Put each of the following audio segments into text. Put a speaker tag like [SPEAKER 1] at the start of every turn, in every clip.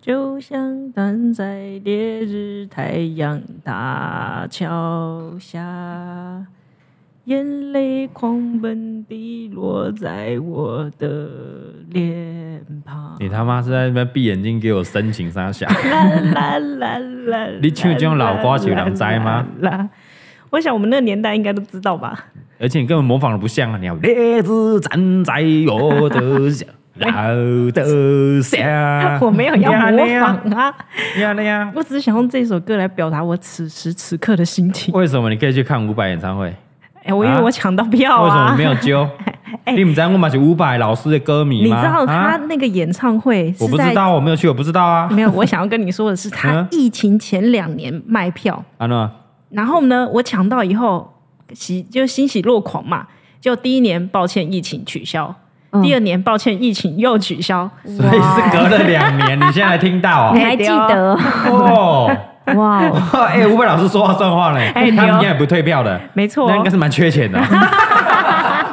[SPEAKER 1] 就像站在烈日太阳大桥下，眼泪狂奔地落在我的脸 庞。
[SPEAKER 2] 你他妈是在那边闭眼睛给我深情撒下？
[SPEAKER 1] 啦啦啦啦！
[SPEAKER 2] 你唱这种老歌有人知吗
[SPEAKER 1] 啦？啦啦我想我们那个年代应该都知道吧？，
[SPEAKER 2] 而且你根本模仿的不像啊！你要烈日站在我的下，老的下
[SPEAKER 1] 我没有要模仿啊，
[SPEAKER 2] 啊呀那样。
[SPEAKER 1] 我只是想用这首歌来表达我此时此刻的心情。
[SPEAKER 2] 为什么你可以去看伍佰演唱会？
[SPEAKER 1] 哎、我因为
[SPEAKER 2] 啊
[SPEAKER 1] 我抢到票
[SPEAKER 2] 为什
[SPEAKER 1] 啊！哎
[SPEAKER 2] 么没有 揪？你们知道我嘛是伍佰老师的歌迷
[SPEAKER 1] 你
[SPEAKER 2] 吗？
[SPEAKER 1] 知道他
[SPEAKER 2] 啊？
[SPEAKER 1] 那个演唱会
[SPEAKER 2] 我
[SPEAKER 1] 是
[SPEAKER 2] 不
[SPEAKER 1] 在
[SPEAKER 2] 知道，我没有去，我不知道啊。
[SPEAKER 1] 没有，我想要跟你说的是，他
[SPEAKER 2] 嗯
[SPEAKER 1] 疫情前两年卖票，
[SPEAKER 2] 安诺，
[SPEAKER 1] 然后呢，我抢到以后喜就欣喜若狂嘛。就第一年，抱歉，疫情取消；
[SPEAKER 3] 嗯
[SPEAKER 1] 第二年，抱歉，疫情又取消。
[SPEAKER 2] 所以是隔了两年，你现在还听到 啊
[SPEAKER 3] 你还记得？
[SPEAKER 2] 哦？ 哦。
[SPEAKER 3] 哇哦，
[SPEAKER 2] 哇哎，伍佰老师说话算话嘞，
[SPEAKER 1] 哎对
[SPEAKER 2] 他们
[SPEAKER 1] 哦
[SPEAKER 2] 应该也不退票的，
[SPEAKER 1] 没错哦
[SPEAKER 2] 那应该是蛮缺钱的，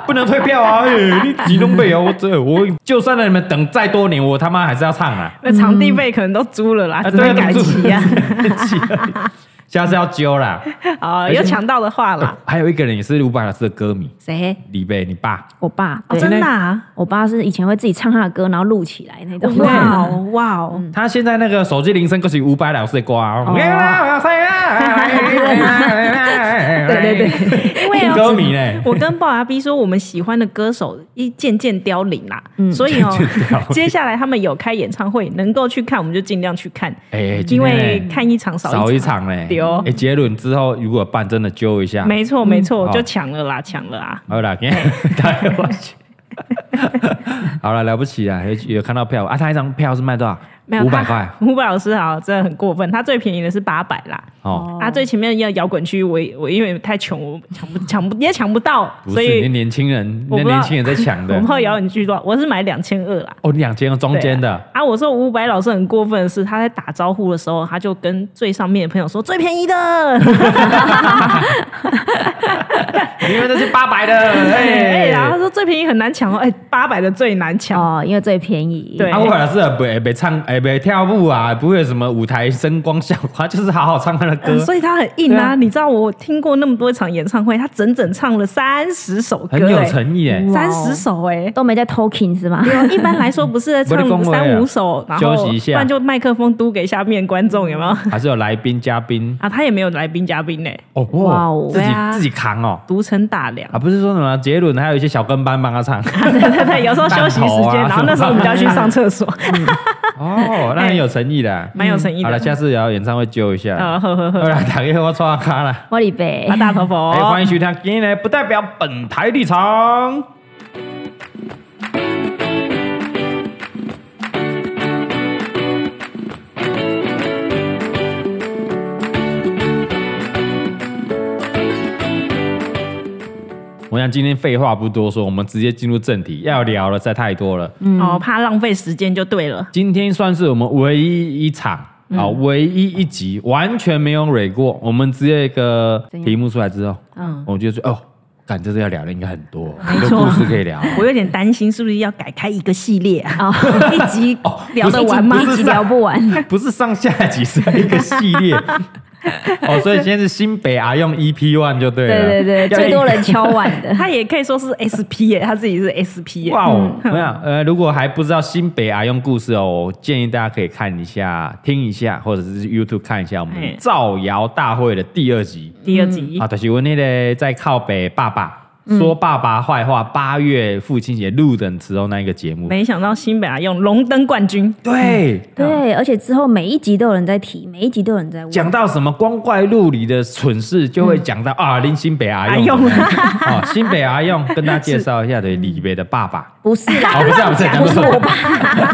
[SPEAKER 2] 不能退票啊！哎， 你吉隆北哦，我这我就算让你们等再多年，我他妈还是要唱啊！
[SPEAKER 1] 那场地费可能都租了啦，只
[SPEAKER 2] 嗯对
[SPEAKER 1] 能改期啊。
[SPEAKER 2] 啊，下次要揪啦。
[SPEAKER 1] 啊，
[SPEAKER 2] 而且
[SPEAKER 1] 有抢到的话啦，
[SPEAKER 2] 还有一个人也是伍佰老师的歌迷，
[SPEAKER 3] 谁？
[SPEAKER 2] 李贝，你爸。
[SPEAKER 3] 我爸，
[SPEAKER 1] 哦
[SPEAKER 3] 对，
[SPEAKER 1] 真的啊！
[SPEAKER 3] 我爸是以前会自己唱他的歌，然后录起来那种。
[SPEAKER 1] 哇哦哇哦！
[SPEAKER 2] 他现在那个手机铃声就是伍佰老师的歌啊！
[SPEAKER 3] 哦 对对对，
[SPEAKER 1] 因为哦
[SPEAKER 2] 歌迷嘞
[SPEAKER 1] 我跟龅牙 B 说，我们喜欢的歌手一渐渐凋零啦，
[SPEAKER 3] 嗯
[SPEAKER 1] 所 以哦
[SPEAKER 2] 渐渐凋零，
[SPEAKER 1] 接下来他们有开演唱会，能够去看我们就尽量去看，
[SPEAKER 2] 哎，今
[SPEAKER 1] 因
[SPEAKER 2] 天
[SPEAKER 1] 为
[SPEAKER 2] 嘞
[SPEAKER 1] 看一场少
[SPEAKER 2] 少一
[SPEAKER 1] 一
[SPEAKER 2] 场嘞，
[SPEAKER 1] 对哦
[SPEAKER 2] 哎，杰伦之后如果办，真的揪一下。
[SPEAKER 1] 没错没错，
[SPEAKER 2] 嗯好
[SPEAKER 1] 就抢了啦，抢了啊！
[SPEAKER 2] 好啦，今天 台湾去。好了，了不起啊！有有看到票啊？他一张票是卖多少？
[SPEAKER 1] 没有
[SPEAKER 2] 五 百块，
[SPEAKER 1] 伍佰老师好，真的很过分，他最便宜的是八百啦，
[SPEAKER 2] 哦。
[SPEAKER 1] 啊，最前面要摇滚区，我我因为太穷，我抢不抢不也抢不到，
[SPEAKER 2] 不
[SPEAKER 1] 所
[SPEAKER 2] 是，你
[SPEAKER 1] 以
[SPEAKER 2] 年轻人，
[SPEAKER 1] 我
[SPEAKER 2] 那
[SPEAKER 1] 不知道
[SPEAKER 2] 年轻人在抢
[SPEAKER 1] 我
[SPEAKER 2] 的
[SPEAKER 1] 们。后摇滚区多少？我是买两千二啦。
[SPEAKER 2] 哦，两间中间的，
[SPEAKER 1] 啊，我说伍佰老师很过分的是，他在打招呼的时候，他就跟最上面的朋友说最便宜的，
[SPEAKER 2] 你们这是八百 的，
[SPEAKER 1] 哎，
[SPEAKER 2] 哎。
[SPEAKER 1] 啊然后他说最便宜很难抢哦，哎，八百的最难抢，
[SPEAKER 3] 哦，因为最便宜。
[SPEAKER 1] 对
[SPEAKER 2] 阿伟老师也不也不唱，也不跳舞啊，不会有什么舞台声光效果，他就是好好唱他的歌
[SPEAKER 1] 呃，所以他很硬
[SPEAKER 2] 对
[SPEAKER 1] 啊。
[SPEAKER 2] 啊
[SPEAKER 1] 你知道我听过那么多场演唱会，他整整唱了三十首歌，欸
[SPEAKER 2] 很有诚意哎。
[SPEAKER 1] 三十首哎。
[SPEAKER 3] 都没在 talking 是吗？
[SPEAKER 1] 一般来说不是在
[SPEAKER 2] 不是
[SPEAKER 1] 唱
[SPEAKER 2] 恭维啊
[SPEAKER 1] 三五首，然后
[SPEAKER 2] 休息一下嗯
[SPEAKER 1] 不然就麦克风嘟给下面观众有没有？
[SPEAKER 2] 还是有来宾嘉宾
[SPEAKER 1] 啊， 他也没有来宾嘉宾呢，
[SPEAKER 2] 哦，
[SPEAKER 3] 哇哦
[SPEAKER 2] 自己
[SPEAKER 1] 对啊
[SPEAKER 2] 自己扛哦
[SPEAKER 1] 独撑大梁
[SPEAKER 2] 啊，。不是说什么杰伦还有一些小跟班帮他唱
[SPEAKER 1] 对对对，有时候休息时间，
[SPEAKER 2] 弹头
[SPEAKER 1] 然
[SPEAKER 2] 啊
[SPEAKER 1] 后那时候我们就要去上厕所，
[SPEAKER 2] 哦，那很有诚意的。
[SPEAKER 1] 蛮有诚意
[SPEAKER 2] 好了，
[SPEAKER 1] 的。
[SPEAKER 2] 下次也要演唱会揪一下。
[SPEAKER 1] 呃，呵呵呵
[SPEAKER 2] 好，了，打给我刷卡了。
[SPEAKER 3] 我李贝
[SPEAKER 1] 啊，，大头佛，
[SPEAKER 2] 哎，欢迎收听，今天呢不代表本台立场。我想今天废话不多说，我们直接进入正题，要聊的实在太多了。
[SPEAKER 1] 哦，怕浪费时间就对了。
[SPEAKER 2] 今天算是我们唯一一场
[SPEAKER 3] 嗯
[SPEAKER 2] 啊、唯一一集完全没有蕊过。我们直接一个
[SPEAKER 3] 怎样
[SPEAKER 2] 题目出来之后，
[SPEAKER 3] 嗯，
[SPEAKER 2] 我就说哦，感这次要聊的应该很多，很多故事可以 聊。
[SPEAKER 1] 我有点担心，是不是要改开一个系列啊？
[SPEAKER 3] 哦， 一集
[SPEAKER 1] 聊得
[SPEAKER 3] 一集
[SPEAKER 1] 完吗？
[SPEAKER 3] 一集聊不完。
[SPEAKER 2] 不是上下集，是一个系列。哦，所以现在是新北阿用 EP One 就对了，
[SPEAKER 3] 对对对，
[SPEAKER 2] 要
[SPEAKER 3] 最多人敲碗的。
[SPEAKER 1] 他也可以说是 SP 耶，他自己是欸 SP 耶。
[SPEAKER 2] 哇哦！
[SPEAKER 3] 嗯
[SPEAKER 2] 没有，呃，如果还不知道新北阿用故事哦，我建议大家可以看一下、听一下，或者是 YouTube 看一下我
[SPEAKER 1] 哎
[SPEAKER 2] 们造谣大会的第二集
[SPEAKER 1] 第二集
[SPEAKER 2] 啊，就是我那个在靠北爸爸说爸爸坏话，八月父亲节路等时候那一个节目，
[SPEAKER 1] 没想到新北啊用荣登冠 军，
[SPEAKER 2] 对，
[SPEAKER 3] 对，而且之后每一集都有人在提，每一集都有人在问。
[SPEAKER 2] 讲到什么光怪陆离的蠢事，就会讲到、啊，林新北阿用，
[SPEAKER 1] 阿
[SPEAKER 2] 哦，新北阿用，跟大家介绍一下对李北的爸爸，
[SPEAKER 3] 不是啦，
[SPEAKER 2] 哦，不是、啊、不是、
[SPEAKER 3] 不是 我
[SPEAKER 2] 爸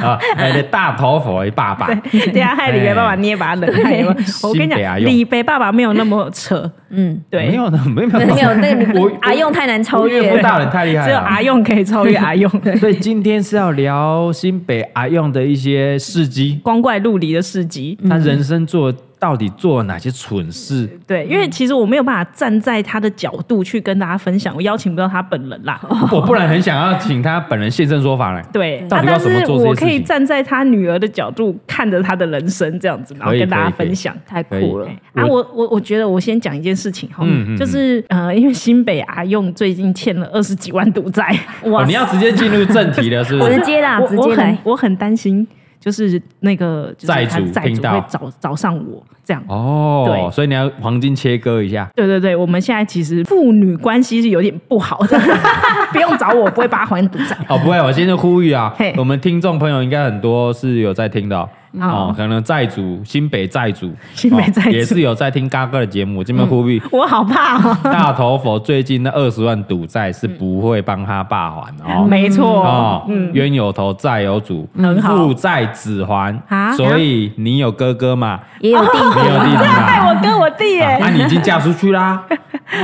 [SPEAKER 2] 啊，哎，对大头佛的爸爸，
[SPEAKER 1] 对啊，害李北爸爸捏把冷汗。有没有我跟你
[SPEAKER 2] 新北啊
[SPEAKER 1] 讲，
[SPEAKER 2] 用
[SPEAKER 1] 李北爸爸没有那么扯，
[SPEAKER 3] 嗯，
[SPEAKER 1] 对，
[SPEAKER 2] 没有呢，没有
[SPEAKER 3] 没有那
[SPEAKER 2] 我
[SPEAKER 3] 个阿啊用太难超
[SPEAKER 2] 我岳
[SPEAKER 3] 越
[SPEAKER 2] 父。大人太厉害
[SPEAKER 1] 只有阿
[SPEAKER 2] 了。
[SPEAKER 1] 用可以超越 阿用。
[SPEAKER 2] 所以今天是要聊新北阿用的一些事迹，
[SPEAKER 1] 光怪陆离的事迹，
[SPEAKER 2] 他人生做到底做了哪些蠢事？
[SPEAKER 1] 对，因为其实我没有办法站在他的角度去跟大家分享，我邀请不到他本人啦。
[SPEAKER 2] 我不然很想要请他本人现身说 法嘞。
[SPEAKER 1] 对，
[SPEAKER 2] 到
[SPEAKER 1] 啊
[SPEAKER 2] 底要
[SPEAKER 1] 但
[SPEAKER 2] 怎么
[SPEAKER 1] 是
[SPEAKER 2] 做这些
[SPEAKER 1] 我
[SPEAKER 2] 事情
[SPEAKER 1] 可以站在他女儿的角度看着他的人生这样子，然后
[SPEAKER 2] 可以
[SPEAKER 1] 跟大家
[SPEAKER 2] 可以可以
[SPEAKER 1] 分享。
[SPEAKER 3] 太酷了，
[SPEAKER 1] 啊，我我我觉得我先讲一件事情哈，
[SPEAKER 2] 嗯嗯嗯
[SPEAKER 1] 就是呃，因为新北阿用最近欠了二十几万赌 债，
[SPEAKER 2] 哦，你要直接进入正题了，是不
[SPEAKER 3] 直
[SPEAKER 2] 是？
[SPEAKER 3] 接啦，
[SPEAKER 1] 我
[SPEAKER 3] 直
[SPEAKER 1] 我
[SPEAKER 3] 接
[SPEAKER 1] 很
[SPEAKER 3] 来，
[SPEAKER 1] 我很担心，就是那个就是
[SPEAKER 2] 债
[SPEAKER 1] 他
[SPEAKER 2] 主
[SPEAKER 1] 债主
[SPEAKER 2] 听到
[SPEAKER 1] 会找找上我这样。
[SPEAKER 2] 哦
[SPEAKER 1] 对，
[SPEAKER 2] 所以你要黄金切割一下。
[SPEAKER 1] 对对对，我们现在其实父女关系是有点不好的， 不用找我，我不会帮他还赌债。
[SPEAKER 2] 哦，不会，我现在呼吁啊
[SPEAKER 1] 嘿，
[SPEAKER 2] 我们听众朋友应该很多是有在听的哦，
[SPEAKER 1] 哦
[SPEAKER 2] 哦可能债主新北债主，
[SPEAKER 1] 新北
[SPEAKER 2] 哦
[SPEAKER 1] 债主
[SPEAKER 2] 也是有在听嘎哥的节目，这边呼吁。
[SPEAKER 1] 我好怕哦。
[SPEAKER 2] 大头佛最近那二十万赌债是
[SPEAKER 1] 嗯
[SPEAKER 2] 不会帮他爸还的哦，
[SPEAKER 1] 没错，
[SPEAKER 2] 哦，冤有头债有主，
[SPEAKER 1] 很好
[SPEAKER 2] 父债子还
[SPEAKER 1] 啊，
[SPEAKER 2] 所以你有哥哥嘛，
[SPEAKER 3] 也有弟
[SPEAKER 2] 你有弟弟
[SPEAKER 1] 这样害
[SPEAKER 2] 嘛，
[SPEAKER 1] 我哥我弟
[SPEAKER 2] 啊
[SPEAKER 1] 耶。
[SPEAKER 2] 那你已经嫁出去啦，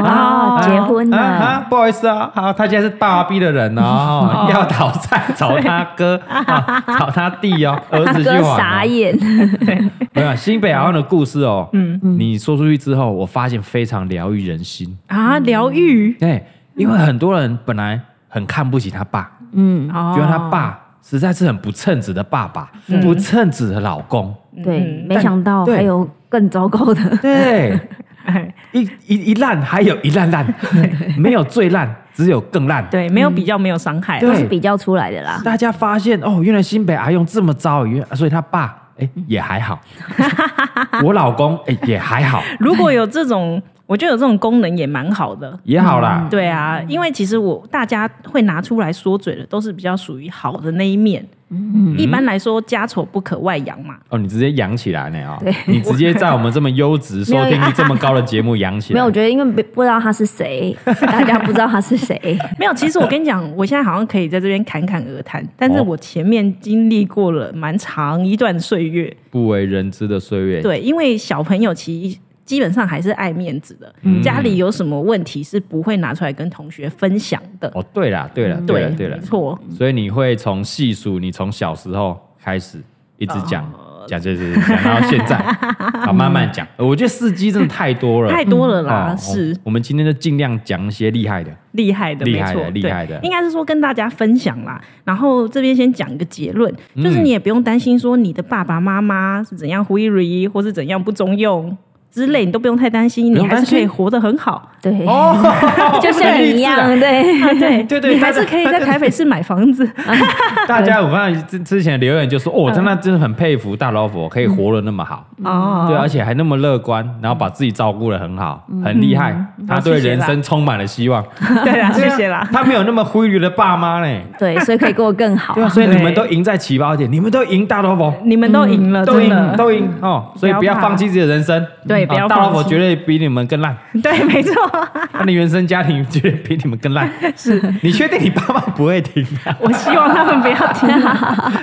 [SPEAKER 3] 哦，结婚
[SPEAKER 2] 啊
[SPEAKER 3] 了，
[SPEAKER 2] 啊，不好意思啊，啊，他现在是爸逼的人哦，要讨债找他哥，啊找他弟哦， 儿
[SPEAKER 3] 他
[SPEAKER 2] 子去
[SPEAKER 3] 哥
[SPEAKER 2] 还
[SPEAKER 3] 傻
[SPEAKER 2] 哦。
[SPEAKER 3] 眼，
[SPEAKER 2] 没有新北洋的故事哦，嗯，你说出去之后，我发现非常疗愈人心，
[SPEAKER 1] 啊，疗愈，
[SPEAKER 2] 对，因为很多人本来很看不起他爸，
[SPEAKER 3] 嗯，
[SPEAKER 1] 哦
[SPEAKER 2] 觉得他爸实在是很不称职的爸爸，不称职的老公，
[SPEAKER 1] 嗯
[SPEAKER 3] 对，没
[SPEAKER 2] 但
[SPEAKER 3] 想到
[SPEAKER 2] 对
[SPEAKER 3] 还有更糟糕的，
[SPEAKER 2] 对，
[SPEAKER 1] 哎
[SPEAKER 2] 一一一烂还有一烂烂，没有最烂，只有更烂。
[SPEAKER 1] 对，没有比较，没有伤害啊。
[SPEAKER 3] 都
[SPEAKER 2] 嗯对
[SPEAKER 3] 是比较出来的啦，
[SPEAKER 2] 大家发现哦，原来新北阿用这么糟，原所以他爸哎
[SPEAKER 3] 嗯
[SPEAKER 2] 也还好， 我老公哎也还好，
[SPEAKER 1] 如果有这种，我觉得有这种功能也蛮好的。
[SPEAKER 2] 也好啦。
[SPEAKER 3] 嗯
[SPEAKER 1] 对啊，因为其实我大家会拿出来说嘴的，都是比较属于好的那一面。
[SPEAKER 2] 嗯
[SPEAKER 1] 一般来说，家丑不可外扬嘛。
[SPEAKER 2] 哦，你直接养起来呢啊、哦！你直接在我们这么优 质、收听率这么高的节目养起来。
[SPEAKER 3] 没有，我觉得因为不不知道他 是谁，大家不知道他是谁，
[SPEAKER 2] 嗯
[SPEAKER 1] 没有，其实我跟你讲，我现在好像可以在这边侃侃而谈，但是
[SPEAKER 2] 哦
[SPEAKER 1] 我前面经历过了蛮长一段岁月。
[SPEAKER 2] 不为人知的岁月。
[SPEAKER 1] 对，因为小朋友其实基本上还是爱面子的，
[SPEAKER 2] 嗯
[SPEAKER 1] 家里有什么问题是不会拿出来跟同学分享的。
[SPEAKER 2] 哦，对啦，对啦，对
[SPEAKER 3] 嗯
[SPEAKER 2] 啦，对啦
[SPEAKER 1] 没。错。
[SPEAKER 2] 所以你会从细数，你从小时候开始一直讲
[SPEAKER 1] 哦
[SPEAKER 2] 讲讲讲讲讲到现在，好慢慢讲。呃我觉得司机真的太多了，
[SPEAKER 1] 太多了啦，
[SPEAKER 2] 哦
[SPEAKER 1] 是
[SPEAKER 2] 我我们今天就尽量讲一些厉害 的。
[SPEAKER 1] 厉害的，
[SPEAKER 2] 厉
[SPEAKER 1] 没
[SPEAKER 2] 害的
[SPEAKER 1] 错，
[SPEAKER 2] 厉
[SPEAKER 1] 对
[SPEAKER 2] 害的
[SPEAKER 1] 应该是说跟大家分享啦。然后这边先讲一个结论，
[SPEAKER 2] 嗯
[SPEAKER 1] 就是你也不用担心说你的爸爸妈妈是怎样忽悠，或是怎样不中用之类，你都不用太担心，
[SPEAKER 2] 不
[SPEAKER 1] 你
[SPEAKER 2] 用
[SPEAKER 1] 还
[SPEAKER 2] 担
[SPEAKER 1] 是可以
[SPEAKER 2] 心
[SPEAKER 1] 活得很好。
[SPEAKER 3] 对，
[SPEAKER 2] 哦
[SPEAKER 3] 就像你一样，对，
[SPEAKER 1] 啊对
[SPEAKER 2] 对 对
[SPEAKER 1] 你还
[SPEAKER 2] 他的
[SPEAKER 1] 是可以在台北市买房子。
[SPEAKER 2] 大家我看之之前留言就说，
[SPEAKER 1] 嗯
[SPEAKER 2] 哦，真的真的很佩服大老虎可以活得那么好，
[SPEAKER 1] 哦，
[SPEAKER 2] 嗯对，而啊且还那么乐观，然后把自己照顾得很好，
[SPEAKER 1] 嗯
[SPEAKER 2] 很厉害。他对人生充满了希望，
[SPEAKER 1] 对 啦，
[SPEAKER 2] 对
[SPEAKER 1] 谢
[SPEAKER 2] 啊
[SPEAKER 1] 谢啦。
[SPEAKER 2] 他没有那么灰驴的爸妈呢，
[SPEAKER 3] 对，所以可以过得更好
[SPEAKER 2] 对，啊，所以
[SPEAKER 1] 对
[SPEAKER 2] 你们都赢在起跑点，你们都赢大老虎。
[SPEAKER 1] 你们都赢了，
[SPEAKER 2] 嗯都
[SPEAKER 1] 呃真
[SPEAKER 2] 赢，
[SPEAKER 1] 的，
[SPEAKER 2] 都赢哦！所以不要放弃自己的人生。
[SPEAKER 1] 对不要
[SPEAKER 2] 啊大老
[SPEAKER 1] 放
[SPEAKER 2] 婆
[SPEAKER 1] 弃
[SPEAKER 2] 绝对比你们更 烂，
[SPEAKER 1] 对，没错。
[SPEAKER 2] 他的原生家庭绝对比你们更烂。是你确定你爸妈不会听？
[SPEAKER 1] 我希望他们不要 听。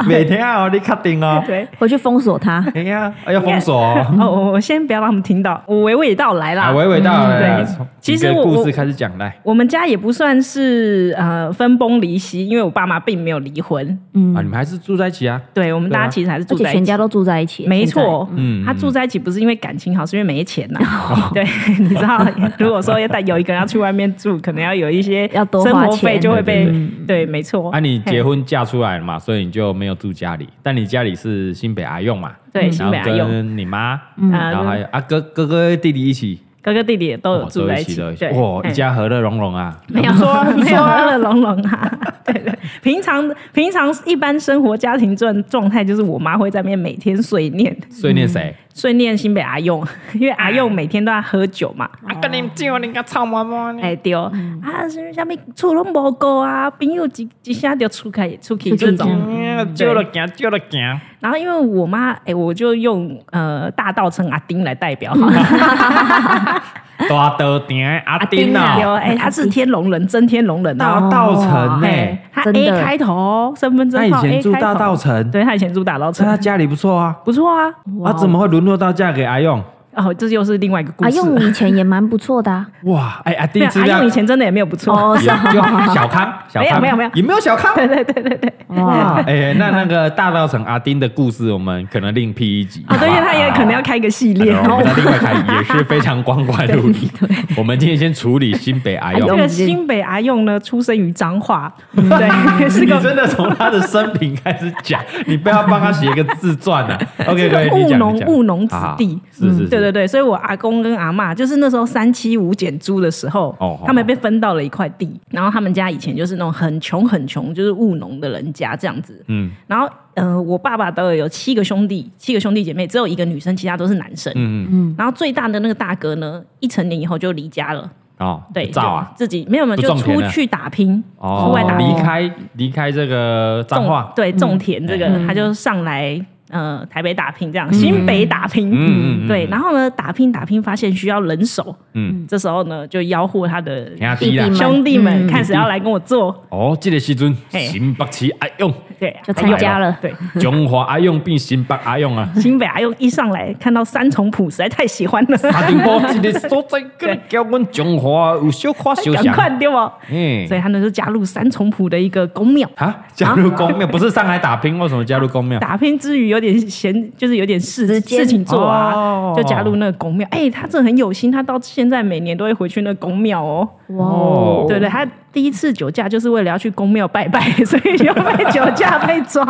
[SPEAKER 2] 每天哦，你确定 哦？
[SPEAKER 1] 对，
[SPEAKER 3] 回去封锁他，
[SPEAKER 2] 哎呀，哎要封 锁哦！
[SPEAKER 1] 哦，我我先不要让他们听到，我娓娓道来啦。
[SPEAKER 2] 啊，娓娓道
[SPEAKER 1] 嗯
[SPEAKER 2] 来，
[SPEAKER 1] 对
[SPEAKER 2] 从
[SPEAKER 1] 其实
[SPEAKER 2] 一个
[SPEAKER 1] 我
[SPEAKER 2] 故
[SPEAKER 1] 我
[SPEAKER 2] 事开始讲来
[SPEAKER 1] 我们家也不算是呃分崩离析，因为我爸妈并没有离婚，
[SPEAKER 2] 啊，你们还是住在一起啊？
[SPEAKER 1] 对我们大
[SPEAKER 2] 对
[SPEAKER 1] 家
[SPEAKER 2] 啊
[SPEAKER 1] 其实还是
[SPEAKER 3] 而
[SPEAKER 1] 住
[SPEAKER 3] 且
[SPEAKER 1] 在一
[SPEAKER 3] 全
[SPEAKER 1] 起
[SPEAKER 3] 家。都住在一起，
[SPEAKER 1] 没
[SPEAKER 3] 现在
[SPEAKER 1] 错，
[SPEAKER 2] 嗯
[SPEAKER 1] 他
[SPEAKER 2] 嗯
[SPEAKER 1] 住在一起不是因为感情好，是因为没钱呐、 对，你知道，如果说要带有一个人要去外面住，可能要有一些
[SPEAKER 3] 要多
[SPEAKER 1] 生
[SPEAKER 3] 花
[SPEAKER 1] 活费，
[SPEAKER 3] 钱
[SPEAKER 1] 就会被
[SPEAKER 2] 对对
[SPEAKER 1] 对，没错。
[SPEAKER 2] 啊，你结
[SPEAKER 1] 嘿
[SPEAKER 2] 婚嫁出来了嘛，所以你就没有住家里，但你家里是新北阿用嘛？
[SPEAKER 1] 对
[SPEAKER 2] 嗯
[SPEAKER 1] 新北阿用
[SPEAKER 2] 然后跟你妈，
[SPEAKER 1] 啊
[SPEAKER 2] 然后还有啊哥哥哥弟弟一起，
[SPEAKER 1] 哥哥弟弟也都有
[SPEAKER 2] 哦
[SPEAKER 1] 住在
[SPEAKER 2] 一
[SPEAKER 1] 起
[SPEAKER 2] 都一，起
[SPEAKER 1] 对，
[SPEAKER 2] 哇，
[SPEAKER 1] 嘿
[SPEAKER 2] 一家和乐融融啊！
[SPEAKER 1] 没有
[SPEAKER 2] 不错啊，不
[SPEAKER 1] 没有
[SPEAKER 2] 错啊
[SPEAKER 1] 乐乐融融啊， 对对，平常平常一般生活家庭状状态就是我妈会在那边每天碎念
[SPEAKER 2] 碎念谁？
[SPEAKER 1] 碎念新北阿用，因为阿用每天都在喝酒嘛，
[SPEAKER 2] 啊，跟你叫你个臭毛毛
[SPEAKER 3] 嗯
[SPEAKER 2] 呢
[SPEAKER 1] 哎对哦，啊什么什么厝拢无顾啊，朋友一一下就出开出去
[SPEAKER 3] 出去
[SPEAKER 1] 这
[SPEAKER 3] 嗯
[SPEAKER 1] 种，
[SPEAKER 2] 叫了行，叫了行，
[SPEAKER 1] 然后因为我妈哎、我就用呃大道城阿丁来代表
[SPEAKER 3] 嗯
[SPEAKER 1] 好了，
[SPEAKER 2] 大道顶的阿丁
[SPEAKER 3] 阿
[SPEAKER 1] 对
[SPEAKER 2] 啊，
[SPEAKER 1] 哦哎、他是天龙人，真天龙人
[SPEAKER 2] 大
[SPEAKER 1] 哦。
[SPEAKER 2] 道城呢？
[SPEAKER 1] 哎，他
[SPEAKER 3] 真
[SPEAKER 1] A
[SPEAKER 3] 的
[SPEAKER 1] 开头哦，身份证
[SPEAKER 2] 他以
[SPEAKER 1] 号 A
[SPEAKER 2] 前住
[SPEAKER 1] 开
[SPEAKER 2] 大
[SPEAKER 1] 头
[SPEAKER 2] 道城，
[SPEAKER 1] 对他以前住大稻
[SPEAKER 2] 在
[SPEAKER 1] 城
[SPEAKER 2] 他，家里不错啊，
[SPEAKER 1] 不错啊，
[SPEAKER 3] 哇
[SPEAKER 2] 他怎么会沦落到嫁给阿用？
[SPEAKER 1] 哦，这又是另外一个故
[SPEAKER 3] 阿
[SPEAKER 1] 事
[SPEAKER 3] 啊用
[SPEAKER 1] 了。
[SPEAKER 3] 以前也蛮不错 的啊，
[SPEAKER 2] 哇，哎，阿
[SPEAKER 1] 没
[SPEAKER 2] 弟
[SPEAKER 1] 有
[SPEAKER 2] 知
[SPEAKER 1] 阿
[SPEAKER 2] 道
[SPEAKER 1] 用以前真的也没有不错，
[SPEAKER 3] 哦，是啊，
[SPEAKER 2] 有小康，小康
[SPEAKER 1] 没有没有没有
[SPEAKER 2] 也没有小康。
[SPEAKER 1] 对对对对对，
[SPEAKER 3] 哇，
[SPEAKER 2] 哇，哎，那那个大稻城阿丁的故事，我们可能另辟一集。
[SPEAKER 1] 啊，对，因为他也可能要
[SPEAKER 2] 好
[SPEAKER 1] 开一个系列
[SPEAKER 2] 不好。然后
[SPEAKER 1] 哦
[SPEAKER 2] 我。们再另外开，也是非常光怪 陆离。我们今天先处理新北哎阿
[SPEAKER 1] 这
[SPEAKER 2] 用，
[SPEAKER 1] 个新北阿用呢，出生于彰化，
[SPEAKER 3] 嗯
[SPEAKER 1] 对，是
[SPEAKER 2] 你
[SPEAKER 1] 个
[SPEAKER 2] 真的从他的生平开始讲，你不要帮他写一个自传 啊。OK，可以，你
[SPEAKER 1] 务
[SPEAKER 2] 讲，
[SPEAKER 1] 农
[SPEAKER 2] 你讲
[SPEAKER 1] 务农子弟，嗯
[SPEAKER 2] 好好是是是
[SPEAKER 1] 对对对，所以我阿公跟阿嬷就是那时候三七五减租的时候，
[SPEAKER 2] 哦
[SPEAKER 1] 他们被分到了一块地，然后他们家以前就是那种很穷很穷，就是务农的人家这样子，
[SPEAKER 2] 嗯
[SPEAKER 1] 然后呃，我爸爸的有七个兄弟，七个兄弟姐妹，只有一个女生，其他都是男生，
[SPEAKER 2] 嗯嗯，
[SPEAKER 1] 然后最大的那个大哥呢，一成年以后就离家了，
[SPEAKER 2] 哦，
[SPEAKER 1] 对，
[SPEAKER 2] 不造啊
[SPEAKER 1] 就，自己没有没有
[SPEAKER 2] 不
[SPEAKER 1] 就
[SPEAKER 2] 种
[SPEAKER 1] 出
[SPEAKER 2] 田了
[SPEAKER 1] 去打拼，
[SPEAKER 2] 哦
[SPEAKER 1] 户外打，拼
[SPEAKER 2] 离开离开这个脏
[SPEAKER 1] 种
[SPEAKER 2] 话，嗯
[SPEAKER 1] 对种田这个，他就上来呃台北打拼，这样新北打拼，
[SPEAKER 2] 嗯嗯嗯嗯
[SPEAKER 1] 对，然后呢打拼打拼，发现需要人手，
[SPEAKER 2] 嗯，
[SPEAKER 1] 这时候呢就吆喝他的
[SPEAKER 2] 人家低啦
[SPEAKER 3] 弟，弟
[SPEAKER 1] 兄弟们
[SPEAKER 3] 嗯
[SPEAKER 1] 看谁要来跟我做，
[SPEAKER 2] 哦，这个时阵
[SPEAKER 1] 嘿
[SPEAKER 2] 新北市阿用，
[SPEAKER 1] 对，
[SPEAKER 2] 嗯
[SPEAKER 3] 就参加了，
[SPEAKER 1] 对，，
[SPEAKER 2] 中华阿用变新北阿用啊
[SPEAKER 1] 新北阿用一上来看到三重谱，实在太喜 欢了，
[SPEAKER 2] 阿丁波这个所在跟交阮中华有小可相
[SPEAKER 1] 赶快
[SPEAKER 2] 像，
[SPEAKER 1] 对不？
[SPEAKER 2] 嗯
[SPEAKER 1] 所，以他呢就加入三重谱的一个公庙。
[SPEAKER 2] 啊，加入公庙不是上来打拼，为什么加入公 庙？
[SPEAKER 1] 打拼之余有点闲，就是有点事
[SPEAKER 3] 时间
[SPEAKER 1] 事情做啊，
[SPEAKER 2] 哦
[SPEAKER 1] 就加入那个公庙。哎、他真的很有心，他到现在每年都会回去那个公庙哦。
[SPEAKER 3] 哇
[SPEAKER 2] 哦
[SPEAKER 3] 哦，
[SPEAKER 1] 对对，他第一次酒驾就是为了要去公庙拜拜， 所以就被酒驾被 抓。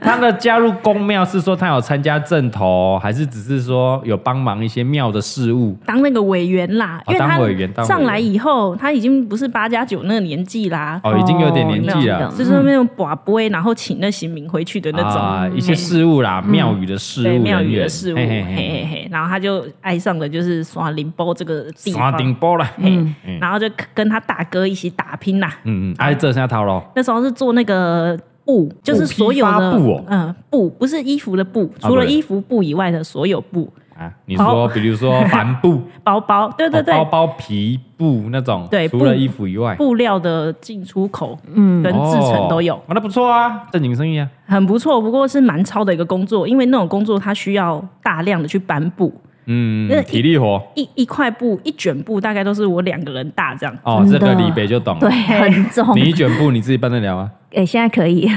[SPEAKER 2] 他的加入公庙是说他有参加正头，还是只是说有帮忙一些庙的事务？
[SPEAKER 1] 当那个委员啦，
[SPEAKER 2] 哦
[SPEAKER 1] 因为
[SPEAKER 2] 当委员
[SPEAKER 1] 他
[SPEAKER 2] 当委员
[SPEAKER 1] 上来以后，他已经不是八加九那个年纪啦，
[SPEAKER 2] 哦，已经有点年纪啊了
[SPEAKER 3] 哦。
[SPEAKER 1] 就是那种寡不然后请那行民回去的那种。嗯
[SPEAKER 2] 啊，一些事务啦，庙宇的事
[SPEAKER 1] 对
[SPEAKER 2] 务，
[SPEAKER 1] 庙
[SPEAKER 2] 人
[SPEAKER 1] 宇
[SPEAKER 2] 员
[SPEAKER 1] 的事物，
[SPEAKER 2] 嘿
[SPEAKER 1] 嘿嘿
[SPEAKER 2] 嘿嘿
[SPEAKER 1] 嘿然后他就爱上了就是刷林波这个地
[SPEAKER 2] 山
[SPEAKER 1] 方，
[SPEAKER 2] 顶波啦，
[SPEAKER 1] 嘿
[SPEAKER 2] 嗯嗯
[SPEAKER 1] 然后就跟他大哥一起打拼啦。
[SPEAKER 2] 嗯，哎，这下套咯，
[SPEAKER 1] 那时候是做那个布，就是所有的
[SPEAKER 2] 批发布哦
[SPEAKER 1] 嗯，布不是衣服的布，
[SPEAKER 2] 啊
[SPEAKER 1] 除了
[SPEAKER 2] 对
[SPEAKER 1] 衣服布以外的所有布，
[SPEAKER 2] 啊，你说比如说帆布、
[SPEAKER 1] 包包，对 对
[SPEAKER 2] 哦
[SPEAKER 1] 对，
[SPEAKER 2] 包包皮布那种，
[SPEAKER 1] 对
[SPEAKER 2] 除了
[SPEAKER 1] 布
[SPEAKER 2] 衣服以外，
[SPEAKER 1] 布料的进出口
[SPEAKER 3] 嗯，
[SPEAKER 1] 跟制成都有
[SPEAKER 2] 哦，，啊那不错啊，正经生意啊，
[SPEAKER 1] 很不错。不过是蛮超的一个工作，因为那种工作它需要大量的去搬布，那
[SPEAKER 2] 嗯，体力活
[SPEAKER 1] 一一块布一卷布大概都是我两个人大这样。
[SPEAKER 2] 哦，这
[SPEAKER 3] 真的
[SPEAKER 2] 个李北就懂
[SPEAKER 3] 对，
[SPEAKER 2] 了。
[SPEAKER 3] 很重
[SPEAKER 2] 你，一卷布你自己搬得了吗？
[SPEAKER 3] 哎，现在可 以，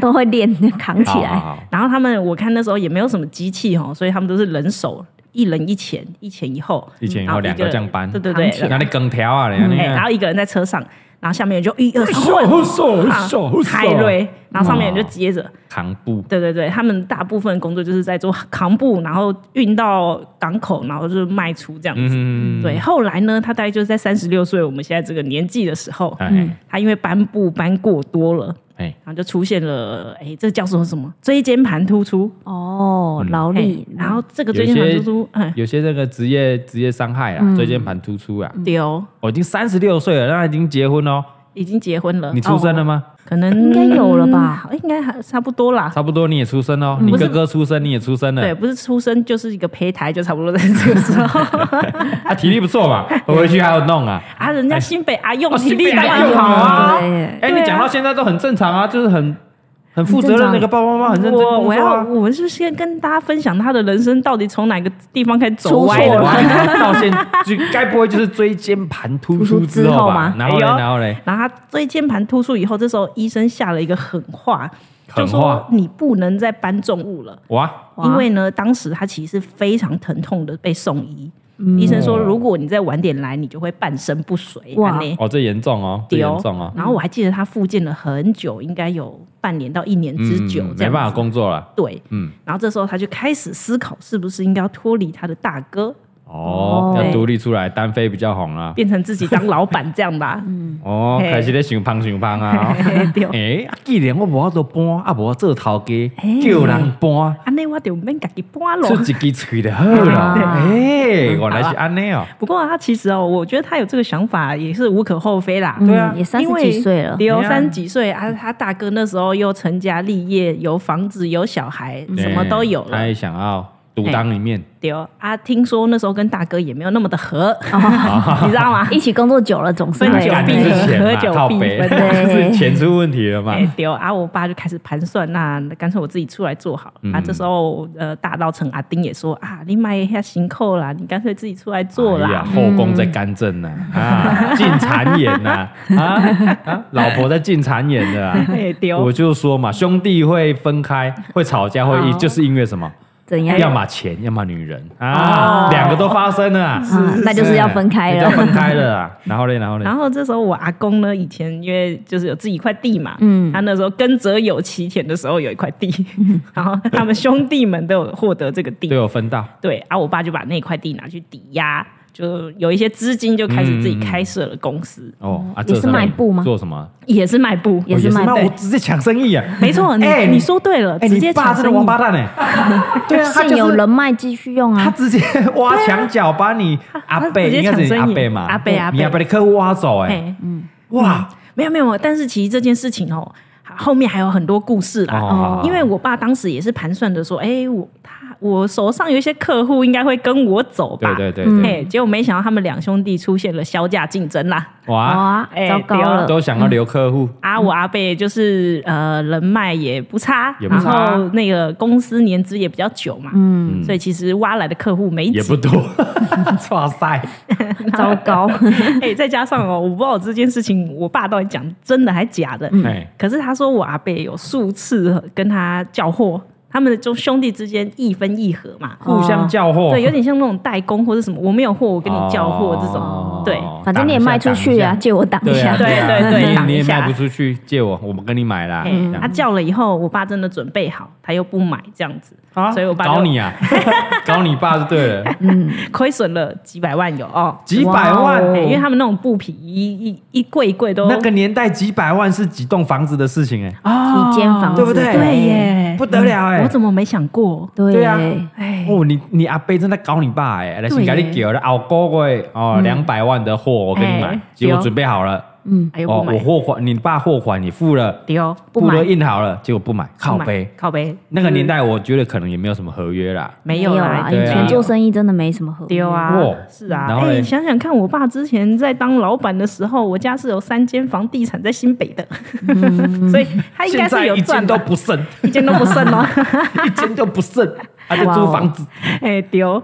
[SPEAKER 3] 都会练扛起
[SPEAKER 2] 好好
[SPEAKER 3] 来，
[SPEAKER 2] 好，
[SPEAKER 1] 然后他们我看那时候也没有什么机器哦，所以他们都是人手一人一前，一前一后，
[SPEAKER 2] 一前一后
[SPEAKER 1] 然
[SPEAKER 2] 两
[SPEAKER 1] 一人
[SPEAKER 2] 个这样搬
[SPEAKER 1] 对对对，
[SPEAKER 3] 扛起来
[SPEAKER 2] 那你梗条啊，你
[SPEAKER 1] 哎然
[SPEAKER 2] 那
[SPEAKER 1] 后一个人在车上，然后下面人就一二三
[SPEAKER 2] 个，好瘦，好瘦，好
[SPEAKER 1] 换
[SPEAKER 2] 瘦
[SPEAKER 1] 泰瑞，然后上面人就接着，
[SPEAKER 2] 扛布，
[SPEAKER 1] 对对对，他们大部分工作就是在做扛布，然后运到港口，然后就是卖出这样子。
[SPEAKER 2] 嗯，
[SPEAKER 1] 对，后来呢，他大概就是在三十六岁，我们现在这个年纪的时候，
[SPEAKER 2] 哎
[SPEAKER 1] 他因为搬布搬过多了，
[SPEAKER 2] 哎，
[SPEAKER 1] 然后就出现了，哎，这叫做什么？椎间盘突出。
[SPEAKER 3] 哦，劳
[SPEAKER 1] 哎
[SPEAKER 3] 力，
[SPEAKER 1] 然后这个椎间盘突出，嗯，
[SPEAKER 2] 有些这个职业职业伤害啊，椎间盘突出啊，
[SPEAKER 3] 嗯
[SPEAKER 1] 丢，
[SPEAKER 2] 我已经三十六岁了，那已经结婚哦，
[SPEAKER 1] 已经结婚了，
[SPEAKER 2] 你出生了
[SPEAKER 1] 哦？
[SPEAKER 2] 吗？
[SPEAKER 1] 可能嗯
[SPEAKER 3] 应该有了吧？
[SPEAKER 1] 应该还差不多啦。
[SPEAKER 2] 差不多你也出生哦，你
[SPEAKER 1] 不是
[SPEAKER 2] 哥哥出生你也出生了，
[SPEAKER 1] 对，不是出生就是一个胚胎， 就差不多在这个时 候
[SPEAKER 2] 啊，体力不错嘛，我回去还要弄啊。
[SPEAKER 1] 啊。人家新北阿用
[SPEAKER 2] 哦
[SPEAKER 1] 体力
[SPEAKER 2] 新北阿
[SPEAKER 1] 蛮
[SPEAKER 2] 用
[SPEAKER 1] 好啊
[SPEAKER 2] 啊。
[SPEAKER 3] 对，
[SPEAKER 2] 哎，
[SPEAKER 1] 对啊
[SPEAKER 2] 你讲到现在都很正常啊，就是很很负责任那个爸爸妈妈很认真
[SPEAKER 1] 我
[SPEAKER 2] 工
[SPEAKER 1] 我
[SPEAKER 2] 作
[SPEAKER 1] 要，
[SPEAKER 2] 啊。
[SPEAKER 1] 我们是先跟大家分享他的人生到底从哪个地方开始走
[SPEAKER 3] 出
[SPEAKER 1] 歪
[SPEAKER 3] 错
[SPEAKER 1] 了
[SPEAKER 3] 了。
[SPEAKER 2] 哇啊到现就该不会就是椎间盘突出之后吧？
[SPEAKER 3] 突出之后吗
[SPEAKER 2] 然后嘞，
[SPEAKER 1] 哎呦
[SPEAKER 2] 然后嘞，
[SPEAKER 1] 然后他椎间盘突出以后，这时候医生下了一个狠话，
[SPEAKER 2] 狠
[SPEAKER 1] 就
[SPEAKER 2] 话
[SPEAKER 1] 说你不能再搬重物了，
[SPEAKER 2] 哇，
[SPEAKER 3] 哇
[SPEAKER 1] 因为呢，当时他其实非常疼痛的被送医。
[SPEAKER 3] 嗯
[SPEAKER 1] 医生说，如果你再晚点来，你就会半身不遂。
[SPEAKER 3] 哇
[SPEAKER 1] 这样呢
[SPEAKER 2] 哦，这严重哦，这
[SPEAKER 1] 对
[SPEAKER 2] 严重哦，
[SPEAKER 1] 然后我还记得他复健了很久，应该有半年到一年之久，
[SPEAKER 2] 嗯
[SPEAKER 1] 这
[SPEAKER 2] 没
[SPEAKER 1] 样
[SPEAKER 2] 办法
[SPEAKER 1] 子
[SPEAKER 2] 工作了。
[SPEAKER 1] 对，
[SPEAKER 2] 嗯
[SPEAKER 1] 嗯。然后这时候他就开始思考，是不是应该要脱离他的大哥，
[SPEAKER 2] 哦，
[SPEAKER 3] 哦
[SPEAKER 2] 要独立出来，单飞比较红啦。
[SPEAKER 1] 变成自己当老板这样吧？ 嗯，
[SPEAKER 2] 哦，
[SPEAKER 1] 嘿
[SPEAKER 2] 开始咧想胖想胖
[SPEAKER 1] 哎
[SPEAKER 2] 啊。
[SPEAKER 1] 对。
[SPEAKER 2] 诶，啊既然我无法度搬，啊无法做头家，
[SPEAKER 1] 哎
[SPEAKER 2] 叫人搬，
[SPEAKER 1] 安啊内我就免家己搬
[SPEAKER 2] 出
[SPEAKER 3] 嗯
[SPEAKER 1] 咯。
[SPEAKER 2] 一支喙就好了。
[SPEAKER 3] 啊
[SPEAKER 2] 诶，原来是安尼哦。
[SPEAKER 1] 不过啊他其实哦，我觉得他有这个想法也是无可厚非啦。
[SPEAKER 3] 对啊嗯也30几岁了
[SPEAKER 1] 刘
[SPEAKER 2] 对啊
[SPEAKER 1] 三十几岁啊，他大
[SPEAKER 2] 嗯
[SPEAKER 1] 哥那时候又成家立业，有房子有小孩，什么都有
[SPEAKER 2] 哎他
[SPEAKER 1] 了。
[SPEAKER 2] 也想要独当一面，
[SPEAKER 1] 对哦啊，听说那时候跟大哥也没有那么的合， 你知道 吗？
[SPEAKER 3] 一起工作久了总是
[SPEAKER 1] 分
[SPEAKER 3] 会
[SPEAKER 1] 久
[SPEAKER 2] 干
[SPEAKER 1] 必
[SPEAKER 2] 这是
[SPEAKER 1] 合合
[SPEAKER 2] 钱嘛
[SPEAKER 1] 久
[SPEAKER 2] 靠
[SPEAKER 1] 必
[SPEAKER 2] 北
[SPEAKER 1] 分
[SPEAKER 2] 就是钱出问题了嘛
[SPEAKER 1] 哎，对哦啊，我爸就开始盘算，那干脆我自己出来做好了。
[SPEAKER 2] 嗯
[SPEAKER 1] 啊，这时候呃，大稻城阿丁也说啊，你买一下行扣啦，你干脆自己出来做
[SPEAKER 2] 哎呀
[SPEAKER 1] 啦。
[SPEAKER 2] 后宫在干政 呢，啊，进谗言呐，啊啊，老婆在进谗言的 啊。
[SPEAKER 1] 哎，对哦
[SPEAKER 2] 我就说嘛，兄弟会分开，会吵架，会一
[SPEAKER 1] 哦
[SPEAKER 2] 就是因为什么？
[SPEAKER 3] 怎样？
[SPEAKER 2] 要么钱，要么女人啊，两个都发生了啊，
[SPEAKER 3] 嗯哦那就是要分开了
[SPEAKER 2] 要分开了啊。 然后嘞，然后嘞
[SPEAKER 1] 然，后这时候我阿公呢，以前因为就是有自己一块地嘛，
[SPEAKER 3] 嗯
[SPEAKER 1] 他那时候耕者有其田的时候有一块地，然后他们兄弟们都有获得这个地，
[SPEAKER 2] 都有分到，
[SPEAKER 1] 对啊，我爸就把那块地拿去抵押，就有一些资金就开始
[SPEAKER 2] 嗯
[SPEAKER 1] 自己开设了公司，
[SPEAKER 2] 哦，啊，
[SPEAKER 3] 也
[SPEAKER 2] 这
[SPEAKER 3] 是卖布吗
[SPEAKER 2] 做什么？
[SPEAKER 1] 也是卖布，
[SPEAKER 3] 也是卖
[SPEAKER 2] 哦
[SPEAKER 3] 布
[SPEAKER 2] 我直接抢生意啊！
[SPEAKER 1] 没错，你、
[SPEAKER 2] 哎
[SPEAKER 1] 你说对了，
[SPEAKER 2] 哎，
[SPEAKER 1] 直
[SPEAKER 2] 你
[SPEAKER 1] 接
[SPEAKER 2] 爸
[SPEAKER 1] 抢
[SPEAKER 2] 这
[SPEAKER 1] 生
[SPEAKER 2] 个
[SPEAKER 1] 意。
[SPEAKER 2] 王八蛋哎！对啊，他
[SPEAKER 3] 现
[SPEAKER 2] 就
[SPEAKER 3] 有
[SPEAKER 2] 是
[SPEAKER 3] 人脉继续用
[SPEAKER 2] 他
[SPEAKER 3] 啊，
[SPEAKER 2] 直接挖墙角把你阿
[SPEAKER 1] 嗯啊他
[SPEAKER 2] 贝，
[SPEAKER 1] 直接
[SPEAKER 2] 应该是你
[SPEAKER 1] 抢
[SPEAKER 2] 阿
[SPEAKER 1] 生意
[SPEAKER 2] 贝嘛，
[SPEAKER 1] 阿伯阿伯
[SPEAKER 2] 你阿贝的客户挖走哎，
[SPEAKER 1] 哎，
[SPEAKER 2] 哇！
[SPEAKER 1] 没有没有，但是其实这件事情哦，后面还有很多故事啦。嗯
[SPEAKER 2] 哦
[SPEAKER 1] 因为我爸当时也是盘算着说，哎，我他我手上有一些客户应该会跟我走吧
[SPEAKER 2] 对，对对
[SPEAKER 3] 嗯
[SPEAKER 2] 对，
[SPEAKER 1] 哎，结果没想到他们两兄弟出现了销价竞争啦。
[SPEAKER 2] 哇，
[SPEAKER 3] 哇，
[SPEAKER 1] 哎
[SPEAKER 3] 啊糟糕了，
[SPEAKER 2] 都想要留客户，
[SPEAKER 1] 阿啊我阿贝就是呃人脉也不差，
[SPEAKER 2] 也不差
[SPEAKER 1] 然后那个公司年资也比较久嘛，
[SPEAKER 3] 嗯，
[SPEAKER 1] 所以其实挖来的客户没几
[SPEAKER 2] 也不多， 哇塞，
[SPEAKER 3] 糟糕，
[SPEAKER 1] 哎、再加上哦，我不知道这件事情我爸到底讲真的还假的。
[SPEAKER 2] 哎，
[SPEAKER 1] 可是他说我阿贝有数次跟他交货，他们就兄弟之间一分一合嘛。
[SPEAKER 2] 互相交货，
[SPEAKER 1] 对，有点像那种代工或者什么，我没有货，我跟你交货这种。
[SPEAKER 2] 哦
[SPEAKER 1] 对，
[SPEAKER 3] 反正你也卖出去啊，，借我挡
[SPEAKER 2] 挡
[SPEAKER 3] 一
[SPEAKER 2] 一
[SPEAKER 3] 下
[SPEAKER 2] 下，
[SPEAKER 1] 对
[SPEAKER 2] 对啊对
[SPEAKER 1] 对
[SPEAKER 2] 啊
[SPEAKER 1] 对
[SPEAKER 2] 你也
[SPEAKER 1] 挡
[SPEAKER 2] 你
[SPEAKER 1] 一
[SPEAKER 2] 也
[SPEAKER 1] 下
[SPEAKER 2] 卖不出去，借我，我们跟你买啦，
[SPEAKER 1] 哎、
[SPEAKER 2] 这
[SPEAKER 1] 他
[SPEAKER 2] 样
[SPEAKER 1] 叫了以后，我爸真的准备好，他又不买这样子，
[SPEAKER 2] 啊
[SPEAKER 1] 所以我爸
[SPEAKER 2] 搞
[SPEAKER 1] 就哦
[SPEAKER 2] 你啊， 搞你爸就对了，
[SPEAKER 1] 亏损了几百万有哦。
[SPEAKER 2] 几百
[SPEAKER 3] 哇
[SPEAKER 2] 万
[SPEAKER 3] 哦
[SPEAKER 1] 哎，因为他们那种布匹一一一柜一柜都
[SPEAKER 2] 那个年代几百万是几栋房子的事情哎，
[SPEAKER 1] 哦
[SPEAKER 3] 几间房子
[SPEAKER 2] 对不对
[SPEAKER 1] 对耶，
[SPEAKER 2] 不得了哎
[SPEAKER 1] 我怎么没想过？
[SPEAKER 2] 对
[SPEAKER 3] 对
[SPEAKER 2] 啊
[SPEAKER 1] 哎，
[SPEAKER 2] 哦，你你阿伯正在搞你爸哎，来先
[SPEAKER 1] 对
[SPEAKER 2] 给
[SPEAKER 1] 耶嗯
[SPEAKER 2] 你给了熬个月哦，两百万的货我给你买
[SPEAKER 1] 哎，
[SPEAKER 2] 结果
[SPEAKER 1] 对
[SPEAKER 2] 准备好了，
[SPEAKER 1] 哎呦不
[SPEAKER 2] 哦，我
[SPEAKER 1] 买，
[SPEAKER 2] 货款你爸货款你付了，
[SPEAKER 1] 丢
[SPEAKER 3] 不
[SPEAKER 2] 付
[SPEAKER 3] 买
[SPEAKER 2] 了印好了，结果不买，靠
[SPEAKER 1] 不买
[SPEAKER 2] 背。
[SPEAKER 1] 靠背，嗯
[SPEAKER 2] 那个年代，我觉得可能也没有什么合约啦。
[SPEAKER 1] 没有
[SPEAKER 3] 有
[SPEAKER 1] 啦，
[SPEAKER 3] 啊，
[SPEAKER 1] 已
[SPEAKER 2] 对
[SPEAKER 3] 以
[SPEAKER 2] 经
[SPEAKER 3] 前
[SPEAKER 1] 经
[SPEAKER 3] 做生意真的没什么合
[SPEAKER 1] 丢
[SPEAKER 3] 约，
[SPEAKER 1] 啊
[SPEAKER 2] 哇，
[SPEAKER 1] 是啊，
[SPEAKER 2] 然后
[SPEAKER 1] 哎，
[SPEAKER 2] 嘞
[SPEAKER 1] 想想看，我爸之前在当老板的时候，我家是有三间房地产在新北的，
[SPEAKER 2] 嗯
[SPEAKER 1] 所以他哎应该
[SPEAKER 2] 现在
[SPEAKER 1] 是有
[SPEAKER 2] 一
[SPEAKER 1] 赚
[SPEAKER 2] 间都
[SPEAKER 1] 的，
[SPEAKER 2] 不 剩，
[SPEAKER 1] 一间都不剩 哦，
[SPEAKER 2] 一间都不剩，他就租房子。
[SPEAKER 1] 哎丢。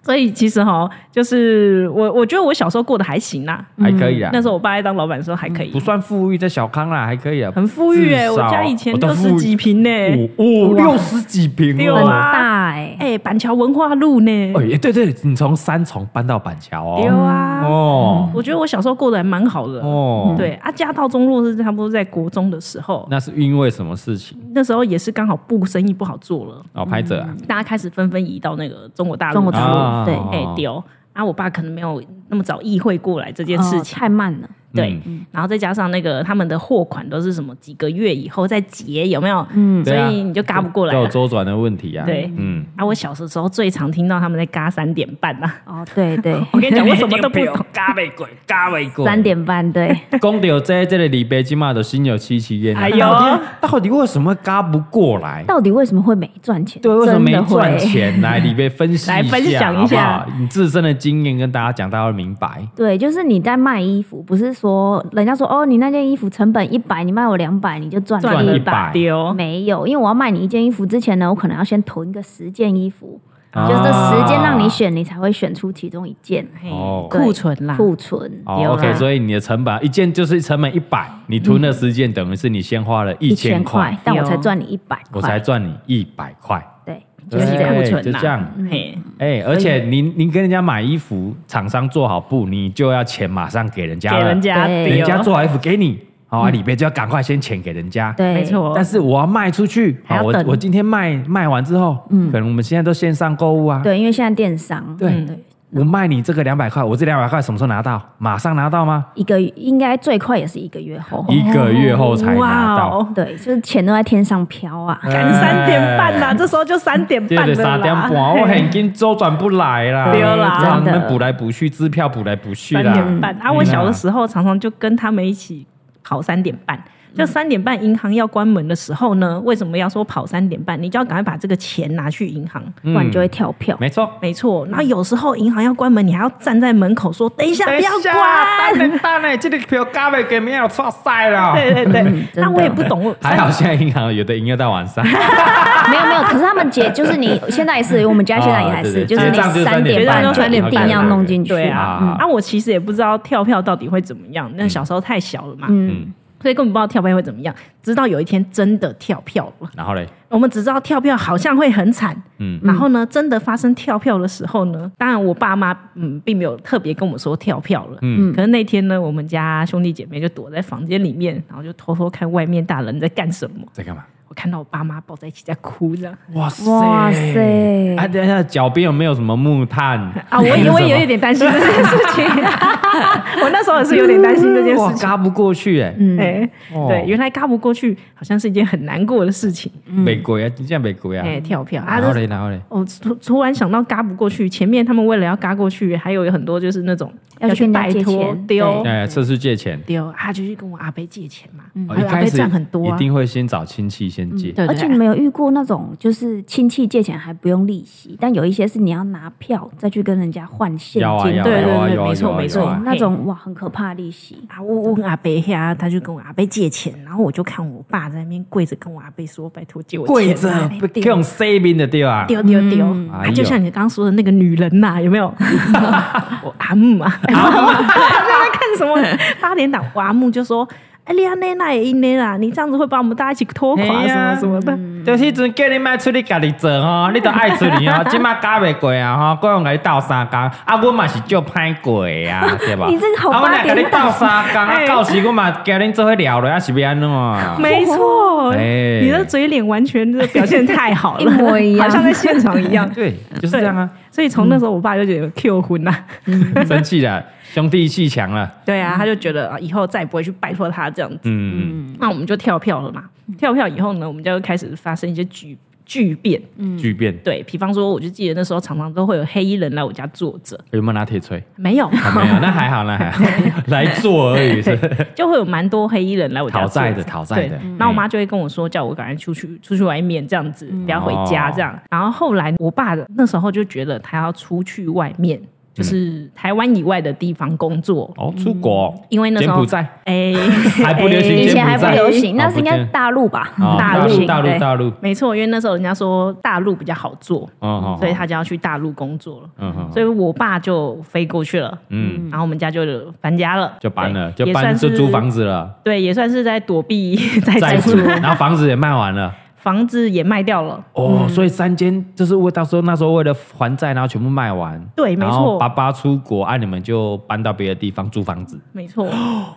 [SPEAKER 1] 所以其实哈，就是我我觉得我小时候过得还行啦，
[SPEAKER 2] 还可以啊，
[SPEAKER 1] 嗯那时候我爸在当老板的时候还可以
[SPEAKER 2] 不，算富裕，在小康啦，还可以啊，
[SPEAKER 1] 很富裕哎，
[SPEAKER 2] 至
[SPEAKER 1] 我
[SPEAKER 2] 少
[SPEAKER 1] 家以前
[SPEAKER 2] 我
[SPEAKER 1] 六
[SPEAKER 2] 都富
[SPEAKER 1] 十
[SPEAKER 2] 裕
[SPEAKER 1] 几欸平呢，
[SPEAKER 2] 哦，哦六十几平
[SPEAKER 1] 对
[SPEAKER 3] 很
[SPEAKER 2] 哦。
[SPEAKER 1] 啊
[SPEAKER 3] 大哎，
[SPEAKER 1] 哎，板桥文化路呢，
[SPEAKER 2] 哎，对对，你从三重搬到板桥
[SPEAKER 1] 丢
[SPEAKER 2] 哦，
[SPEAKER 1] 啊，
[SPEAKER 2] 哦
[SPEAKER 1] 我觉得我小时候过得还蛮好的。
[SPEAKER 2] 哦，，
[SPEAKER 1] 对啊，家道中落是差不多在国中的时候，
[SPEAKER 2] 那是因为什么事情？
[SPEAKER 1] 那时候也是刚好布生意不好做了，
[SPEAKER 2] 哦，拍者啊，
[SPEAKER 1] 大家开始纷纷移到那个中国大陆。
[SPEAKER 3] 中国大陆
[SPEAKER 2] 啊
[SPEAKER 3] 对
[SPEAKER 1] 哎丢啊！我爸可能没有那么早意会过来这件事
[SPEAKER 3] 哦
[SPEAKER 1] 情，
[SPEAKER 3] 太慢
[SPEAKER 2] 啊
[SPEAKER 3] 了，
[SPEAKER 2] 嗯
[SPEAKER 1] 对，然后再加上那个他们的货款都是什么几个月以后再结，有没有？
[SPEAKER 3] 嗯，
[SPEAKER 1] 所
[SPEAKER 2] 对啊
[SPEAKER 1] 以你就嘎不过来
[SPEAKER 2] 都有
[SPEAKER 1] 了。
[SPEAKER 2] 周转的问题啊。
[SPEAKER 1] 对
[SPEAKER 2] 嗯，
[SPEAKER 1] 啊，我小的时候最常听到他们在嘎三点半啊，
[SPEAKER 3] 哦，对 对，
[SPEAKER 1] 我跟你讲， 我什么都不懂。
[SPEAKER 2] 加未过，加未过
[SPEAKER 3] 三点半对，
[SPEAKER 2] 讲到这这个李白今嘛就心有戚戚焉。
[SPEAKER 1] 哎呦
[SPEAKER 2] 到底，到底为什么嘎不过来？
[SPEAKER 3] 到底为什么会没赚钱？
[SPEAKER 2] 对，为什么没
[SPEAKER 3] 真的会
[SPEAKER 2] 赚？钱？来，李白分析一下，
[SPEAKER 1] 来分享一下
[SPEAKER 2] 好不好你自身的经验跟大家讲，大家会明白。
[SPEAKER 3] 对，就是你在卖衣服，不是说人家说哦，你那件衣服成本一百，你卖我两百，你就赚
[SPEAKER 1] 赚
[SPEAKER 2] 了哦
[SPEAKER 3] 一
[SPEAKER 2] 一百
[SPEAKER 1] 把丢，
[SPEAKER 3] 没有，因为我要卖你一件衣服之前呢，我可能要先囤个十件衣服，
[SPEAKER 2] 啊
[SPEAKER 3] 就是这十件让你选，你才会选出其中一件
[SPEAKER 1] 嘿
[SPEAKER 2] 哦
[SPEAKER 1] 库存啦，
[SPEAKER 3] 库存。
[SPEAKER 2] 哦
[SPEAKER 1] 有啦啊
[SPEAKER 2] ，OK，所以你的成本啊一件就是成本一百，你囤了十件，等于是你先花了一千
[SPEAKER 3] 千
[SPEAKER 2] 块，，
[SPEAKER 3] 但我才赚你一百块，
[SPEAKER 2] 我才赚你一百块，
[SPEAKER 3] 对，
[SPEAKER 1] 就是
[SPEAKER 2] 对
[SPEAKER 1] 库存啦
[SPEAKER 2] 就这样。
[SPEAKER 1] 嘿，
[SPEAKER 2] 哎，而且您您跟人家买衣服，厂商做好布，你就要钱马上给人家
[SPEAKER 1] 给
[SPEAKER 2] 了，
[SPEAKER 1] 人家哦嗯
[SPEAKER 3] 对
[SPEAKER 1] 丢
[SPEAKER 2] 人家做好衣服给你，好、啊，里边就要赶快先钱给人家。哦
[SPEAKER 3] 对，
[SPEAKER 1] 没。错，
[SPEAKER 2] 但是我要卖出去，
[SPEAKER 1] 还要
[SPEAKER 2] 好，我
[SPEAKER 1] 等嗯
[SPEAKER 2] 我今天卖卖完之后，可能我们现在都线上购物啊，
[SPEAKER 3] 对，因为现在电商，
[SPEAKER 2] 对
[SPEAKER 3] 嗯对，
[SPEAKER 2] 我卖你这个两百块，我这两百块什么时候拿到？马上拿到吗？
[SPEAKER 3] 一个应该最快也是一个月后，
[SPEAKER 2] 一个月后才拿
[SPEAKER 1] 哇
[SPEAKER 2] 到，
[SPEAKER 1] 哦
[SPEAKER 3] 对，就是钱都在天上飘啊。
[SPEAKER 1] 赶三点半啦，这时候就哎三点
[SPEAKER 2] 哎对
[SPEAKER 1] 半
[SPEAKER 2] 对，
[SPEAKER 1] 了
[SPEAKER 2] 三
[SPEAKER 1] 啦，
[SPEAKER 2] 点半，我很紧周转不来啦，
[SPEAKER 1] 对哦啦
[SPEAKER 2] 让他
[SPEAKER 3] 真
[SPEAKER 2] 们
[SPEAKER 3] 的
[SPEAKER 2] 补来补去，支票补来补去
[SPEAKER 1] 三
[SPEAKER 2] 啦。
[SPEAKER 1] 点半啊！
[SPEAKER 2] 嗯
[SPEAKER 1] 我小的时候常常就跟他们一起跑三点半，就三点半银行要关门的时候呢，为什么要说跑三点半？你就要赶快把这个钱拿去银行。
[SPEAKER 3] 不然你就会跳票。
[SPEAKER 2] 嗯没错。
[SPEAKER 1] 没错，然后有时候银行要关门，你还要站在门口说：“等一下，不要关。
[SPEAKER 2] 等等呢，这个票加袂给明天有错赛” 了
[SPEAKER 1] 对对对，
[SPEAKER 3] 真的
[SPEAKER 1] 那我也不懂，我
[SPEAKER 2] 还好现在银行有的营业到 晚上，
[SPEAKER 3] 没有没有，可是他们姐就是你现在也是，我们家现在也 还
[SPEAKER 2] 哦
[SPEAKER 3] 是，
[SPEAKER 2] 对对
[SPEAKER 3] 是你
[SPEAKER 2] 结账就是
[SPEAKER 3] 三点半
[SPEAKER 1] 结账就是
[SPEAKER 3] 就一定要弄进去。
[SPEAKER 1] 对啊，
[SPEAKER 2] 啊
[SPEAKER 1] 啊，我其实也不知道跳票到底会怎么样，那小时候太小了嘛，
[SPEAKER 3] 嗯，
[SPEAKER 1] 所以根本不知道跳票会怎么样。直到有一天真的跳票了，
[SPEAKER 2] 然后嘞，
[SPEAKER 1] 我们只知道跳票好像会很惨，
[SPEAKER 2] 嗯，
[SPEAKER 1] 然后呢，真的发生跳票的时候呢，当然我爸妈嗯并没有特别跟我们说跳票了，
[SPEAKER 2] 嗯
[SPEAKER 1] 嗯，可是那天呢，我们家兄弟姐妹就躲在房间里面，然后就偷偷看外面大人在干什么。
[SPEAKER 2] 在干嘛？
[SPEAKER 1] 我看到我爸妈抱在一起在哭这样
[SPEAKER 2] 哇塞
[SPEAKER 3] 哇塞
[SPEAKER 2] 啊，等一下，脚边有没有什么木炭
[SPEAKER 1] 啊，我 也我也有一点担心这件事情， 我那时候也是有点担心这件
[SPEAKER 2] 哇
[SPEAKER 1] 事情。
[SPEAKER 2] 嘎不过去哎，
[SPEAKER 1] 哎、
[SPEAKER 2] 哦
[SPEAKER 1] 对，原来嘎不过去，好像是一件很难过的事情。
[SPEAKER 2] 美国呀，真正美国呀，
[SPEAKER 1] 哎、跳票啊！
[SPEAKER 2] 然后
[SPEAKER 1] 这
[SPEAKER 2] 嘞，然后嘞，
[SPEAKER 1] 我突突然想到嘎不过去，前面他们为了要嘎过去，还有很多就是那种
[SPEAKER 3] 要去
[SPEAKER 1] 去
[SPEAKER 3] 跟人家
[SPEAKER 1] 拜
[SPEAKER 3] 借
[SPEAKER 1] 托
[SPEAKER 3] 钱
[SPEAKER 1] 丢
[SPEAKER 2] 哎，测试借钱，
[SPEAKER 1] 丢啊，就去跟我阿伯借钱嘛，嗯还
[SPEAKER 2] 哦一
[SPEAKER 1] 有阿
[SPEAKER 2] 开
[SPEAKER 1] 伯
[SPEAKER 2] 始
[SPEAKER 1] 赚很多、
[SPEAKER 2] 一
[SPEAKER 1] 啊，嗯
[SPEAKER 2] 定会先找亲戚先借，
[SPEAKER 1] 对
[SPEAKER 3] 嗯而
[SPEAKER 1] 对
[SPEAKER 3] 且你们有遇过那种就是亲戚借钱还不用利息，但有一些是你要拿票再去跟人家换现
[SPEAKER 2] 要啊
[SPEAKER 3] 金
[SPEAKER 2] 要
[SPEAKER 3] 的，
[SPEAKER 2] 啊
[SPEAKER 1] 对
[SPEAKER 2] 有啊
[SPEAKER 1] 对
[SPEAKER 2] 有
[SPEAKER 1] 对，
[SPEAKER 2] 啊
[SPEAKER 1] 没
[SPEAKER 2] 有
[SPEAKER 1] 错
[SPEAKER 2] 啊
[SPEAKER 1] 没
[SPEAKER 2] 有
[SPEAKER 1] 错
[SPEAKER 2] 啊，
[SPEAKER 3] 那种哇很可怕的利息。
[SPEAKER 1] 啊，我我问阿伯呀，他就跟我阿伯借钱，然后我就看我爸在那边跪着跟我阿伯说：“拜托借我
[SPEAKER 2] 跪
[SPEAKER 1] 钱
[SPEAKER 2] 着
[SPEAKER 1] 啊。
[SPEAKER 2] 不给用 saving 的对吧？
[SPEAKER 1] 丢丢丢！
[SPEAKER 2] 哎
[SPEAKER 1] 啊，
[SPEAKER 2] 呦
[SPEAKER 1] 就像你刚刚说的那个女人呐、有没有？我阿木啊，在看什么八点档？我阿木就说：“哎，你安内那也因内啦，你这样子会把我们大家一起拖垮
[SPEAKER 2] 嘿
[SPEAKER 1] 什
[SPEAKER 2] 呀嗯
[SPEAKER 1] 么什么的。
[SPEAKER 2] 就是迄阵叫你卖出去家己做 吼，你都爱出去吼，即摆加袂过啊吼，各用甲你斗三工，啊，我嘛是足歹过的啊， 对吧？
[SPEAKER 3] 你这个好
[SPEAKER 2] 啊，我
[SPEAKER 3] 八
[SPEAKER 2] 甲你
[SPEAKER 3] 点
[SPEAKER 2] 斗
[SPEAKER 3] 档
[SPEAKER 2] 三工，啊，
[SPEAKER 1] 哎
[SPEAKER 2] 到时我嘛交恁做伙聊了，啊是要安怎啊？
[SPEAKER 1] 没错，
[SPEAKER 2] 哎
[SPEAKER 1] 你的嘴脸完全就是表现太好了，
[SPEAKER 3] 一模一
[SPEAKER 1] 好
[SPEAKER 3] 样
[SPEAKER 1] 像在现场一样。
[SPEAKER 2] 对，就是这样啊，
[SPEAKER 1] 所以从那时候，我爸就觉得有 Q 婚呐、
[SPEAKER 2] 生气了，兄弟气强了，
[SPEAKER 1] 对啊，他就觉得啊，以后再也不会去拜托他这样子。
[SPEAKER 2] 嗯，
[SPEAKER 1] 那我们就跳票了嘛，跳票以后呢，我们就开始发生一些巨巨变。
[SPEAKER 2] 巨变，
[SPEAKER 1] 对比方说，我就记得那时候常常都会有黑衣人来我家坐着，
[SPEAKER 2] 有没有拿铁锤？
[SPEAKER 1] 没有，
[SPEAKER 2] 啊没有，那还好，那还好，来做而已，是
[SPEAKER 1] 就会有蛮多黑衣人来我家
[SPEAKER 2] 讨
[SPEAKER 1] 坐
[SPEAKER 2] 债
[SPEAKER 1] 着
[SPEAKER 2] 的，讨债的嗯
[SPEAKER 1] 对，，然后我妈就会跟我说，叫我赶快出去出去外面这样子，不要回家这样。
[SPEAKER 2] 哦
[SPEAKER 1] 然后后来我爸那时候就觉得他要出去外面，
[SPEAKER 2] 嗯
[SPEAKER 1] 就是台湾以外的地方工作，
[SPEAKER 2] 哦，出国，
[SPEAKER 1] 因嗯为那时
[SPEAKER 2] 柬埔
[SPEAKER 1] 候
[SPEAKER 2] 寨
[SPEAKER 1] 哎，
[SPEAKER 2] 还不流行
[SPEAKER 1] 哎
[SPEAKER 3] 以前还不
[SPEAKER 2] 柬埔寨
[SPEAKER 3] 流行，
[SPEAKER 2] 哦
[SPEAKER 3] 那是应
[SPEAKER 2] 不
[SPEAKER 3] 该
[SPEAKER 2] 见
[SPEAKER 3] 大陆吧？
[SPEAKER 2] 哦
[SPEAKER 1] 大陆
[SPEAKER 2] 大陆，
[SPEAKER 3] 对
[SPEAKER 2] 大陆，
[SPEAKER 1] 没错，因为那时候人家说大陆比较好做，
[SPEAKER 2] 哦
[SPEAKER 1] 所以，他就要去大陆工作了。
[SPEAKER 2] 嗯哼，
[SPEAKER 1] 所以我爸就飞过去了，
[SPEAKER 2] 嗯。
[SPEAKER 1] 然后我们家就搬家了，
[SPEAKER 2] 就搬了，
[SPEAKER 1] 对
[SPEAKER 2] 就搬
[SPEAKER 1] 也
[SPEAKER 2] 就
[SPEAKER 1] 算是
[SPEAKER 2] 租房子了，
[SPEAKER 1] 对，也算是在躲 避在
[SPEAKER 2] 再
[SPEAKER 1] 在
[SPEAKER 2] 租，
[SPEAKER 1] 住，
[SPEAKER 2] 然后房子也卖完了。
[SPEAKER 1] 房子也卖掉了。
[SPEAKER 2] 哦，所以三间就是为到时候那时候为了还债，然后全部卖完。
[SPEAKER 1] 对没错
[SPEAKER 2] 然后爸爸出国，啊，你们就搬到别的地方租房子。
[SPEAKER 1] 没错，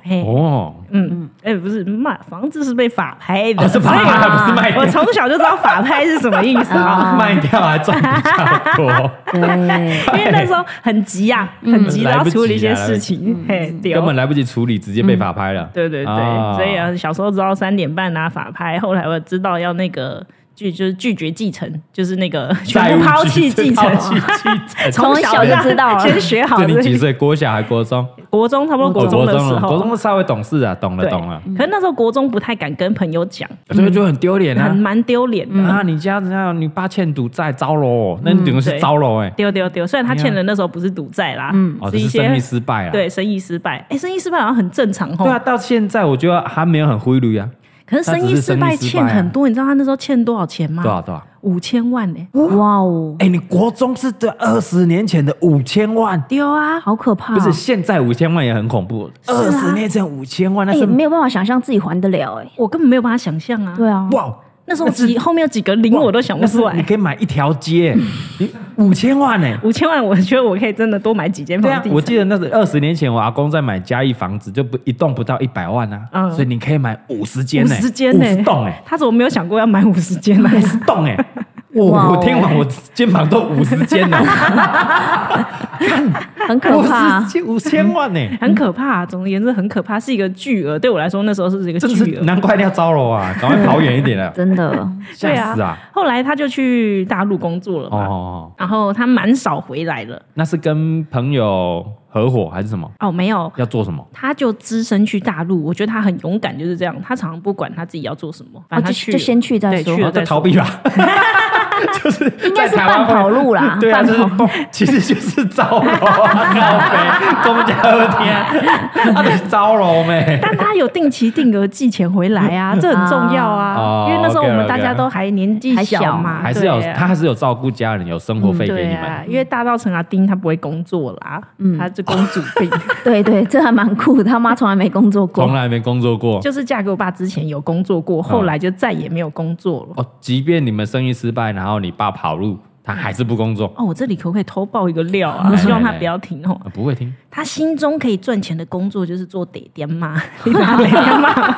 [SPEAKER 1] 嘿，
[SPEAKER 2] 哦，
[SPEAKER 1] 嗯，哎，不是卖房子是被法拍的，
[SPEAKER 2] 哦是法拍
[SPEAKER 1] 所以
[SPEAKER 2] 不是卖
[SPEAKER 1] 我从小就知道法拍是什么意思 啊，
[SPEAKER 2] 卖掉还赚比较多，
[SPEAKER 3] 对，
[SPEAKER 1] 因为那时候很急啊，很急的
[SPEAKER 2] 来
[SPEAKER 1] 要
[SPEAKER 2] 不及啊
[SPEAKER 1] 处理一些事情，嘿，对哦
[SPEAKER 2] 根本来不及处理，直接被法拍了。
[SPEAKER 1] 对对对，
[SPEAKER 2] 啊
[SPEAKER 1] 所以啊，小时候知道三点半拿法拍，后来我知道要那个拒，就是拒绝继承，就是那 个
[SPEAKER 2] 债
[SPEAKER 1] 全
[SPEAKER 2] 务
[SPEAKER 1] 部抛弃
[SPEAKER 2] 拒
[SPEAKER 1] 继承
[SPEAKER 2] 抛。弃继承。
[SPEAKER 3] 从小就知道 了
[SPEAKER 1] 先学好
[SPEAKER 2] 这你
[SPEAKER 1] 这
[SPEAKER 2] 几
[SPEAKER 1] 个。
[SPEAKER 2] 岁？国小还国中？
[SPEAKER 1] 国中差不多
[SPEAKER 2] 哦
[SPEAKER 1] 国中的时
[SPEAKER 2] 了，国
[SPEAKER 1] 候，
[SPEAKER 2] 中稍微懂事啊，懂了
[SPEAKER 1] 对，
[SPEAKER 2] 懂了，
[SPEAKER 1] 可是那时候国中不太敢跟朋友讲，
[SPEAKER 2] 所以就很丢脸啊
[SPEAKER 1] 很。蛮丢脸的。
[SPEAKER 2] 啊，你家人家你爸欠赌债，糟喽，那你等于
[SPEAKER 1] 嗯
[SPEAKER 2] 是
[SPEAKER 1] 对
[SPEAKER 2] 糟喽哎。
[SPEAKER 1] 丢丢丢！虽然他欠的那时候不是赌债啦，嗯
[SPEAKER 2] 哦，这
[SPEAKER 1] 是一
[SPEAKER 2] 是
[SPEAKER 1] 些
[SPEAKER 2] 生意失败啊。
[SPEAKER 1] 对哦生意失败。哎，生意失败好像很正常
[SPEAKER 2] 对啊，
[SPEAKER 1] 吼。
[SPEAKER 2] 到现在我觉得还没有很灰绿啊，
[SPEAKER 1] 可是生
[SPEAKER 2] 他只
[SPEAKER 1] 意
[SPEAKER 2] 是
[SPEAKER 1] 失
[SPEAKER 2] 生意
[SPEAKER 1] 败
[SPEAKER 2] 失败
[SPEAKER 1] 欠
[SPEAKER 2] 啊
[SPEAKER 1] 很多，你知道他那时候欠多少钱吗
[SPEAKER 2] 多？少多少？
[SPEAKER 1] 五千万呢。
[SPEAKER 3] 哇哦，
[SPEAKER 2] 啊哎，你国中是这二十年前的五千万，
[SPEAKER 1] 丢啊！
[SPEAKER 3] 好可怕哦！
[SPEAKER 2] 不是现在五千万也很恐怖，二十年前五千万那
[SPEAKER 3] 哎，
[SPEAKER 2] 是
[SPEAKER 3] 也没有办法想象自己还得了，哎，
[SPEAKER 1] 我根本没有办法想象啊。
[SPEAKER 3] 对啊，
[SPEAKER 2] 哇，
[SPEAKER 1] 那时候几后面有几个零我都想不嗯
[SPEAKER 2] 那是
[SPEAKER 1] 出
[SPEAKER 2] 你
[SPEAKER 1] 来。
[SPEAKER 2] 可以买一条街，你五千万呢？
[SPEAKER 1] 五千万，我觉得我可以真的多买几间
[SPEAKER 2] 对
[SPEAKER 1] 房
[SPEAKER 2] 啊
[SPEAKER 1] 地，产。
[SPEAKER 2] 我记得那是二十年前，我阿公在买嘉义房子，就不一栋不到一百万啊，
[SPEAKER 1] 嗯
[SPEAKER 2] 所以你可以买五十间呢，
[SPEAKER 1] 五十间
[SPEAKER 2] 五
[SPEAKER 1] 呢、
[SPEAKER 2] 十栋哎，
[SPEAKER 1] 他怎么没有想过要买五十间呢？
[SPEAKER 2] 五十栋 哎，我
[SPEAKER 3] 哇
[SPEAKER 2] 我
[SPEAKER 3] 哦
[SPEAKER 2] 听完我肩膀都五十间 了，
[SPEAKER 3] 很可
[SPEAKER 2] 五
[SPEAKER 3] 怕，
[SPEAKER 2] 十。间五千万呢，欸
[SPEAKER 1] 很可怕、总而言之很可怕，是一个巨额。对我来说，那时候是一个
[SPEAKER 2] 真的是
[SPEAKER 1] 巨额。
[SPEAKER 2] 难怪一定要招了啊！赶快跑远一点了
[SPEAKER 3] 真的，
[SPEAKER 1] 对
[SPEAKER 2] 吓死啊！
[SPEAKER 1] 后来他就去大陆工作了
[SPEAKER 2] 哦
[SPEAKER 1] 嘛，
[SPEAKER 2] 哦，哦
[SPEAKER 1] 然后他蛮少回来了。
[SPEAKER 2] 那是跟朋友合伙还是什么？
[SPEAKER 1] 哦，没有，
[SPEAKER 2] 要做什么？
[SPEAKER 1] 他就只身去大陆，我觉得他很勇敢，就是这样。他常常不管他自己要做什么，反
[SPEAKER 3] 哦，
[SPEAKER 1] 正他
[SPEAKER 3] 就
[SPEAKER 1] 去
[SPEAKER 3] 就先去再
[SPEAKER 1] 对
[SPEAKER 3] 说
[SPEAKER 1] 去，了
[SPEAKER 2] 哦在逃避吧， 就是
[SPEAKER 3] 应该
[SPEAKER 2] 在
[SPEAKER 3] 是
[SPEAKER 2] 台湾
[SPEAKER 3] 半跑路啦，
[SPEAKER 2] 对啊，
[SPEAKER 3] 半
[SPEAKER 2] 就是
[SPEAKER 3] 跑
[SPEAKER 2] 蹦 其实就是招楼， 靠北，中家二 天，他是招楼没？
[SPEAKER 1] 但他有定期定额寄钱回来啊，这很重要
[SPEAKER 2] 哦
[SPEAKER 1] 啊，因为那时候我们
[SPEAKER 2] OK，OK
[SPEAKER 1] 大家都还年纪
[SPEAKER 3] 还小
[SPEAKER 1] 小嘛，
[SPEAKER 2] 还是有
[SPEAKER 1] 对啊
[SPEAKER 2] 他还是有照顾家人，有生活费
[SPEAKER 1] 嗯
[SPEAKER 2] 给
[SPEAKER 1] 对
[SPEAKER 2] 你
[SPEAKER 1] 啊
[SPEAKER 2] 们。，
[SPEAKER 1] 因为大稻城阿丁他不会工作啦，他是公主病，
[SPEAKER 3] 对对，这还蛮酷的，他妈从来没工作
[SPEAKER 2] 从
[SPEAKER 3] 过，
[SPEAKER 2] 来没工作过
[SPEAKER 1] 就是嫁给我爸之前有工作过，后来就再也没有工作了。
[SPEAKER 2] 哦。即便你们生意失败，然后你爸跑路，他还是不工作，
[SPEAKER 1] 哦，我这里可不可以偷爆一个料啊？
[SPEAKER 2] 来
[SPEAKER 1] 希望
[SPEAKER 2] 来
[SPEAKER 1] 他
[SPEAKER 2] 来
[SPEAKER 1] 不要停哦。
[SPEAKER 2] 呃不会听。
[SPEAKER 1] 他心中可以赚钱的工作就是做爹爹妈， 你懂他爹爹妈吗？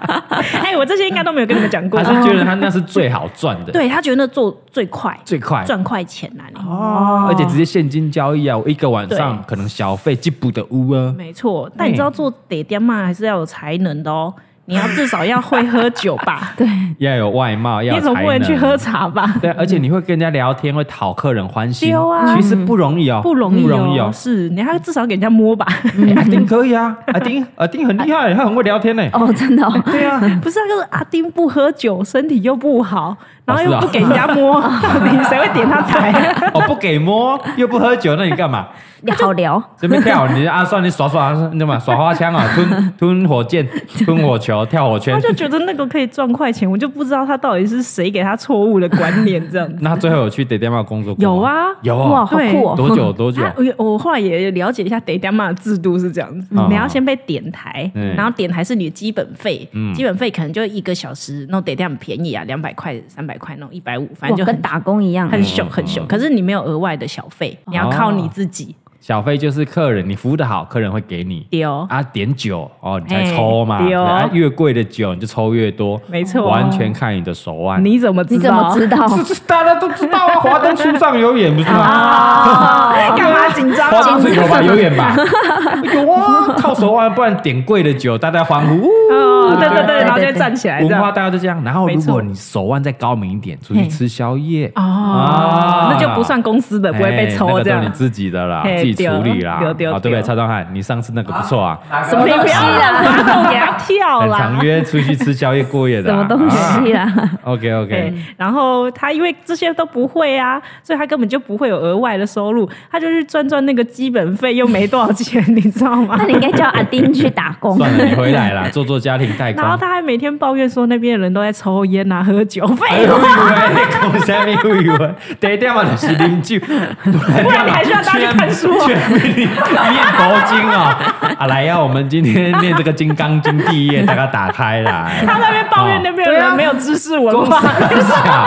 [SPEAKER 1] 哎，我这些应该都没有跟你们讲 过
[SPEAKER 2] 他。是觉得他那是最好赚的，
[SPEAKER 1] 对他觉得那做最快，
[SPEAKER 2] 最快，
[SPEAKER 1] 赚快钱呐、你
[SPEAKER 2] 哦，而且直接现金交易啊，我一个晚上可能小费进补的屋啊，
[SPEAKER 1] 没错，但你知道做爹爹妈还是要有才能的哦，你要至少要会喝酒吧，
[SPEAKER 3] 对，
[SPEAKER 2] 要有外貌，要
[SPEAKER 1] 你
[SPEAKER 2] 有
[SPEAKER 1] 总
[SPEAKER 2] 才
[SPEAKER 1] 不能去
[SPEAKER 2] 能
[SPEAKER 1] 喝茶吧？
[SPEAKER 2] 对，而且你会跟人家聊天，会讨客人欢心，
[SPEAKER 1] 对啊
[SPEAKER 2] 其实不容易哦，
[SPEAKER 1] 不容易
[SPEAKER 2] 不
[SPEAKER 1] 哦，嗯
[SPEAKER 2] 容易哦。
[SPEAKER 1] 是你还至少给人家摸 吧？
[SPEAKER 2] 哎阿丁可以啊，阿丁，阿丁很厉害，他很会聊天呢。
[SPEAKER 3] 哦，真的哦，
[SPEAKER 2] 对啊，
[SPEAKER 1] 不是那个阿丁不喝酒，身体又不好，然后
[SPEAKER 2] 哦是
[SPEAKER 1] 又
[SPEAKER 2] 啊
[SPEAKER 1] 不给人家摸， 到底谁会点他台？
[SPEAKER 2] 哦，不给摸，又不喝酒，那你干嘛？
[SPEAKER 3] 好聊，
[SPEAKER 2] 随便跳，你啊，算你耍耍，你知道吗？耍花枪 啊，吞吞火箭，吞火球，跳火
[SPEAKER 1] 他
[SPEAKER 2] 圈。
[SPEAKER 1] 就觉得那个可以赚快钱，我就不知道他到底是谁给他错误的观念这样子。
[SPEAKER 2] 那他最后有去得电话工作过吗
[SPEAKER 1] 有啊
[SPEAKER 2] 有
[SPEAKER 3] 哇，
[SPEAKER 2] 啊，
[SPEAKER 3] 好
[SPEAKER 1] 对
[SPEAKER 3] 酷哦，
[SPEAKER 2] 多久多 久？
[SPEAKER 1] 啊我我后来也了解一下 d a d a m a 的制度是这样子，
[SPEAKER 2] 嗯
[SPEAKER 1] 你要先被点台，
[SPEAKER 2] 嗯
[SPEAKER 1] 然后点台是你的基本费，基本费可能就一个小时，那种 d a d a m 便宜啊，两百块、三百块那种，一百五，反正
[SPEAKER 3] 哇
[SPEAKER 1] 就
[SPEAKER 3] 跟
[SPEAKER 1] 很
[SPEAKER 3] 打工一样，
[SPEAKER 1] 很凶很凶。可是你没有额外的小费，你要靠你自己
[SPEAKER 2] 小费就是客人，你服务的好，客人会给你。
[SPEAKER 1] 丢。
[SPEAKER 2] 啊，点酒哦，你才
[SPEAKER 1] 哎
[SPEAKER 2] 抽嘛，
[SPEAKER 1] 对
[SPEAKER 2] 对
[SPEAKER 1] 哦
[SPEAKER 2] 啊，越贵的酒你就抽越多，
[SPEAKER 1] 没错
[SPEAKER 2] 完全看你的手腕。
[SPEAKER 1] 你怎么知
[SPEAKER 3] 你怎么
[SPEAKER 1] 道？
[SPEAKER 3] 知道？
[SPEAKER 2] 这这大家都知道啊，华灯初上有演不是
[SPEAKER 1] 啊
[SPEAKER 2] 吗？哦
[SPEAKER 1] 哎干嘛紧张
[SPEAKER 2] 华
[SPEAKER 1] 啊？
[SPEAKER 2] 灯初有吧，有 演吧？有啊，靠手腕，不然点贵的酒，大家欢呼。
[SPEAKER 1] 哦，对对
[SPEAKER 3] 对
[SPEAKER 1] 对，然后就
[SPEAKER 3] 对
[SPEAKER 1] 会站起来这
[SPEAKER 2] 文化
[SPEAKER 1] 样。
[SPEAKER 2] 大家都这样，然后如
[SPEAKER 1] 没
[SPEAKER 2] 果
[SPEAKER 1] 错
[SPEAKER 2] 你手腕再高明一点，出去
[SPEAKER 3] 嘿
[SPEAKER 2] 吃宵夜啊
[SPEAKER 1] 哦，那就不算公司的，不会被
[SPEAKER 2] 哎那
[SPEAKER 1] 抽
[SPEAKER 2] 个
[SPEAKER 1] 这
[SPEAKER 2] 都是你
[SPEAKER 1] 样。
[SPEAKER 2] 自己的啦，
[SPEAKER 1] 嘿
[SPEAKER 2] 自己处理啦，
[SPEAKER 1] 对对对
[SPEAKER 2] 啊，对不对？蔡东汉，你上次那个不错 啊，
[SPEAKER 3] 什么
[SPEAKER 1] 你
[SPEAKER 3] 东
[SPEAKER 1] 不
[SPEAKER 3] 西
[SPEAKER 1] 要让
[SPEAKER 3] 啦？
[SPEAKER 1] 马桶给他跳
[SPEAKER 2] 很
[SPEAKER 1] 啦。
[SPEAKER 2] 常约出去吃宵夜过夜的
[SPEAKER 3] 什
[SPEAKER 2] 啊，
[SPEAKER 3] 么东西 啦？
[SPEAKER 2] ？OK
[SPEAKER 1] 对
[SPEAKER 2] OK，，
[SPEAKER 1] 然后他因为这些都不会啊，所以他根本就不会有额外的收入，他就是赚赚那个基本费，又没多少钱，你知道吗
[SPEAKER 3] 那？你应该叫阿丁去打工，
[SPEAKER 2] 算了，你回来啦，做做家庭代 工
[SPEAKER 1] 然。后他还每天抱怨说那边的人都在抽烟啊、喝酒，废 话，
[SPEAKER 2] 以为讲啥物？以为第一点嘛就是啉酒，不
[SPEAKER 1] 然你还需要大家去看书啊
[SPEAKER 2] 去念佛经哦。啊，来呀、我们今天念这个《金刚经》第一页，大家打开来。
[SPEAKER 1] 他那边抱怨那边的
[SPEAKER 2] 哦对啊
[SPEAKER 1] 人没有知识文
[SPEAKER 2] 公
[SPEAKER 1] 化，
[SPEAKER 2] 三小，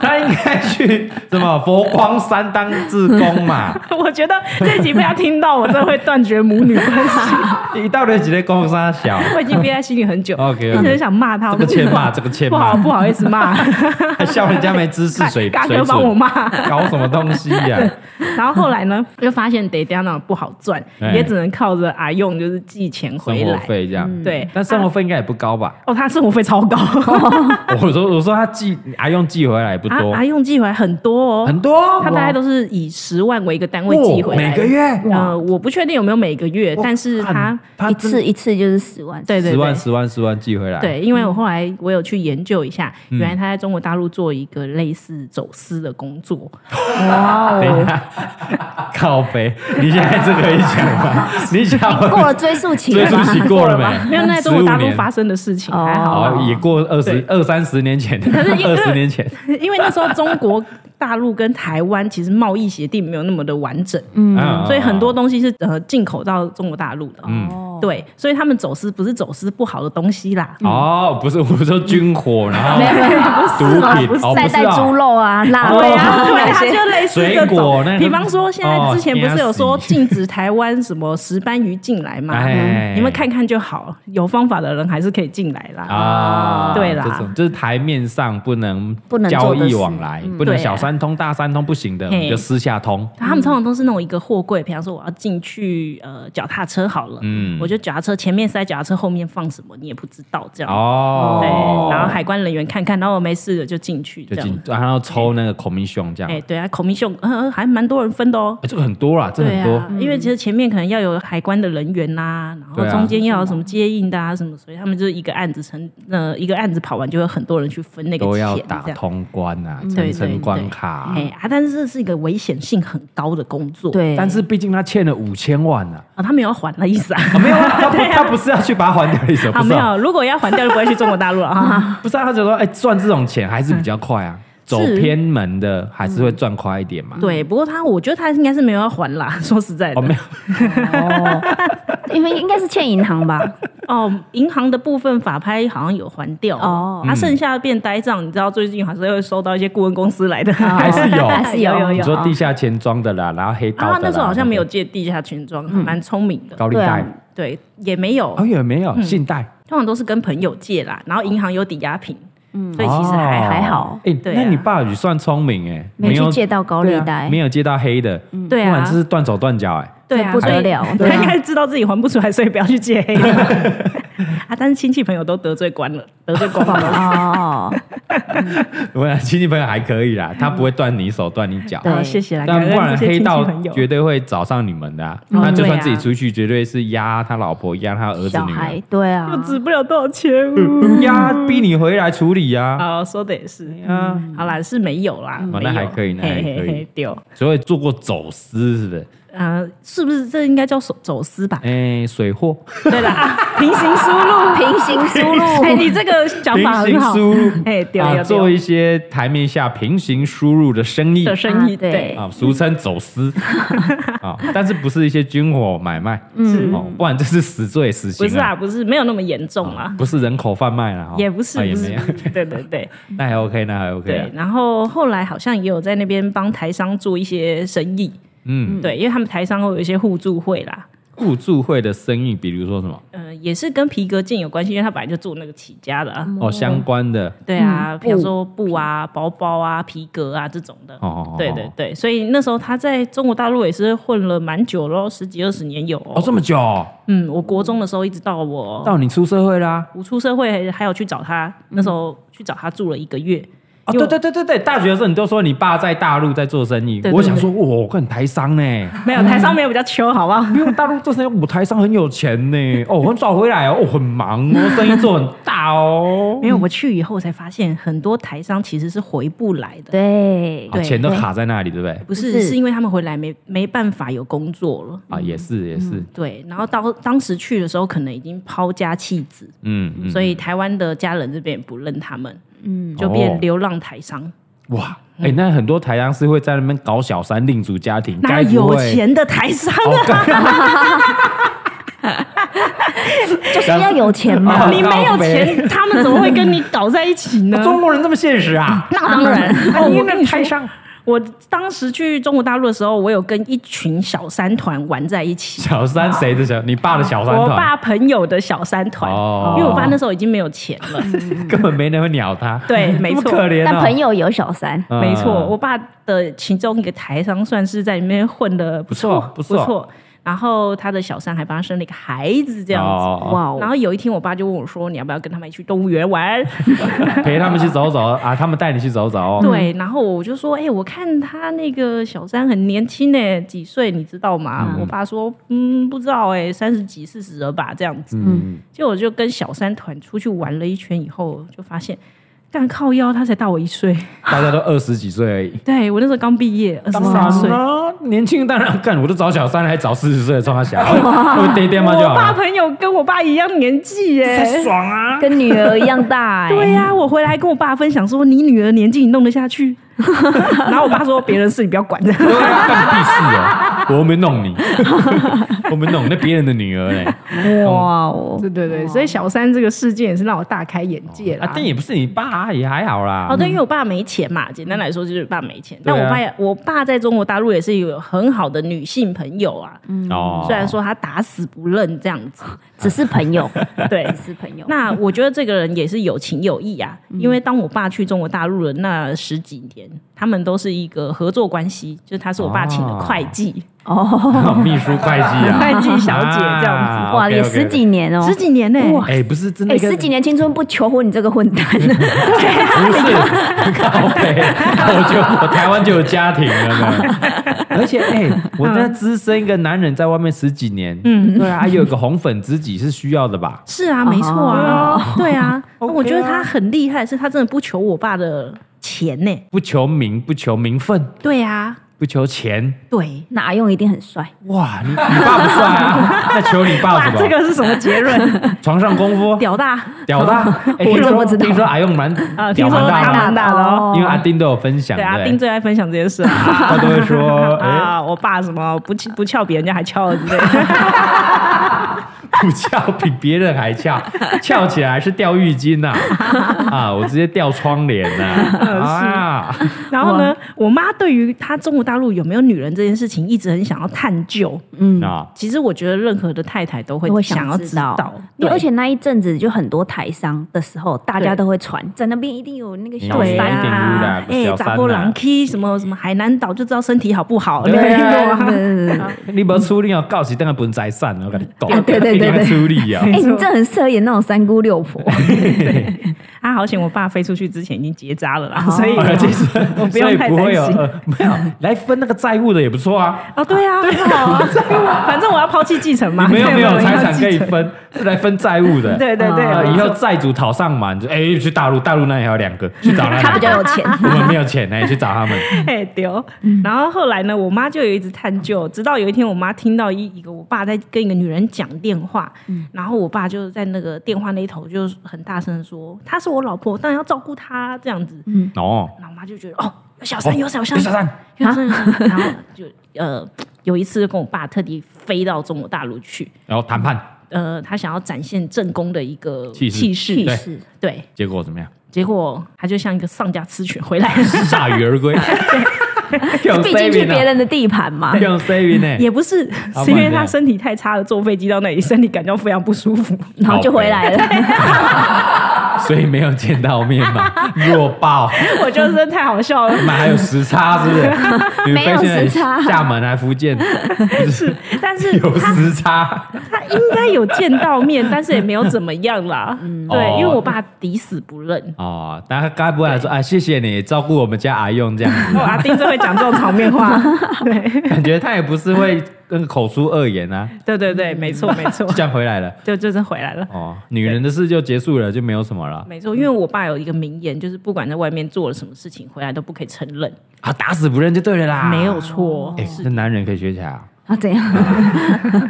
[SPEAKER 2] 他应该去什么佛光山当志工嘛？
[SPEAKER 1] 我觉得这集不要听到，我真的会断绝母女关系。
[SPEAKER 2] 你到底几个公三小？
[SPEAKER 1] 我已经憋在心里 很久
[SPEAKER 2] OK，OK
[SPEAKER 1] 一直很想骂他，
[SPEAKER 2] 这个欠骂，
[SPEAKER 1] 不
[SPEAKER 2] 这个欠
[SPEAKER 1] 不
[SPEAKER 2] 骂
[SPEAKER 1] 好，不好意思 骂，
[SPEAKER 2] 还笑人家没知识 水
[SPEAKER 1] 大
[SPEAKER 2] 水
[SPEAKER 1] 哥帮我
[SPEAKER 2] 准，
[SPEAKER 1] 骂。
[SPEAKER 2] 搞什么东西呀、
[SPEAKER 1] 然后后来呢，就发现 d a d a n a 不好赚，
[SPEAKER 2] 哎
[SPEAKER 1] 也只能靠着阿用就是寄钱回
[SPEAKER 2] 生活
[SPEAKER 1] 来。
[SPEAKER 2] 费这样，
[SPEAKER 1] 对，啊
[SPEAKER 2] 但生活费应该也不高吧？
[SPEAKER 1] 哦，他生活费超高，
[SPEAKER 2] 我说我说他寄阿用寄回来 也不
[SPEAKER 1] 啊阿
[SPEAKER 2] 多，
[SPEAKER 1] 阿用寄回来很多哦，
[SPEAKER 2] 很多，
[SPEAKER 1] 他大概都是以十万为一个单位寄回来，
[SPEAKER 2] 哇哦每个月
[SPEAKER 1] 呃，我不确定有没有每个月，但是他
[SPEAKER 2] 他
[SPEAKER 3] 一次一次就是十万，
[SPEAKER 1] 对对
[SPEAKER 2] 十万
[SPEAKER 1] 对。
[SPEAKER 2] 十万十万寄回来，，
[SPEAKER 1] 对，因为我后来我有去研究一下，
[SPEAKER 2] 嗯
[SPEAKER 1] 原来他在中国大陆做一个类似走私的工作，
[SPEAKER 3] 哇
[SPEAKER 2] 等一
[SPEAKER 3] 哦，
[SPEAKER 2] 下，靠背，你现在这个一讲吧， 你想
[SPEAKER 3] 过了追溯期
[SPEAKER 2] 追
[SPEAKER 3] 了
[SPEAKER 2] 溯
[SPEAKER 3] 吗？
[SPEAKER 2] 期过了没？
[SPEAKER 1] 没有那在中国大陆
[SPEAKER 2] 15
[SPEAKER 1] 发生的事情
[SPEAKER 3] 哦
[SPEAKER 1] 还好，
[SPEAKER 2] 哦，也过二十二三十年前，
[SPEAKER 1] 是因
[SPEAKER 2] 二
[SPEAKER 1] 为
[SPEAKER 2] 十年前，
[SPEAKER 1] 因为那时候中国大陆跟台湾其实贸易协定没有那么的完整，
[SPEAKER 2] 嗯
[SPEAKER 1] 所以很多东西是呃进口到中国大陆的。
[SPEAKER 3] 哦，
[SPEAKER 1] 对，所以他们走私不是走私不好的东西啦，
[SPEAKER 2] 哦，不是，我说军火，然后
[SPEAKER 3] 没有没有
[SPEAKER 2] 毒品，哦，
[SPEAKER 3] 晒
[SPEAKER 2] 不是
[SPEAKER 3] 带猪
[SPEAKER 2] 啊，
[SPEAKER 3] 肉啊，腊
[SPEAKER 1] 对
[SPEAKER 3] 肉
[SPEAKER 1] 啊，
[SPEAKER 3] 啊，
[SPEAKER 1] 对，
[SPEAKER 3] 那
[SPEAKER 1] 它
[SPEAKER 3] 些
[SPEAKER 1] 就类似
[SPEAKER 2] 水
[SPEAKER 1] 这
[SPEAKER 2] 果
[SPEAKER 1] 种
[SPEAKER 2] 那个。
[SPEAKER 1] 比方说，现在之前不是有
[SPEAKER 2] 哦
[SPEAKER 1] 说
[SPEAKER 2] 惊喜
[SPEAKER 1] 禁止台湾什么石斑鱼进来吗？
[SPEAKER 2] 哎
[SPEAKER 1] 嗯你们看看就好，有方法的人还是可以进来啦。哦
[SPEAKER 2] 啊，
[SPEAKER 1] 对啦
[SPEAKER 2] 这种就是台面上不能
[SPEAKER 3] 不能
[SPEAKER 2] 交
[SPEAKER 3] 做的
[SPEAKER 2] 易
[SPEAKER 3] 事
[SPEAKER 2] 往来，不能
[SPEAKER 1] 对啊
[SPEAKER 2] 小三通大三通不行的，我
[SPEAKER 1] 嘿
[SPEAKER 2] 们就私下通。
[SPEAKER 1] 他们通常都是那种一个货柜，比方说我要进去呃脚踏车好了，
[SPEAKER 2] 嗯
[SPEAKER 1] 我就脚踏车前面塞脚踏车，后面放什么你也不知道这样。
[SPEAKER 2] 哦，
[SPEAKER 1] 对，然后海关人员看看，然后我没事了就进去这
[SPEAKER 2] 就进
[SPEAKER 1] 样。，
[SPEAKER 2] 然后抽那个 commission 这样，
[SPEAKER 1] 哎，对啊，口蜜秀，嗯，还蛮多人分的哦。
[SPEAKER 2] 哎这个很多啦，这个
[SPEAKER 1] 对
[SPEAKER 2] 很多
[SPEAKER 1] 啊，，因为其实前面可能要有海关的人员呐、然后
[SPEAKER 2] 对啊
[SPEAKER 1] 中间要有什么接应的啊，什么，所以他们就是一个案子成，呃，一个案子跑完就有很多人去分那个
[SPEAKER 2] 都要
[SPEAKER 1] 钱，
[SPEAKER 2] 打
[SPEAKER 1] 这样。嗯
[SPEAKER 2] 通关啊，
[SPEAKER 1] 对
[SPEAKER 2] 层
[SPEAKER 1] 对
[SPEAKER 2] 层关
[SPEAKER 1] 对
[SPEAKER 2] 卡啊。
[SPEAKER 1] 哎啊，但是这是一个危险性很高的工作，
[SPEAKER 3] 对，
[SPEAKER 2] 但是毕竟他欠了五千万 呐，
[SPEAKER 1] 啊，他没有要还的意思啊，没有
[SPEAKER 2] 他不他不是要去把它还掉的意思，
[SPEAKER 1] 啊，
[SPEAKER 2] 不是
[SPEAKER 1] 没
[SPEAKER 2] 啊，
[SPEAKER 1] 有，如果要还掉就不会去中国大陆了 啊，
[SPEAKER 2] 不是啊，他就说，哎，赚这种钱还是比较快
[SPEAKER 1] 嗯
[SPEAKER 2] 啊，走偏门的还是会赚快一点嘛。
[SPEAKER 1] 对，不过他我觉得他应该是没有要还啦，说实在的，
[SPEAKER 2] 哦，没有，
[SPEAKER 3] 哦因为应该是欠银行吧？
[SPEAKER 1] 哦，银行的部分法拍好像有还掉
[SPEAKER 3] 哦
[SPEAKER 2] 嗯
[SPEAKER 1] 哦，他、剩下变呆账，你知道最近还是会收到一些顾问公司来的。
[SPEAKER 2] 哦还是 有，
[SPEAKER 3] 还是有
[SPEAKER 2] 你说地下钱庄的啦，然后黑道的
[SPEAKER 1] 啊
[SPEAKER 2] 啦，，
[SPEAKER 1] 那时候好像没有
[SPEAKER 2] 那
[SPEAKER 1] 借地下钱庄，还蛮聪明的
[SPEAKER 2] 个。高利
[SPEAKER 3] 对啊
[SPEAKER 2] 贷，
[SPEAKER 1] 对，嗯也没有，
[SPEAKER 2] 哦，有没有信贷？
[SPEAKER 1] 通常都是跟朋友借啦，然后银行有抵押品，所以其实还
[SPEAKER 2] 哦
[SPEAKER 1] 好。
[SPEAKER 3] 还好
[SPEAKER 2] 哎、
[SPEAKER 1] 对
[SPEAKER 2] 那
[SPEAKER 1] 啊
[SPEAKER 2] 你爸也算聪明哎、
[SPEAKER 3] 没
[SPEAKER 2] 有
[SPEAKER 3] 去借到高利
[SPEAKER 2] 对啊
[SPEAKER 3] 贷
[SPEAKER 2] 没，有借到黑的，
[SPEAKER 1] 对
[SPEAKER 2] 不
[SPEAKER 1] 啊
[SPEAKER 2] 然这，是断手断脚哎。
[SPEAKER 1] 对
[SPEAKER 3] 这
[SPEAKER 1] 啊，
[SPEAKER 3] 不得了
[SPEAKER 1] 所以
[SPEAKER 3] 对
[SPEAKER 1] 他
[SPEAKER 3] 啊
[SPEAKER 1] 应该知道自己还不出来，所以不要去借 黑的。啊，但是亲戚朋友都得罪光了，得罪光了。
[SPEAKER 3] 哦，
[SPEAKER 2] 我想亲戚朋友还可以
[SPEAKER 1] 嗯
[SPEAKER 2] 啦，他不会断你手断你脚，
[SPEAKER 3] 对
[SPEAKER 1] 好，谢谢啦，感
[SPEAKER 2] 但
[SPEAKER 1] 恩
[SPEAKER 2] 不然
[SPEAKER 1] 这些
[SPEAKER 2] 黑
[SPEAKER 1] 亲戚
[SPEAKER 2] 道
[SPEAKER 1] 朋友。
[SPEAKER 2] 绝对会找上你们的、啊。
[SPEAKER 1] 嗯
[SPEAKER 2] 他就算自己
[SPEAKER 1] 对啊
[SPEAKER 2] 出去，绝对是压他老婆、压他儿子
[SPEAKER 3] 小、
[SPEAKER 2] 女
[SPEAKER 3] 孩
[SPEAKER 2] 儿，
[SPEAKER 3] 对啊
[SPEAKER 1] 又，值哦不了多少钱。
[SPEAKER 2] 嗯压逼你回来处理啊。
[SPEAKER 1] 哦，说的也是，嗯，好啦，是没有啦，
[SPEAKER 2] 哦
[SPEAKER 3] 嗯
[SPEAKER 1] 没
[SPEAKER 2] 那
[SPEAKER 1] 有
[SPEAKER 2] 还可以那
[SPEAKER 1] 嘿
[SPEAKER 2] 还
[SPEAKER 1] 嘿
[SPEAKER 2] 可以
[SPEAKER 1] 嘿对，
[SPEAKER 2] 所以做过走私是不是？
[SPEAKER 1] 呃，是不是这应该叫走走私吧？
[SPEAKER 2] 哎、水货、
[SPEAKER 1] 对啦，啊平行输入，
[SPEAKER 3] 平行输
[SPEAKER 1] 哎，
[SPEAKER 3] 入，
[SPEAKER 1] 你这个想
[SPEAKER 2] 平
[SPEAKER 1] 法很
[SPEAKER 2] 行
[SPEAKER 1] 好，
[SPEAKER 2] 输入，
[SPEAKER 1] 哎，对
[SPEAKER 2] 啊，
[SPEAKER 1] 对
[SPEAKER 2] 做
[SPEAKER 1] 对
[SPEAKER 2] 一些台面下平行输入的生意
[SPEAKER 1] 的生意，
[SPEAKER 3] 啊对
[SPEAKER 1] 对，
[SPEAKER 2] 啊，俗称走 私啊，但是不是一些军火买卖，嗯，哦，不然这是死罪死刑、
[SPEAKER 1] 不是啊，不是没有那么严重啊，
[SPEAKER 2] 不是人口贩 卖了、哦，
[SPEAKER 1] 也不是，
[SPEAKER 2] 啊、也
[SPEAKER 1] 不
[SPEAKER 2] 没
[SPEAKER 1] 是
[SPEAKER 2] 有，，
[SPEAKER 1] 对对对
[SPEAKER 2] 那还 OK，那还 OK，啊
[SPEAKER 1] 对。然后后来好像也有在那边帮台商做一些生意，
[SPEAKER 2] 嗯，
[SPEAKER 1] 对，因为他们台商会有一些互助会啦，
[SPEAKER 2] 互助会的生意，比如说什么
[SPEAKER 1] 呃，也是跟皮革件有关系，因为他本来就做那个起家的啊，
[SPEAKER 2] 哦，相关的
[SPEAKER 1] 对啊，
[SPEAKER 3] 嗯
[SPEAKER 1] 比如说布啊、包包啊、皮革啊这种的。
[SPEAKER 2] 哦，
[SPEAKER 1] 对对对，所以那时候他在中国大陆也是混了蛮久咯，十几二十年有哦
[SPEAKER 2] 哦，这么久、
[SPEAKER 1] 嗯，我国中的时候一直到我
[SPEAKER 2] 到你出社会啦、
[SPEAKER 1] 我出社会，还有去找他，那时候去找他住了一个月。
[SPEAKER 2] 哦，
[SPEAKER 1] 因
[SPEAKER 2] 对
[SPEAKER 1] 为
[SPEAKER 2] 对对对对，大学的时候你都说你爸在大陆在做生意，
[SPEAKER 1] 对对
[SPEAKER 2] 我想说，哇，我看台商呢，
[SPEAKER 1] 没有台上没有比较秋，好不好？
[SPEAKER 2] 因为大陆做生意，我台商很有钱呢，哦，我很早回来哦，哦很忙哦，生意做很大 哦，
[SPEAKER 1] 没有，我去以后才发现，很多台商其实是回不来的。
[SPEAKER 3] 对
[SPEAKER 2] 啊，钱都卡在那里，对不对？
[SPEAKER 1] 不是，
[SPEAKER 3] 不是
[SPEAKER 1] 是因为他们回来没没办法有工作了。
[SPEAKER 2] 啊，也是也是，
[SPEAKER 1] 对，然后到当时去的时候，可能已经抛家弃子，
[SPEAKER 2] 嗯，嗯
[SPEAKER 1] 所以台湾的家人这边也不认他们，嗯，就变流浪台商。
[SPEAKER 2] 哇，
[SPEAKER 1] 嗯
[SPEAKER 2] 哎、那很多台商是会在那边搞小三另组家庭，
[SPEAKER 1] 哪
[SPEAKER 2] 该不
[SPEAKER 1] 有
[SPEAKER 2] 会？
[SPEAKER 1] 钱的台商
[SPEAKER 2] 哦
[SPEAKER 1] 啊？
[SPEAKER 3] 就是要有钱
[SPEAKER 2] 哦
[SPEAKER 3] 嘛，
[SPEAKER 1] 你没有钱，他们怎么会跟你搞在一起呢
[SPEAKER 2] 干？中国人这么现实啊！
[SPEAKER 1] 那当然，
[SPEAKER 2] 哦，
[SPEAKER 1] 我
[SPEAKER 2] 我
[SPEAKER 1] 跟
[SPEAKER 2] 那
[SPEAKER 1] 你说
[SPEAKER 2] 台，商
[SPEAKER 1] 我当时去中国大陆的时候，我有跟一群小三团玩在一起，
[SPEAKER 2] 小三谁的小？你嗯爸的小三
[SPEAKER 1] 我
[SPEAKER 2] 团
[SPEAKER 1] 爸朋友的小三团，
[SPEAKER 2] 哦
[SPEAKER 1] 因为我 爸那时候已经没有钱 了，
[SPEAKER 2] 根本没人会鸟他，
[SPEAKER 1] 对，没
[SPEAKER 2] 这么
[SPEAKER 1] 错。
[SPEAKER 2] 可怜、哦。
[SPEAKER 3] 但朋友有小三，
[SPEAKER 2] 嗯
[SPEAKER 1] 没错，我爸的其中一个台商算是在里面混的不错，
[SPEAKER 2] 不错不错
[SPEAKER 1] 然后他的小三还帮他生了一个孩子，这样子。
[SPEAKER 2] 哦
[SPEAKER 3] 哇
[SPEAKER 1] 然
[SPEAKER 3] 哦，
[SPEAKER 1] 后有一天，我爸就问我说：“你要不要跟他们一起去动物园玩？”
[SPEAKER 2] 哦陪他们去走走啊， 他们带你去走走哦。
[SPEAKER 1] 对，然后我就说，哎、我看他那个小三很年轻呢、几岁你知道吗？我爸说，嗯，不知道哎、三十几、四十了吧，这样子。
[SPEAKER 2] 嗯，
[SPEAKER 1] 结果我就跟小三团出去玩了一圈以后，就发现，干靠腰，他才大我一岁。
[SPEAKER 2] 大家都二十几岁而已。
[SPEAKER 1] 对我那时候刚毕业，二十
[SPEAKER 2] 当
[SPEAKER 1] 三
[SPEAKER 2] 然
[SPEAKER 1] 岁。
[SPEAKER 2] 啦，年轻人当然干，我都找小三还找四十岁的冲他小，我爹爹妈就
[SPEAKER 1] 我
[SPEAKER 2] 好
[SPEAKER 1] 爸哎
[SPEAKER 2] 了，
[SPEAKER 1] 朋友跟我爸一样年纪耶、
[SPEAKER 2] 太爽啊！
[SPEAKER 3] 跟女儿一样大，哎
[SPEAKER 1] 对呀、我回来跟我爸分享说，你女儿年纪你弄得下 去？然后我爸说，别人事你不要管。这样
[SPEAKER 2] 对啊，干屁事啊！我又没弄你， 我没弄那别人的女儿嘞、
[SPEAKER 3] 哇哦，
[SPEAKER 1] 对对对，所以小三这个事件也是让我大开眼界啦。
[SPEAKER 2] 啊，但也不是你爸、啊，也还好啦。
[SPEAKER 1] 哦，对，因为我爸没钱嘛，简单来说就是爸没钱。但
[SPEAKER 2] 对啊
[SPEAKER 1] 我爸也，我爸在中国大陆也是有很好的女性朋友啊，
[SPEAKER 2] 哦，
[SPEAKER 1] 虽然说他打死不认这样子。
[SPEAKER 3] 只是朋 友，
[SPEAKER 1] 对
[SPEAKER 3] 只，是朋友，
[SPEAKER 1] 那我觉得这个人也是有情有义 啊，因为当我爸去中国大陆的那十几年，他们都是一个合作关系，就是他是我爸请的会计，
[SPEAKER 3] 哦，
[SPEAKER 2] 秘书会计啊，
[SPEAKER 1] 会计小姐这样
[SPEAKER 2] 啊
[SPEAKER 3] 哇，
[SPEAKER 2] OK，OK，
[SPEAKER 3] 也十几年哦，
[SPEAKER 1] 子，十几年呢、
[SPEAKER 3] 哇
[SPEAKER 2] 哎，不是真的
[SPEAKER 3] 哎，
[SPEAKER 2] 一个，
[SPEAKER 3] 十几年青春不求婚，你这个混 蛋！
[SPEAKER 2] 不是靠北，我就我台湾就有家庭了呢。而且，哎、我那资深一个男人在外面十几年，嗯，对啊，有个红粉知己是需要的吧？
[SPEAKER 1] 是啊，没错啊，对 啊，那
[SPEAKER 2] OK 啊
[SPEAKER 1] 我觉得他很厉害，是他真的不求我爸的钱呢、
[SPEAKER 2] 不求名，不求名分，
[SPEAKER 1] 对啊，
[SPEAKER 2] 不求钱，
[SPEAKER 1] 对，
[SPEAKER 3] 那阿用一定很帅，
[SPEAKER 2] 哇，你你爸不帅啊？那求你爸什么？
[SPEAKER 1] 是什么结 论？
[SPEAKER 2] 床上功夫，
[SPEAKER 1] 屌大
[SPEAKER 2] 屌大！哎
[SPEAKER 3] 我
[SPEAKER 2] 听
[SPEAKER 3] 怎
[SPEAKER 2] 说
[SPEAKER 3] 么知道
[SPEAKER 2] 听说阿用蛮
[SPEAKER 1] 啊！听
[SPEAKER 2] 屌
[SPEAKER 1] 说
[SPEAKER 2] 蛮
[SPEAKER 1] 他
[SPEAKER 2] 大
[SPEAKER 1] 蛮
[SPEAKER 2] 的，
[SPEAKER 1] 大的哦，
[SPEAKER 2] 因为阿丁都有分享，
[SPEAKER 1] 对，阿
[SPEAKER 2] 不
[SPEAKER 1] 丁最爱分享这些事啊。
[SPEAKER 2] 他都会说，哎，
[SPEAKER 1] 啊！我爸什么不翘不翘比人家还翘之类的，
[SPEAKER 2] 不翘比别人还翘，翘起来是钓浴巾 呐、啊！我直接吊窗帘呐、啊！
[SPEAKER 1] 然后呢，我妈对于她中国大陆有没有女人这件事情，一直很想要探究。
[SPEAKER 3] 嗯，
[SPEAKER 2] 啊，
[SPEAKER 1] 其实我觉得任何的太太都
[SPEAKER 3] 都
[SPEAKER 1] 会
[SPEAKER 3] 会
[SPEAKER 1] 想
[SPEAKER 3] 想
[SPEAKER 1] 要
[SPEAKER 3] 知
[SPEAKER 1] 知
[SPEAKER 3] 道
[SPEAKER 1] 道，
[SPEAKER 3] 因
[SPEAKER 1] 对
[SPEAKER 3] 为而且那一阵子就很多台商的时候，大家
[SPEAKER 1] 对
[SPEAKER 3] 都会传，在那边一定有那个小
[SPEAKER 2] 对
[SPEAKER 1] 对
[SPEAKER 3] 三
[SPEAKER 2] 一定有啦
[SPEAKER 3] 啊，
[SPEAKER 1] 啊，哎
[SPEAKER 2] 小，三啊
[SPEAKER 1] 扎波朗 K 什么什么海南岛就知道身体好不好，
[SPEAKER 2] 对啊
[SPEAKER 1] 没有听过
[SPEAKER 3] 对
[SPEAKER 1] 吗？
[SPEAKER 3] 对 对对
[SPEAKER 2] 你不处理哦，告诉当然不能再散了，我跟你懂。
[SPEAKER 3] 对对
[SPEAKER 2] 一
[SPEAKER 3] 对对
[SPEAKER 2] 定要处理啊！
[SPEAKER 3] 哎，你这很适合演那种三姑 六婆，
[SPEAKER 1] 啊，好险！我爸飞出去之前已经结扎了啦，
[SPEAKER 3] 哦
[SPEAKER 1] 所以
[SPEAKER 2] 而且是
[SPEAKER 1] 我 哦不
[SPEAKER 2] 所
[SPEAKER 1] 用
[SPEAKER 2] 以
[SPEAKER 1] 太
[SPEAKER 2] 不会
[SPEAKER 1] 担
[SPEAKER 2] 有
[SPEAKER 1] 心。
[SPEAKER 2] 呃没有来分那个债务的也不 错啊。
[SPEAKER 1] 哦，对啊，很好啊， 反正我要抛弃继承嘛，
[SPEAKER 2] 你没有
[SPEAKER 1] 对啊
[SPEAKER 2] 没有
[SPEAKER 1] 我要
[SPEAKER 2] 财产可以
[SPEAKER 1] 继承
[SPEAKER 2] 分，是来分债务的。
[SPEAKER 1] 对对对，
[SPEAKER 2] 呃，
[SPEAKER 1] 没
[SPEAKER 2] 以
[SPEAKER 1] 错
[SPEAKER 2] 后债主讨上门，就哎去大陆，大陆那里还有两个，去找那两个
[SPEAKER 3] 他比较有钱。
[SPEAKER 2] 我们没有钱呢，去找他们。
[SPEAKER 1] 哎丢。然后后来呢，我妈就有一直探究，直到有一天，我妈听到一一个我爸在跟一个女人讲电话，然后我爸就在那个电话那一头就很大声地说：“她是我老婆，当然要照顾她这样子。
[SPEAKER 2] 哦，”
[SPEAKER 1] 然后我妈就觉得哦，有小三，
[SPEAKER 2] 哦
[SPEAKER 1] 有小三
[SPEAKER 2] 有，小三，
[SPEAKER 1] 有小三，有小三然后就呃有一次就跟我爸特地飞到中国大陆去，
[SPEAKER 2] 然后谈判，
[SPEAKER 1] 呃，他想要展现正宫的一个
[SPEAKER 2] 气势
[SPEAKER 1] 势，
[SPEAKER 2] 对
[SPEAKER 3] 是，
[SPEAKER 1] 对。
[SPEAKER 2] 结果怎么样？
[SPEAKER 1] 结果他就像一个丧家吃犬回来，
[SPEAKER 2] 铩羽而归。 用
[SPEAKER 3] 毕竟去
[SPEAKER 2] saving
[SPEAKER 3] 别
[SPEAKER 2] 呢？
[SPEAKER 3] 人的啊地盘嘛。
[SPEAKER 2] 用 saving 呢？
[SPEAKER 1] 也不是，
[SPEAKER 2] 啊
[SPEAKER 1] 是因
[SPEAKER 2] 不然
[SPEAKER 1] 为
[SPEAKER 2] 怎
[SPEAKER 1] 他
[SPEAKER 2] 样
[SPEAKER 1] 身体太差了，坐飞机到那里身体感到非常不舒 服。
[SPEAKER 3] 然后就回来了，
[SPEAKER 2] 所以没有见到面嘛， 弱爆。
[SPEAKER 1] 我觉得真的太好笑了。
[SPEAKER 2] 妈还有时差是 不是？你们
[SPEAKER 3] 没有
[SPEAKER 2] 飞现在
[SPEAKER 3] 时差
[SPEAKER 2] 厦门还福建
[SPEAKER 1] 是，但是
[SPEAKER 2] 有
[SPEAKER 1] 他
[SPEAKER 2] 时差。
[SPEAKER 1] 他应该有见到面，但是也没有怎么样啦。对，
[SPEAKER 2] 哦
[SPEAKER 1] 因为我爸抵死不 认。
[SPEAKER 2] 哦，但他该不会还说啊，谢谢你照顾我们家阿用这样 子，
[SPEAKER 1] 我哦阿丁最会讲这种场面话。对，
[SPEAKER 2] 感觉他也不是会跟口出恶言啊，
[SPEAKER 1] 对对对，没错没错
[SPEAKER 2] 就，这样回来了。
[SPEAKER 1] 嗯 就就真回来了。
[SPEAKER 2] 哦，女人的事就结束了，就没有什么了
[SPEAKER 1] 没错，因为我爸有一个名言，就是不管在外面做了什么事情，回来都不可以承认，
[SPEAKER 2] 啊，打死不认就对了啦。
[SPEAKER 1] 没有，错。
[SPEAKER 2] 哎，这男人可以学起来啊。
[SPEAKER 3] 啊，怎样？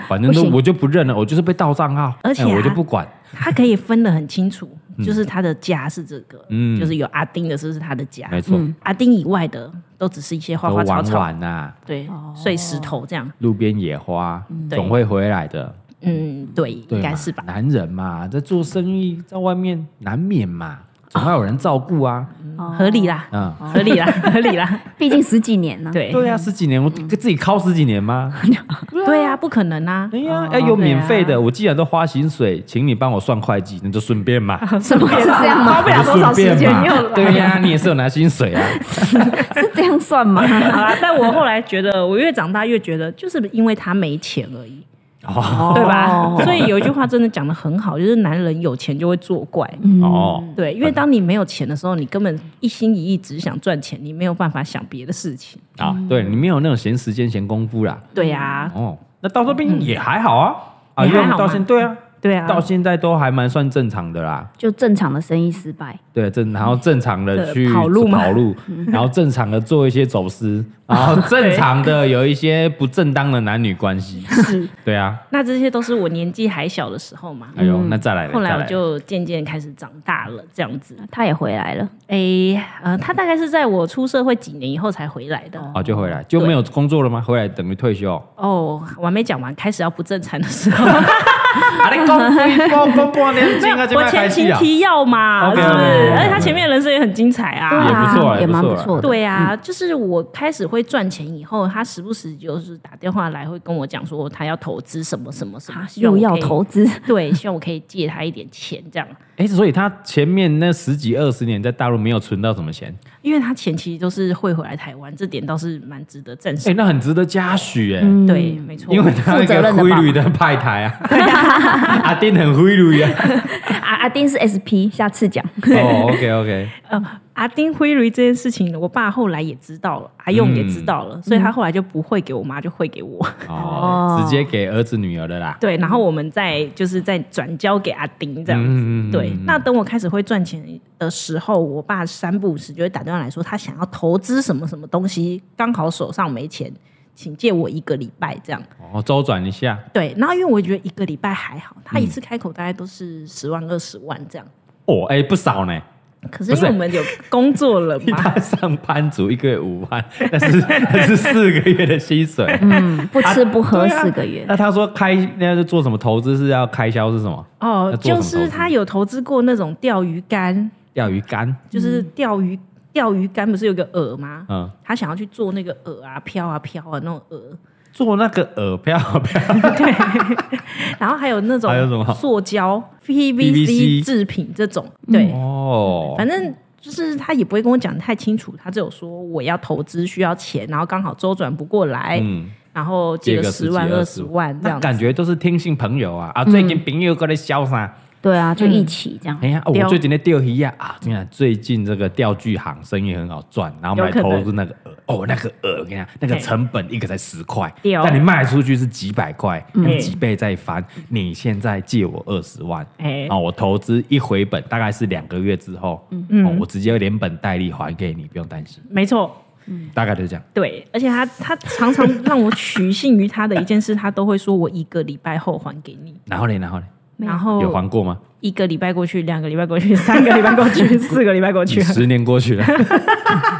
[SPEAKER 2] 反正都
[SPEAKER 3] 不行
[SPEAKER 2] 我就不认了，我就是被盗账号，
[SPEAKER 1] 而且啊
[SPEAKER 2] 哎我就不管。
[SPEAKER 1] 他可以分得很清楚，就是他的家是这个，
[SPEAKER 2] 嗯
[SPEAKER 1] 就是有阿丁的，这是他的家，
[SPEAKER 2] 没错，
[SPEAKER 3] 嗯
[SPEAKER 1] 阿丁以外的都只是一些花
[SPEAKER 2] 都
[SPEAKER 1] 花草
[SPEAKER 2] 玩
[SPEAKER 1] 草，
[SPEAKER 2] 玩啊，
[SPEAKER 1] 对，碎石头这样，
[SPEAKER 2] 路边野花
[SPEAKER 1] 对
[SPEAKER 2] 总会回来的，
[SPEAKER 1] 嗯，对，
[SPEAKER 2] 对
[SPEAKER 1] 应
[SPEAKER 2] 嘛
[SPEAKER 1] 该是吧？
[SPEAKER 2] 男人嘛，在做生意，在外面难免嘛，总要有人照顾啊。
[SPEAKER 1] 合理啦，
[SPEAKER 2] 嗯，
[SPEAKER 1] 合理 啦，合理啦，
[SPEAKER 3] 毕竟十几年呢。，
[SPEAKER 1] 对，
[SPEAKER 2] 啊对啊，十几年我自己靠十几年吗？
[SPEAKER 1] 对啊，不可能哦啊
[SPEAKER 2] 哎，呀，要有免费的，我既然都花薪水，请你帮我算会计，那就顺便嘛，
[SPEAKER 3] 什么是这 样吗？
[SPEAKER 1] 花不了多少时
[SPEAKER 2] 顺
[SPEAKER 1] 间
[SPEAKER 2] 便嘛
[SPEAKER 1] 又来。
[SPEAKER 2] 对呀，你也是有拿薪 水啊，
[SPEAKER 3] 是这样算吗？
[SPEAKER 1] 好啦，但我后来觉得，我越长大越觉得，就是因为他没钱而已，
[SPEAKER 2] 哦
[SPEAKER 1] 对吧
[SPEAKER 3] 哦？
[SPEAKER 1] 所以有一句话真的讲的很好，就是男人有钱就会作怪。
[SPEAKER 2] 哦，
[SPEAKER 1] 对，因为当你没有钱的时候，你根本一心一意只想赚钱，你没有办法想别的事情。
[SPEAKER 2] 啊，
[SPEAKER 1] 嗯
[SPEAKER 2] 对你没有那种闲时间闲功夫啦，
[SPEAKER 1] 对呀、啊，
[SPEAKER 2] 哦，那到这边也还好啊，啊，
[SPEAKER 1] 也
[SPEAKER 2] 因为
[SPEAKER 1] 还好
[SPEAKER 2] 到
[SPEAKER 1] 吗
[SPEAKER 2] 现对啊，
[SPEAKER 1] 对啊，
[SPEAKER 2] 到现在都还蛮算正常的啦。
[SPEAKER 3] 就正常的生意失败，
[SPEAKER 2] 对，正然后正常的
[SPEAKER 1] 对
[SPEAKER 2] 去
[SPEAKER 1] 跑路吗
[SPEAKER 2] 跑路，然后正常的做一些走私，然后正常的有一些不正当的男女关系。
[SPEAKER 1] 是
[SPEAKER 2] 对啊，
[SPEAKER 1] 那这些都是我年纪还小的时候嘛。
[SPEAKER 2] 哎呦，那再来了，
[SPEAKER 1] 后来
[SPEAKER 2] 再
[SPEAKER 1] 我
[SPEAKER 2] 来了
[SPEAKER 1] 就渐渐开始长大了，这样子。
[SPEAKER 3] 他也回来了。
[SPEAKER 1] 诶，呃，他大概是在我出社会几年以后才回来的。
[SPEAKER 2] 哦就回来就没有工作了吗？回来等于退休。
[SPEAKER 1] 哦，我还没讲完，开始要不正常的时候，
[SPEAKER 2] 啊，你讲讲讲半年
[SPEAKER 1] 没有我前情提要嘛，是不
[SPEAKER 2] 啊 OK，OK，OK，
[SPEAKER 1] 是？
[SPEAKER 2] OK，OK
[SPEAKER 1] 而且他前面的人生也很精彩啊。
[SPEAKER 2] 也不错啊
[SPEAKER 3] 也蛮
[SPEAKER 2] 也不错啊
[SPEAKER 3] 不错的。
[SPEAKER 1] 对啊，就是我开始会赚钱以后，他时不时就是打电话来，会跟我讲说他要投资什么什么什么
[SPEAKER 3] 啊，，
[SPEAKER 1] 希望
[SPEAKER 3] 又
[SPEAKER 1] 我可
[SPEAKER 3] 要
[SPEAKER 1] 以
[SPEAKER 3] 投 资，
[SPEAKER 1] 对，希望我可以借他一点钱这样。
[SPEAKER 2] 哎，所以他前面那十几二十年在大陆没有存到什么钱，
[SPEAKER 1] 因为他前期都是会回来台湾，这点倒是蛮值得赞
[SPEAKER 2] 哎、
[SPEAKER 1] 赏。
[SPEAKER 2] 那很值得嘉许哎、
[SPEAKER 3] 嗯
[SPEAKER 1] 对，没错，
[SPEAKER 2] 因为他那
[SPEAKER 3] 负责
[SPEAKER 2] 个
[SPEAKER 3] 任的
[SPEAKER 2] 灰
[SPEAKER 3] 爸爸
[SPEAKER 2] 绿的派台啊，阿丁很灰绿啊。
[SPEAKER 3] 阿阿丁是 SP，下次讲。
[SPEAKER 2] 哦，OK OK，
[SPEAKER 1] 呃，阿丁灰驴这件事情，我爸后来也知道
[SPEAKER 2] 嗯
[SPEAKER 1] 了，阿用也知道了，所以他后来就不会给我妈，就会给 我。
[SPEAKER 2] 哦，直接给儿子女儿的啦。
[SPEAKER 1] 对，然后我们再就是再转交给阿丁这样子。
[SPEAKER 2] 嗯嗯嗯
[SPEAKER 1] 对
[SPEAKER 2] 嗯，
[SPEAKER 1] 那等我开始会赚钱的时候，我爸三不五时就会打电话来说，他想要投资什么什么东西，刚好手上没钱，请借我一个礼拜这样。
[SPEAKER 2] 哦，周转一下，
[SPEAKER 1] 对，然后因为我觉得一个礼拜还好，他一次开口大概都是十万二十万这样。
[SPEAKER 2] 哦，哎、不少 呢。
[SPEAKER 1] 可是因
[SPEAKER 2] 不
[SPEAKER 1] 为
[SPEAKER 2] 是
[SPEAKER 1] 我们有工作了
[SPEAKER 2] 一
[SPEAKER 1] 嘛，
[SPEAKER 2] 般上班族一个月五万，那是那是四个月的 薪水。
[SPEAKER 3] 嗯， 不吃不喝
[SPEAKER 2] 对啊
[SPEAKER 3] 四个月。
[SPEAKER 2] 那他说开，那就做什么投资是要开销是什么？
[SPEAKER 1] 哦
[SPEAKER 2] 那，
[SPEAKER 1] 就
[SPEAKER 2] 做什么投
[SPEAKER 1] 是
[SPEAKER 2] 资
[SPEAKER 1] 他有投资过那种钓鱼竿，
[SPEAKER 2] 钓鱼竿，
[SPEAKER 1] 就是钓鱼钓鱼竿不是有个饵吗？
[SPEAKER 2] 嗯，
[SPEAKER 1] 他想要去做那个饵啊，飘啊飘啊那种 饵，
[SPEAKER 2] 做那个饵漂漂，
[SPEAKER 1] 然后还有那种
[SPEAKER 2] 还有什么
[SPEAKER 1] 塑胶
[SPEAKER 2] PVC
[SPEAKER 1] PVC 制品这种，对，
[SPEAKER 2] 嗯哦，
[SPEAKER 1] 反正。就是他也不会跟我讲太清楚，他只有说我要投资需要钱，然后刚好周转不过来，
[SPEAKER 2] 嗯，
[SPEAKER 1] 然后借个
[SPEAKER 2] 十
[SPEAKER 1] 十万二
[SPEAKER 2] 二
[SPEAKER 1] 十万这
[SPEAKER 2] 那
[SPEAKER 1] 样子。
[SPEAKER 2] 感觉都是听信朋友啊啊，最
[SPEAKER 1] 嗯
[SPEAKER 2] 近朋友过来销啥？
[SPEAKER 3] 对啊，就一起这样
[SPEAKER 2] 哎。呀，啊我
[SPEAKER 1] 钓
[SPEAKER 2] 最近在钓鱼呀啊，怎么样？最近这个钓具行生意很好赚，然后买
[SPEAKER 1] 有可能
[SPEAKER 2] 投资那个饵，哦，那个饵，我跟你讲，那个
[SPEAKER 1] 嘿
[SPEAKER 2] 成本一个才十块，
[SPEAKER 1] 对哦
[SPEAKER 2] 但你卖出去是几百块，
[SPEAKER 1] 嗯
[SPEAKER 2] 几倍再翻。你现在借我二十万，
[SPEAKER 1] 哎
[SPEAKER 2] 啊，我投资一回本大概是两个月之后，
[SPEAKER 1] 嗯
[SPEAKER 2] 哦，我直接连本带利还给你，不用担心，
[SPEAKER 1] 没错，
[SPEAKER 2] 大概就是这样。
[SPEAKER 1] 对，而且他他常常让我取信于他的一件事，他都会说我一个礼拜后还给 你，
[SPEAKER 2] 然后呢，然后呢，
[SPEAKER 3] 没有
[SPEAKER 1] 然后
[SPEAKER 2] 有还过 吗？
[SPEAKER 1] 一个礼拜过去，两个礼拜过去， 三个礼拜过去，四个礼拜过去
[SPEAKER 2] 你。十年过去了，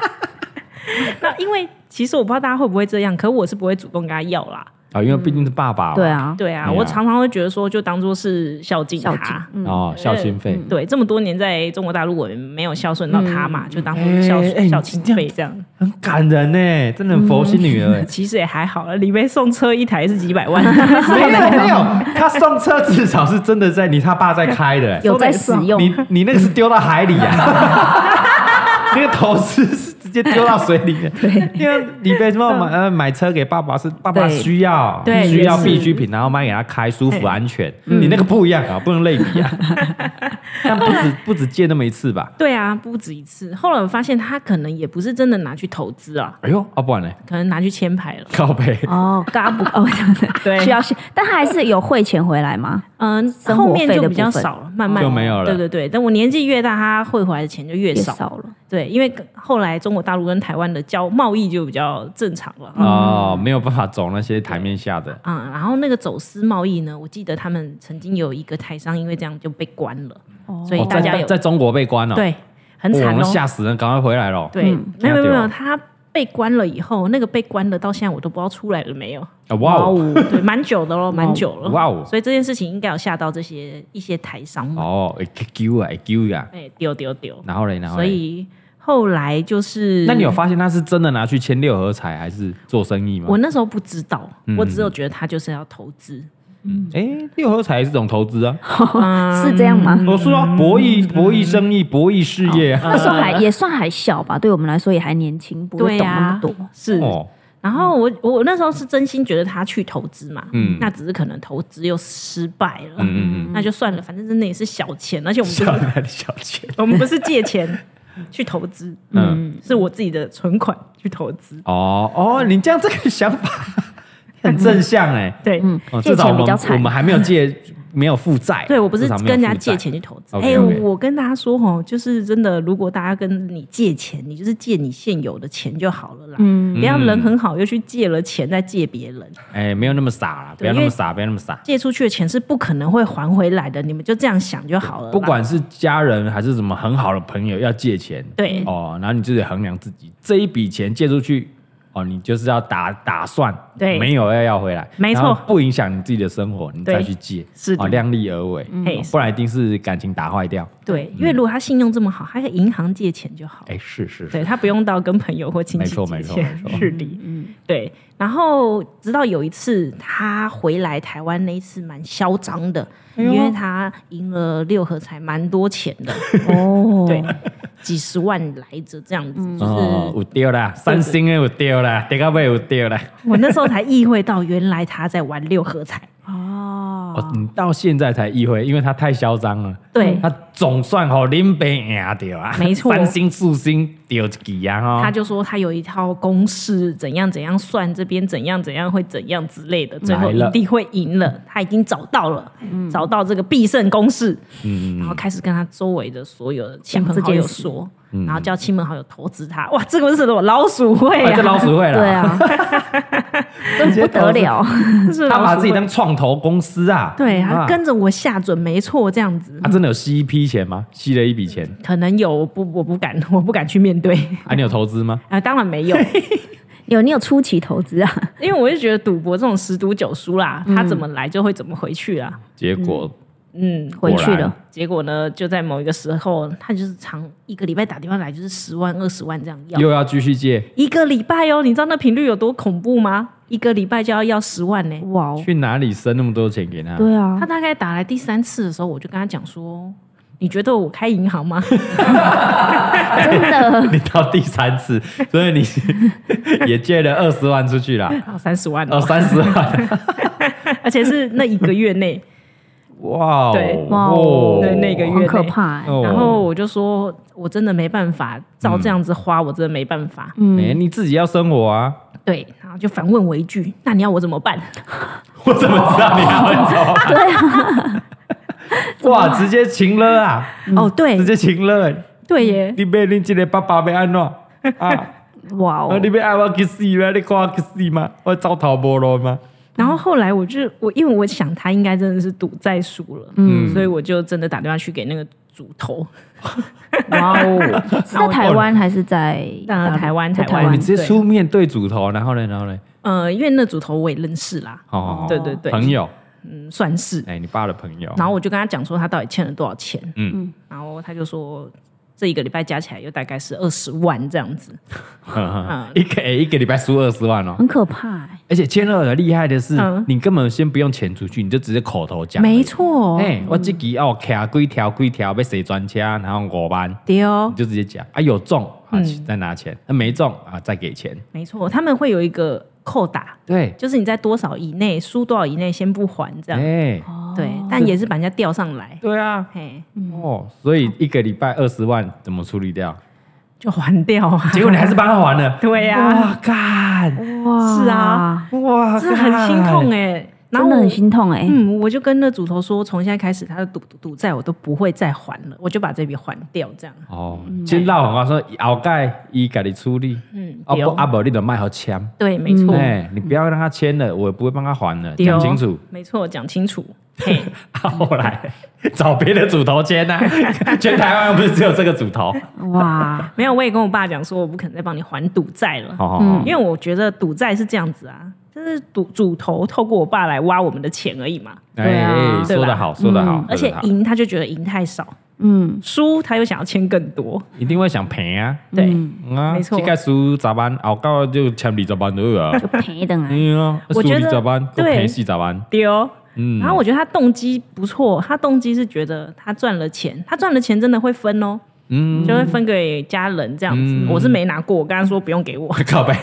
[SPEAKER 1] 那因为其实我不知道大家会不会这样，可我是不会主动跟他要啦。
[SPEAKER 2] 啊，因为毕竟是爸爸嘛，
[SPEAKER 3] 对啊，
[SPEAKER 1] 对啊，
[SPEAKER 2] 哎呀
[SPEAKER 1] 我常常会觉得说，就当做是孝敬
[SPEAKER 3] 孝
[SPEAKER 1] 他。
[SPEAKER 3] 敬。嗯，
[SPEAKER 2] 哦，孝心费。
[SPEAKER 1] 对，这么多年在中国大陆，我也没有孝顺到他嘛，就当做孝
[SPEAKER 2] 哎哎
[SPEAKER 1] 孝
[SPEAKER 2] 你
[SPEAKER 1] 亲
[SPEAKER 2] 这样
[SPEAKER 1] 费这样。
[SPEAKER 2] 很感人呢，真的很
[SPEAKER 1] 嗯
[SPEAKER 2] 佛心女儿哎。
[SPEAKER 1] 其实也还好了，里面送车一台是几百万，
[SPEAKER 2] 没有没有，他送车至少是真的在你他爸在开的、欸，
[SPEAKER 3] 有在使用
[SPEAKER 2] 你你那个是丢到海里啊， 那个投资是直接丢到水里的。因为你为什么买呃买车给爸爸是爸爸
[SPEAKER 3] 对
[SPEAKER 2] 需要
[SPEAKER 1] 对
[SPEAKER 2] 需要
[SPEAKER 1] 也是
[SPEAKER 2] 必需品，然后卖给他开舒服
[SPEAKER 1] 哎
[SPEAKER 2] 安全，你那个不一样啊，不能类比啊。 但不止不止借那么一次吧？
[SPEAKER 1] 对啊，不止一次。后来我发现他可能也不是真的拿去投资啊，
[SPEAKER 2] 哎呦，啊不然呢？
[SPEAKER 1] 可能拿去签牌了。
[SPEAKER 2] 靠背
[SPEAKER 3] 哦，嘎不 哦，
[SPEAKER 1] 对
[SPEAKER 3] 需要先，但他还是有汇钱回来吗？
[SPEAKER 1] 嗯，
[SPEAKER 3] 生活
[SPEAKER 1] 后面
[SPEAKER 3] 费
[SPEAKER 1] 就
[SPEAKER 3] 的
[SPEAKER 1] 比
[SPEAKER 3] 部
[SPEAKER 1] 较
[SPEAKER 3] 分
[SPEAKER 1] 少了，慢慢
[SPEAKER 2] 就没有了
[SPEAKER 1] 对对对，但我年纪越大，他汇回来的钱就越
[SPEAKER 3] 也
[SPEAKER 1] 少。
[SPEAKER 3] 少了，
[SPEAKER 1] 对，因为后来中国大陆跟台湾的交贸易就比较正常了。
[SPEAKER 3] 嗯
[SPEAKER 2] 哦，没有办法走那些台面下的。
[SPEAKER 1] 啊、然后那个走私贸易呢，我记得他们曾经有一个台商因为这样就被关了，所以
[SPEAKER 2] 哦
[SPEAKER 1] 大家
[SPEAKER 2] 在
[SPEAKER 1] 有、
[SPEAKER 2] 在中国被关了，哦
[SPEAKER 1] 对很
[SPEAKER 2] 哇
[SPEAKER 1] 惨
[SPEAKER 2] 那
[SPEAKER 1] 哦。
[SPEAKER 2] 吓死人，赶快回来咯。
[SPEAKER 1] 对，
[SPEAKER 3] 嗯
[SPEAKER 1] 没有没有没
[SPEAKER 2] 吓
[SPEAKER 1] 有，
[SPEAKER 2] 到
[SPEAKER 1] 他被关了以后，那个被关的到现在我都不知道出来了没有。
[SPEAKER 2] 啊哇哦，
[SPEAKER 1] 对，蛮久的咯，蛮久了。
[SPEAKER 2] 哇哦
[SPEAKER 1] 所以这件事情应该有吓到这些一些台商们。
[SPEAKER 2] 哦，会丢啊，会丢啊，
[SPEAKER 1] 哎，丢丢丢！
[SPEAKER 2] 然后嘞，然后
[SPEAKER 1] 所
[SPEAKER 2] 嘞，
[SPEAKER 1] 以后来就是，
[SPEAKER 2] 哎那你有发现他是真的拿去签六合彩，还是做生意吗
[SPEAKER 1] 我？那时候不知道，
[SPEAKER 2] 嗯
[SPEAKER 1] 我只有觉得他就是要投资，
[SPEAKER 2] 哎，六合彩也是种投资啊，
[SPEAKER 3] 是这样吗？
[SPEAKER 1] 嗯
[SPEAKER 2] 我说啊，博弈、博弈生意、博弈事业啊，
[SPEAKER 3] 那时候还也算还小吧，对我们来说也还年轻，不会
[SPEAKER 1] 对
[SPEAKER 3] 懂那
[SPEAKER 1] 呀
[SPEAKER 3] 么多。
[SPEAKER 1] 是。
[SPEAKER 2] 哦，
[SPEAKER 1] 然后我我那时候是真心觉得他去投资嘛，
[SPEAKER 2] 嗯
[SPEAKER 1] 那只是可能投资又失败了，
[SPEAKER 2] 嗯嗯
[SPEAKER 1] 那就算了，反正真的也是小钱，而且我
[SPEAKER 2] 嗯，
[SPEAKER 1] 们
[SPEAKER 2] 小
[SPEAKER 1] 不是
[SPEAKER 2] 男小姐，
[SPEAKER 1] 我们不是借钱去投资，
[SPEAKER 2] 嗯，
[SPEAKER 1] 是我自己的存款去投资，
[SPEAKER 2] 哦哦，你这样这个想法 很正向哎，
[SPEAKER 1] 对，
[SPEAKER 2] 哦，
[SPEAKER 3] 借
[SPEAKER 2] 至少
[SPEAKER 3] 钱
[SPEAKER 2] 我
[SPEAKER 3] 比较
[SPEAKER 2] 们
[SPEAKER 3] 惨
[SPEAKER 2] 我们还没有借，没有负债，
[SPEAKER 1] 对我不是
[SPEAKER 2] 至少没
[SPEAKER 1] 跟人
[SPEAKER 2] 有
[SPEAKER 1] 家
[SPEAKER 2] 负债
[SPEAKER 1] 借钱，去投资。哎、
[SPEAKER 2] OK，OK
[SPEAKER 1] 我跟大家说哦，就是真的，如果大家跟你借钱，你就是借你现有的钱就好了啦。
[SPEAKER 3] 嗯
[SPEAKER 1] 不要人很好，又去借了钱再借别人，
[SPEAKER 2] 哎，没有那么傻啦，不
[SPEAKER 1] 对
[SPEAKER 2] 要那
[SPEAKER 1] 因为
[SPEAKER 2] 么傻，不要那么傻。
[SPEAKER 1] 借出去的钱是不可能会还回来的，你们就这样想就好了啦。
[SPEAKER 2] 不管是家人还是什么很好的朋友要借钱，
[SPEAKER 1] 对
[SPEAKER 2] 哦，然后你就得衡量自己这一笔钱借出去，哦，你就是要打打算，
[SPEAKER 1] 对
[SPEAKER 2] 没有要要回来，
[SPEAKER 1] 没错
[SPEAKER 2] 然后不影响你自己的生活，你
[SPEAKER 1] 对
[SPEAKER 2] 再去借，
[SPEAKER 1] 是的嗯
[SPEAKER 2] 哦，量力而为，
[SPEAKER 1] 嘿
[SPEAKER 2] 哦不然一定是感情打坏掉。
[SPEAKER 1] 对，因为如果他信用这么好，他跟银行借钱就好了。
[SPEAKER 2] 哎，是是是，
[SPEAKER 1] 对他不用到跟朋友或亲戚
[SPEAKER 2] 没错
[SPEAKER 1] 借
[SPEAKER 2] 没
[SPEAKER 1] 钱
[SPEAKER 2] 错没错，
[SPEAKER 1] 是的，对。然后直到有一次他回来台湾那一次蛮嚣张的，因为他赢了六合彩，蛮多钱的，
[SPEAKER 3] 哦，
[SPEAKER 1] 对。几十万来着这样子，就是、
[SPEAKER 2] 哦，有丢啦，三星的有丢啦，迪卡贝有丢啦。
[SPEAKER 1] 我那时候才意会到，原来他在玩六合彩。
[SPEAKER 2] 哦
[SPEAKER 3] 哦，，
[SPEAKER 2] 你到现在才意会，因为他太嚣张了。
[SPEAKER 1] 对，
[SPEAKER 2] 他总算好林北赢掉啊，
[SPEAKER 1] 没错
[SPEAKER 2] 三星四星丢几样哦。
[SPEAKER 1] 他就说他有一套公式，怎样怎样算，这边怎样怎样会怎样之类的，最后
[SPEAKER 2] 来
[SPEAKER 1] 一
[SPEAKER 2] 了
[SPEAKER 1] 定会赢了。他已经找到了，找到这个必胜公
[SPEAKER 2] 嗯
[SPEAKER 1] 式，然后开始跟他周围的所有的亲朋好友说，
[SPEAKER 2] 嗯
[SPEAKER 1] 然后叫亲朋好友投资他。哇，这个是我老鼠会
[SPEAKER 2] 哎，
[SPEAKER 1] 啊，
[SPEAKER 2] 这老 鼠会了，
[SPEAKER 3] 对啊，真不得了，
[SPEAKER 1] 是
[SPEAKER 2] 他把
[SPEAKER 1] 老鼠
[SPEAKER 2] 自己
[SPEAKER 1] 会。
[SPEAKER 2] 当创投公司啊。
[SPEAKER 1] 对，他
[SPEAKER 2] 啊
[SPEAKER 1] 跟着我下准没错，这样子
[SPEAKER 2] 他啊真的有吸一批钱吗？吸了一笔钱
[SPEAKER 1] 可能有，我不，我不敢， 我不敢去面对
[SPEAKER 2] 啊？你有投资吗？
[SPEAKER 1] 啊，当然 没有，
[SPEAKER 3] 有你有初期投资啊？
[SPEAKER 1] 因为我就觉得赌博这种十赌九输啦，他怎么来就会怎么回去啦。
[SPEAKER 2] 结果
[SPEAKER 1] 嗯，
[SPEAKER 3] 回去
[SPEAKER 2] 果然
[SPEAKER 3] 了，
[SPEAKER 1] 结果呢，就在某一个时候，他就是常一个礼拜打电话来，就是十万、二十万这样要。
[SPEAKER 2] 又要继续借，
[SPEAKER 1] 一个礼拜哦，你知道那频率有多恐怖吗？一个礼拜就要要十万呢、
[SPEAKER 3] 哇哦，
[SPEAKER 2] 去哪里生那么多钱给他？
[SPEAKER 3] 对啊
[SPEAKER 1] 他，大概打来第三次的时候，我就跟他讲说：“你觉得我开银行吗？
[SPEAKER 3] 真的
[SPEAKER 2] 你到第三 次，所以你 也借了二十万出去啦，
[SPEAKER 1] 三十万
[SPEAKER 2] 哦，
[SPEAKER 1] 哦，
[SPEAKER 2] 三十万，
[SPEAKER 1] 而且是那一个月内。
[SPEAKER 2] 哇哦
[SPEAKER 1] 对，
[SPEAKER 3] 哇哦
[SPEAKER 1] 对那个月
[SPEAKER 3] 很可怕欸。
[SPEAKER 2] 哦
[SPEAKER 1] 然后我就说：“我真的没办法，照这样子花，我真的没办法。
[SPEAKER 2] 哎，你自己要生活啊，
[SPEAKER 1] 对，然后就反问我一句：“那你要我怎么办？”
[SPEAKER 2] 嗯我怎么知道你要走？ 对啊， 哇，直接情了啊，
[SPEAKER 3] 嗯
[SPEAKER 1] 哦，对
[SPEAKER 2] 直，接情了，
[SPEAKER 1] 对耶，
[SPEAKER 2] 你被你这个爸爸被安怎啊？ 啊，
[SPEAKER 3] 哇哦，
[SPEAKER 2] 你被爱我去死吗？你看我去死吗？我走投无路吗？
[SPEAKER 1] 然后后来我就我因为我想他应该真的是赌债输了，嗯，所以我就真的打电话去给那个主头，
[SPEAKER 3] 哇哦，是在台湾还是在
[SPEAKER 2] 呃
[SPEAKER 1] 当然台湾
[SPEAKER 3] 在
[SPEAKER 1] 台
[SPEAKER 2] 哦，
[SPEAKER 1] 湾
[SPEAKER 2] 你直接出面对主头，然后呢，然后呢？
[SPEAKER 1] 呃，因为那主头我也认识啦，
[SPEAKER 2] 哦，
[SPEAKER 1] 对对对
[SPEAKER 2] 朋友，
[SPEAKER 1] 嗯，算是。
[SPEAKER 2] 哎，你爸的朋友，
[SPEAKER 1] 然后我就跟他讲说他到底欠了多少钱，
[SPEAKER 2] 嗯
[SPEAKER 1] 嗯，然后他就说这一个礼拜加起来又大概是二十万这样子， 嗯
[SPEAKER 2] 一个哎一个礼拜输二十万哦。
[SPEAKER 3] 很可怕欸，
[SPEAKER 2] 而且千二的厉害的是
[SPEAKER 1] 嗯，
[SPEAKER 2] 你根本先不用钱出去，你就直接口头讲。
[SPEAKER 1] 没。错，
[SPEAKER 2] 哎，我这期哦，卡几条几条被谁专车，然后五万。
[SPEAKER 1] 对哦嗯
[SPEAKER 2] 你，就直接讲啊，有中啊，再拿钱；那、没中啊，再给钱。
[SPEAKER 1] 没错，他们会有一个扣打，
[SPEAKER 2] 对，
[SPEAKER 1] 就是你在多少以内输多少以内先不还这
[SPEAKER 2] 哎、
[SPEAKER 1] 样，哦对，但也是把人家调上来，
[SPEAKER 2] 对啊，
[SPEAKER 1] 嘿，
[SPEAKER 2] 哦，所以一个礼拜二十万怎么处理 掉？
[SPEAKER 1] 就还掉啊，。
[SPEAKER 2] 结果你还是帮他还了
[SPEAKER 1] 对呀、
[SPEAKER 2] 哇干，
[SPEAKER 3] 哇
[SPEAKER 1] 是啊，
[SPEAKER 2] 哇，
[SPEAKER 1] 真的很心痛
[SPEAKER 2] 哎、
[SPEAKER 1] 哎、然
[SPEAKER 3] 真
[SPEAKER 1] 后
[SPEAKER 3] 的
[SPEAKER 1] 我
[SPEAKER 3] 很心痛哎，
[SPEAKER 1] 嗯，我就跟那主头说，从现在开始他的赌赌债我都不会再还了，我就把这笔还掉，这样。
[SPEAKER 2] 哦，先绕红啊，说后盖伊家己处理，
[SPEAKER 1] 嗯，
[SPEAKER 2] 啊
[SPEAKER 1] 对
[SPEAKER 2] 不啊不，你就卖好签。
[SPEAKER 1] 对，没错，
[SPEAKER 2] 哎、你不要让他签了，我也不会帮他还了，
[SPEAKER 1] 对哦
[SPEAKER 2] 讲清楚。
[SPEAKER 1] 没错，讲清楚。嘿，
[SPEAKER 2] 啊后来找别的主头签呐、啊， 全台湾又不是只有这个主头。
[SPEAKER 3] 哇，
[SPEAKER 1] 没有，我也跟我爸讲说，我不可能再帮你还赌债了，
[SPEAKER 2] 哦，
[SPEAKER 3] 嗯
[SPEAKER 1] 因为我觉得赌债是这样子啊，就是赌主头透过我爸来挖我们的钱而已嘛，
[SPEAKER 3] 对啊
[SPEAKER 2] 哎，说得好，说得好，
[SPEAKER 1] 嗯而且
[SPEAKER 2] 说得好
[SPEAKER 1] 赢他就觉得赢太少，
[SPEAKER 3] 嗯，
[SPEAKER 1] 输他又想要签更多，
[SPEAKER 2] 一定会想赔啊，
[SPEAKER 1] 对，
[SPEAKER 2] 嗯啊，
[SPEAKER 1] 没错
[SPEAKER 2] 这个输十万，后到就签二十万就好啊，
[SPEAKER 3] 就 赔的啊
[SPEAKER 2] 哎，呀，输
[SPEAKER 1] 我觉
[SPEAKER 2] 二
[SPEAKER 1] 得
[SPEAKER 2] 十万，够
[SPEAKER 1] 对
[SPEAKER 2] 赔四十万，
[SPEAKER 1] 对哦。
[SPEAKER 2] 嗯，
[SPEAKER 1] 然后我觉得他动机不错，他动机是觉得他赚了钱，他赚了钱真的会分哦，
[SPEAKER 2] 嗯，
[SPEAKER 1] 就会分给家人这样子。
[SPEAKER 2] 嗯
[SPEAKER 1] 我是没拿过，我跟他说不用给我，
[SPEAKER 2] 靠背，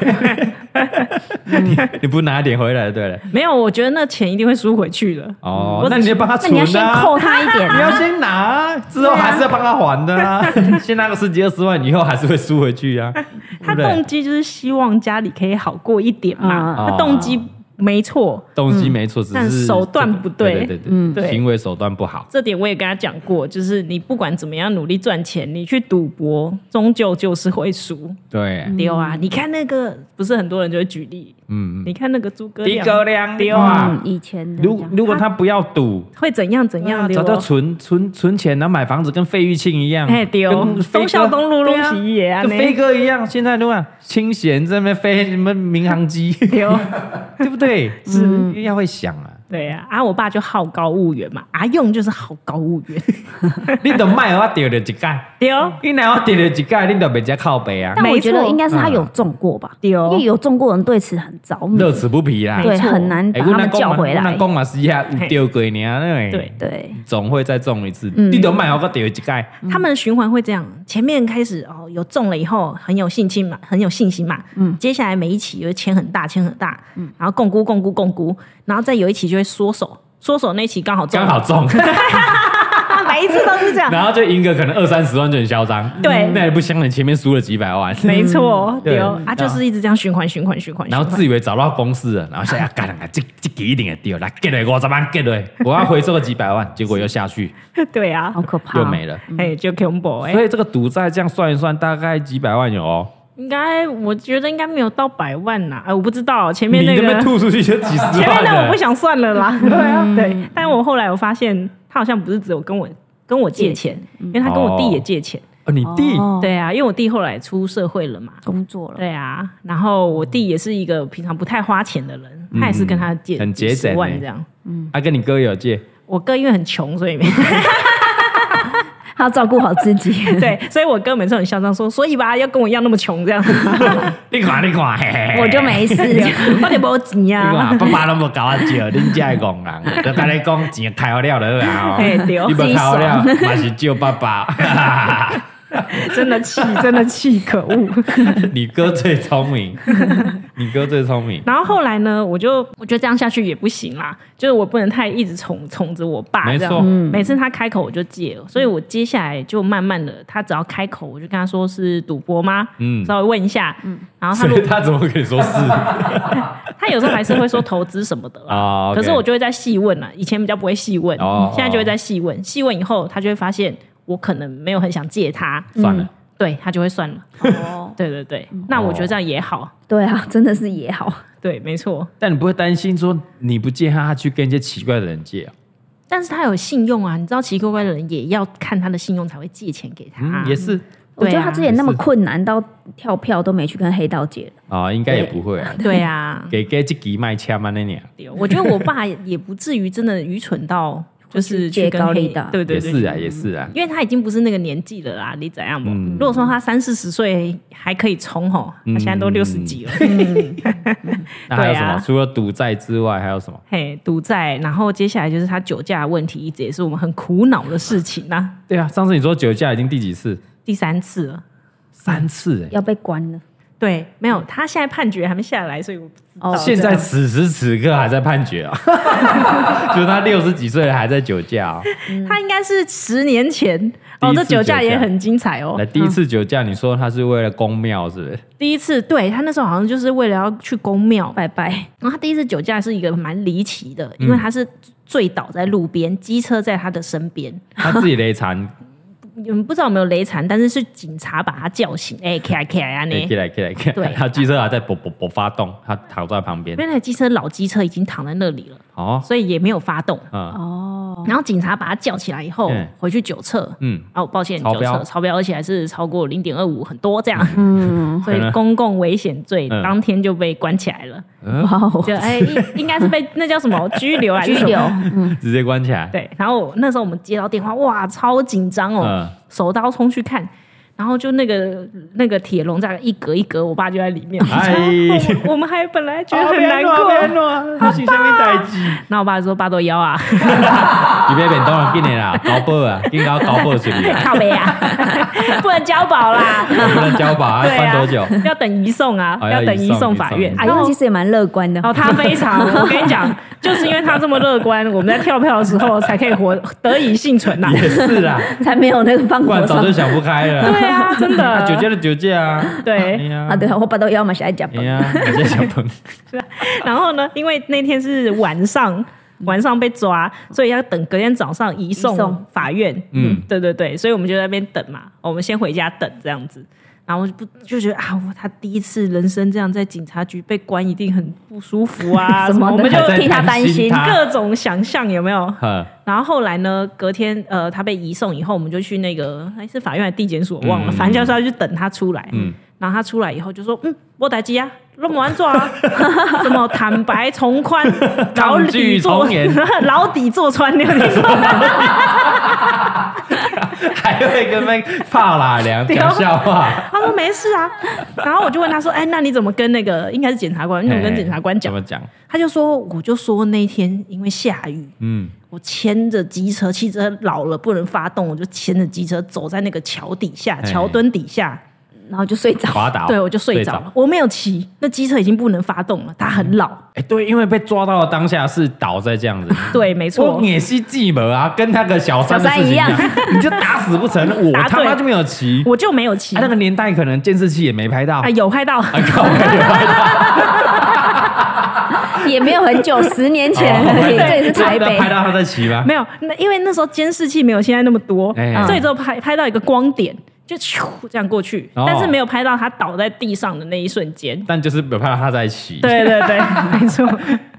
[SPEAKER 2] 你你不拿点回来，对了，
[SPEAKER 1] 没有，我觉得那钱一定会输回去的。
[SPEAKER 2] 哦
[SPEAKER 1] 我，
[SPEAKER 2] 那你就帮他
[SPEAKER 3] 那你要
[SPEAKER 2] 存
[SPEAKER 3] 先
[SPEAKER 2] 啊。
[SPEAKER 3] 扣 他一点
[SPEAKER 2] 你要
[SPEAKER 3] 啊，
[SPEAKER 2] 先拿，之后
[SPEAKER 1] 啊
[SPEAKER 2] 还是要帮他还的啦。 先拿个十几二十万，以后还是会输回去啊，对
[SPEAKER 1] 他
[SPEAKER 2] 不
[SPEAKER 1] 动
[SPEAKER 2] 对？
[SPEAKER 1] 机就是希望家里可以好过一点嘛，
[SPEAKER 2] 嗯
[SPEAKER 1] 他动机没错，
[SPEAKER 2] 动机没错，只
[SPEAKER 1] 嗯但
[SPEAKER 2] 是
[SPEAKER 1] 手段不对
[SPEAKER 2] 对对对
[SPEAKER 3] 嗯
[SPEAKER 2] 对，
[SPEAKER 1] 对
[SPEAKER 2] 行为手段不好。
[SPEAKER 1] 这点我也跟他讲过，就是你不管怎么样努力赚钱，你去赌博，终究就是会输。
[SPEAKER 2] 对，
[SPEAKER 1] 丢啊！你看那个，不是很多人就会举例，
[SPEAKER 2] 嗯，
[SPEAKER 1] 你看那个诸葛
[SPEAKER 2] 一
[SPEAKER 1] 亮
[SPEAKER 2] 哥亮
[SPEAKER 1] 对
[SPEAKER 2] 丢啊
[SPEAKER 3] 嗯，！以前的
[SPEAKER 2] 如
[SPEAKER 3] 这样
[SPEAKER 2] 如果他不要赌，
[SPEAKER 1] 会怎样怎样
[SPEAKER 2] 啊
[SPEAKER 1] 丢
[SPEAKER 2] 早
[SPEAKER 1] 哦、
[SPEAKER 2] 就存存存钱，然后买房子，跟费玉清一样，
[SPEAKER 1] 哎对哦
[SPEAKER 2] 跟飞哥
[SPEAKER 1] 忠孝东路
[SPEAKER 2] 对
[SPEAKER 1] 弄起也啊
[SPEAKER 2] 跟
[SPEAKER 1] 呢
[SPEAKER 2] 飞哥一样。现在都啊，清 闲在那边飞什么民航机，
[SPEAKER 1] 丢，
[SPEAKER 2] 对不对？是要会想啊，
[SPEAKER 1] 对呀、啊，啊，我爸就好高骛远嘛，阿用就是好高骛远，
[SPEAKER 2] 你都卖我丢了一届，
[SPEAKER 1] 丢
[SPEAKER 2] 你拿我丢了一届，你都别加靠背啊，
[SPEAKER 3] 但我觉
[SPEAKER 1] 没
[SPEAKER 3] 得
[SPEAKER 1] 错
[SPEAKER 3] 应该是他有中过吧，
[SPEAKER 2] 嗯
[SPEAKER 3] 因为
[SPEAKER 1] 丢，
[SPEAKER 3] 有中过的人对此很着迷，
[SPEAKER 2] 乐此不疲啦。哎
[SPEAKER 1] 没
[SPEAKER 3] 嗯对，
[SPEAKER 1] 错
[SPEAKER 3] 很难把他们叫回来
[SPEAKER 2] 那。公马是下有丢过你啊，那
[SPEAKER 1] 对，
[SPEAKER 3] 对，
[SPEAKER 2] 总会再中一次。
[SPEAKER 3] 嗯
[SPEAKER 2] 你都卖我个丢一 届，
[SPEAKER 1] 他们的循环会这样，前面开始哦有中了以后很有信心嘛，很有信心嘛，嗯，接下来每一期就签很大，签很大，嗯，然后共估共估共估，然后再有一期就会缩手，缩手那一期刚好中
[SPEAKER 2] 刚好 中，
[SPEAKER 1] 啊，每一次都是这样，
[SPEAKER 2] 然后就赢个可能二三十万就很嚣张。嗯
[SPEAKER 1] 对
[SPEAKER 2] 那也不相人前面输了几百万，
[SPEAKER 1] 没错，
[SPEAKER 2] 嗯对
[SPEAKER 1] 丢啊，就是一直这样循环循环循环，
[SPEAKER 2] 然后自以为找到公式了，然后现在干了，这这个一定也丢，来 get 了我怎么 get 了？我要回收个几百万，结果又下去
[SPEAKER 1] 循环对啊
[SPEAKER 3] 好，可怕，
[SPEAKER 2] 又没了。
[SPEAKER 1] 哎，就 combo 哎
[SPEAKER 2] 所，以这个赌债这样算一算，大概几百万有哦。
[SPEAKER 1] 应该我觉得应该没有到百万呐，哎，我不知道前面
[SPEAKER 2] 你
[SPEAKER 1] 那
[SPEAKER 2] 那
[SPEAKER 1] 个
[SPEAKER 2] 边吐出去就几十 万
[SPEAKER 1] 前面那
[SPEAKER 2] 了
[SPEAKER 1] 我不想算了啦， 对啊，对。但我后来我发现，他好像不是只有跟我跟我借钱，因为他跟我弟也借钱，
[SPEAKER 2] 哦你弟
[SPEAKER 3] 哦
[SPEAKER 1] 对啊，因为我弟后来出社会了嘛，
[SPEAKER 3] 工作了，
[SPEAKER 1] 对啊。然后我弟也是一个平常不太花钱的人，他也是跟他借
[SPEAKER 2] 很节
[SPEAKER 1] 几
[SPEAKER 2] 省
[SPEAKER 1] 十
[SPEAKER 2] 欸
[SPEAKER 1] 万这样。
[SPEAKER 2] 啊，跟你哥有借，
[SPEAKER 1] 我哥因为很穷，所以没
[SPEAKER 3] 他要照顾好自 己。
[SPEAKER 1] 对，所以我哥每次很嚣张说，所以吧，要跟我一样那么穷这样，
[SPEAKER 2] 你看你看，嘿嘿嘿
[SPEAKER 3] 我就没啊事，
[SPEAKER 1] 我点不急
[SPEAKER 2] 你
[SPEAKER 1] 呀
[SPEAKER 2] 看，。爸爸都无搞我借，恁家的戆 人，啊就跟你讲钱开好了就好。啊
[SPEAKER 1] 嘿对
[SPEAKER 2] 你无开好了，嘛是借爸 爸。
[SPEAKER 1] 真的气，真的气，可恶！
[SPEAKER 2] 你哥最聪明，你哥最聪明。
[SPEAKER 1] 然后后来呢，我就我觉得这样下去也不行啦，就是我不能太一直宠宠着我爸
[SPEAKER 2] 没
[SPEAKER 1] 这样
[SPEAKER 2] 错，
[SPEAKER 1] 每次他开口我就戒了，所以我接下来就慢慢的，他只要开口我就跟他说是赌博吗？
[SPEAKER 2] 嗯
[SPEAKER 1] 稍微问一下，然后他
[SPEAKER 2] 所
[SPEAKER 1] 如
[SPEAKER 2] 以他怎么可 以说是？
[SPEAKER 1] 他有时候还是会说投资什么的 啦，
[SPEAKER 2] 哦，OK
[SPEAKER 1] 可是我就会在细问啊啦，以前比较不会细问，
[SPEAKER 2] 哦
[SPEAKER 1] 现在就会在细问，细问以后他就会发现我可能没有很想借他，
[SPEAKER 2] 算了，
[SPEAKER 1] 对他就会算了，
[SPEAKER 3] 哦，
[SPEAKER 1] 对对对，那我觉得这样也好，
[SPEAKER 3] 对啊，真的是也好，
[SPEAKER 1] 对，没错，
[SPEAKER 2] 但你不会担心说你不借他，他去跟一些奇怪的人借啊？
[SPEAKER 1] 但是他有信用啊，你知道奇奇怪怪的人也要看他的信用才会借钱给他啊，
[SPEAKER 2] 嗯，也是
[SPEAKER 3] 我觉
[SPEAKER 1] 对
[SPEAKER 3] 得
[SPEAKER 1] 啊
[SPEAKER 3] 他之前那么困难到跳票都没去跟黑道结了，
[SPEAKER 2] 啊，应该也不会啊。
[SPEAKER 1] 对啊，
[SPEAKER 2] 给给自己卖签啊嘛那年，
[SPEAKER 1] 对我觉得我爸也也不至于真的愚蠢 到就是去跟
[SPEAKER 3] 借高
[SPEAKER 1] 黑
[SPEAKER 3] 利贷
[SPEAKER 1] 对对
[SPEAKER 2] 也
[SPEAKER 1] 对，
[SPEAKER 2] 是啊，也是啊。
[SPEAKER 1] 因为他已经不是那个年纪了啦，你怎样嘛？
[SPEAKER 2] 嗯
[SPEAKER 1] 如果说他三四十岁还可以冲吼，他现在都六十几了，
[SPEAKER 2] 嗯那还有什
[SPEAKER 1] 对
[SPEAKER 2] 么？
[SPEAKER 1] 啊
[SPEAKER 2] 除了赌债之外，还有什么？
[SPEAKER 1] 嘿，赌债，然后接下来就是他酒驾的问题，一直也是我们很苦恼的事情呐、
[SPEAKER 2] 对啊，上次你说酒驾已经第几次？
[SPEAKER 1] 第三次了，
[SPEAKER 2] 三次哎。
[SPEAKER 3] 要被关了。
[SPEAKER 1] 对，没有，他现在判决还没下来，所以我不知道
[SPEAKER 3] 哦
[SPEAKER 2] 现在此时此刻还在判决啊， 就是他六十几岁了还在酒驾啊。
[SPEAKER 1] 他应该是十年前哦，
[SPEAKER 2] 第一
[SPEAKER 1] 这
[SPEAKER 2] 次酒
[SPEAKER 1] 酒
[SPEAKER 2] 驾
[SPEAKER 1] 驾也很精彩哦
[SPEAKER 2] 来，。第一次酒驾，你说他是为了公庙是不是？
[SPEAKER 1] 第一次，对他那时候好像就是为了要去公庙，
[SPEAKER 2] 哎
[SPEAKER 3] 拜拜，
[SPEAKER 1] 然后他第一次酒驾是一个蛮离奇的，
[SPEAKER 2] 嗯
[SPEAKER 1] 因为他是醉倒在路边，机车在他的身边，
[SPEAKER 2] 他自己累残，
[SPEAKER 1] 你们不知道有没有雷惨，但是是警察把他叫醒，哎、起来起来啊
[SPEAKER 2] 哎
[SPEAKER 1] 你！
[SPEAKER 2] 起来起来起 来，
[SPEAKER 1] 对嗯
[SPEAKER 2] 他机车还在勃勃勃发动，他躺在旁边
[SPEAKER 1] 因。为那个机车老机车已经躺在那里了，
[SPEAKER 2] 哦，
[SPEAKER 1] 所以也没有发动。
[SPEAKER 2] 嗯
[SPEAKER 1] 然后警察把他叫起来以后
[SPEAKER 2] 嗯，
[SPEAKER 1] 回去酒测，
[SPEAKER 2] 嗯，
[SPEAKER 1] 哦，抱歉，
[SPEAKER 2] 超
[SPEAKER 1] 酒
[SPEAKER 2] 标
[SPEAKER 1] 测超标，而且还是超过零点二五，很多这样， 所以公共危险罪
[SPEAKER 2] 嗯
[SPEAKER 1] 当天就被关起来了，
[SPEAKER 3] 哇哦，
[SPEAKER 1] 就哎、应应该是被那叫什么拘留啊，
[SPEAKER 3] 拘留，
[SPEAKER 2] 直接关起来。
[SPEAKER 1] 对，然后我那时候我们接到电话，哇，超紧张哦，
[SPEAKER 2] 嗯
[SPEAKER 1] 手刀冲去看，然后就那个那个铁笼在一格一格，我爸就在里面，
[SPEAKER 2] 哎
[SPEAKER 1] 我我们还本来觉得很难
[SPEAKER 2] 哦
[SPEAKER 1] 过，
[SPEAKER 2] 他是下面代志。
[SPEAKER 1] 然后我爸就说八都腰啊，
[SPEAKER 2] 你别变当然紧的 啦，高保啊，紧搞高保水 里啊，
[SPEAKER 1] 靠背啊， 不能交保啦，
[SPEAKER 2] 不能交保啊，
[SPEAKER 1] 对
[SPEAKER 2] 关
[SPEAKER 1] 啊
[SPEAKER 2] 多久？，
[SPEAKER 1] 要等移送啊，
[SPEAKER 2] 哦要
[SPEAKER 1] 要等
[SPEAKER 2] 移
[SPEAKER 1] 移
[SPEAKER 2] 送
[SPEAKER 1] 送
[SPEAKER 2] 移
[SPEAKER 1] 法
[SPEAKER 2] 送
[SPEAKER 1] 院。
[SPEAKER 2] 移
[SPEAKER 3] 阿
[SPEAKER 1] 然
[SPEAKER 3] 用
[SPEAKER 1] 后
[SPEAKER 3] 其实也蛮乐观的
[SPEAKER 1] 然，后他非常，我跟你讲，就是因为他这么乐观，我们在跳票的时候才可以活得以幸存呐、
[SPEAKER 2] 也是啦，
[SPEAKER 3] 才没有那个放
[SPEAKER 2] 不然
[SPEAKER 3] 火
[SPEAKER 2] 早
[SPEAKER 3] 上
[SPEAKER 2] 就想不开 了。
[SPEAKER 1] 对啊，真
[SPEAKER 2] 啊，
[SPEAKER 1] 的，
[SPEAKER 2] 酒驾的酒驾啊，哎
[SPEAKER 1] 对，
[SPEAKER 2] 呀
[SPEAKER 3] 啊。，对啊，我爸都要嘛，现在讲
[SPEAKER 2] 哎呀，我在想朋友，
[SPEAKER 1] 然后呢，因为那天是晚上，晚上被抓，所以要等隔天早上移
[SPEAKER 3] 移
[SPEAKER 1] 送
[SPEAKER 3] 送
[SPEAKER 1] 法院。
[SPEAKER 2] 嗯
[SPEAKER 1] 嗯，对对对，所以我们就在那边等嘛，我们先回家等这样子。然后就不就觉得啊，我他第一次人生这样在警察局被关，一定很不舒服啊
[SPEAKER 3] 什
[SPEAKER 1] 什么，
[SPEAKER 3] 么
[SPEAKER 1] 我
[SPEAKER 3] 的
[SPEAKER 1] 们就
[SPEAKER 2] 还在
[SPEAKER 3] 替他担
[SPEAKER 2] 担心
[SPEAKER 3] 心
[SPEAKER 2] 他
[SPEAKER 1] 各种想象有没有？
[SPEAKER 2] 呵
[SPEAKER 1] 然后后来呢，隔天呃，他被移送以后，我们就去那个哎还是法院还是地检署，我忘了，反正就是要去等他出来。
[SPEAKER 2] 嗯
[SPEAKER 1] 嗯，然后他出来以后就说，嗯，我打机啊，那么安做啊？ 什么坦白从 宽，牢
[SPEAKER 2] 抗拒
[SPEAKER 1] 底坐
[SPEAKER 2] 从 严，
[SPEAKER 1] 牢底坐穿，你有听过吗？
[SPEAKER 2] 还会跟那个怕啦凉
[SPEAKER 1] 对
[SPEAKER 2] 讲
[SPEAKER 1] 哦
[SPEAKER 2] 笑话。
[SPEAKER 1] 他说没事啊，然后我就问他说，哎，那你怎么跟那个应该是检察 官，你怎么跟检察官
[SPEAKER 2] 怎
[SPEAKER 1] 讲？
[SPEAKER 2] 么讲？
[SPEAKER 1] 他就说，我就说那天因为下雨，
[SPEAKER 2] 嗯，
[SPEAKER 1] 我牵着机车，汽车老了不能发动，我就牵着机车走在那个桥底下，
[SPEAKER 2] 嘿
[SPEAKER 1] 桥墩底下，
[SPEAKER 3] 然后就睡着。
[SPEAKER 2] 滑倒。
[SPEAKER 1] 对我就睡着了。。我没有骑，那机车已经不能发动了，它很老。
[SPEAKER 2] 哎，对，因为被抓到的当下是倒在这样子。
[SPEAKER 1] 对，没错
[SPEAKER 2] 我，也是寂寞啊，跟那个小三的事情
[SPEAKER 3] 小三，
[SPEAKER 2] 你就打死不 承认，我
[SPEAKER 1] 答对嗯
[SPEAKER 2] 他妈就没有骑。
[SPEAKER 1] 我就没有骑
[SPEAKER 2] 啊，那个年代可能监视器也没拍到
[SPEAKER 1] 啊，。有拍到。
[SPEAKER 2] 啊靠！
[SPEAKER 3] 也没有很久，十年前
[SPEAKER 2] 哦
[SPEAKER 3] 而已，这也是台
[SPEAKER 2] 那
[SPEAKER 3] 北
[SPEAKER 2] 拍。到他在骑吗？
[SPEAKER 1] 没有，那因为那时候监视器没有现在那么多，
[SPEAKER 2] 哎
[SPEAKER 1] 所以就拍拍到一个光点，就咻这样过去，
[SPEAKER 2] 哦
[SPEAKER 1] 但是没有拍到他倒在地上的那一瞬间。
[SPEAKER 2] 但就是有拍到他在骑。，
[SPEAKER 1] 对对对，没错，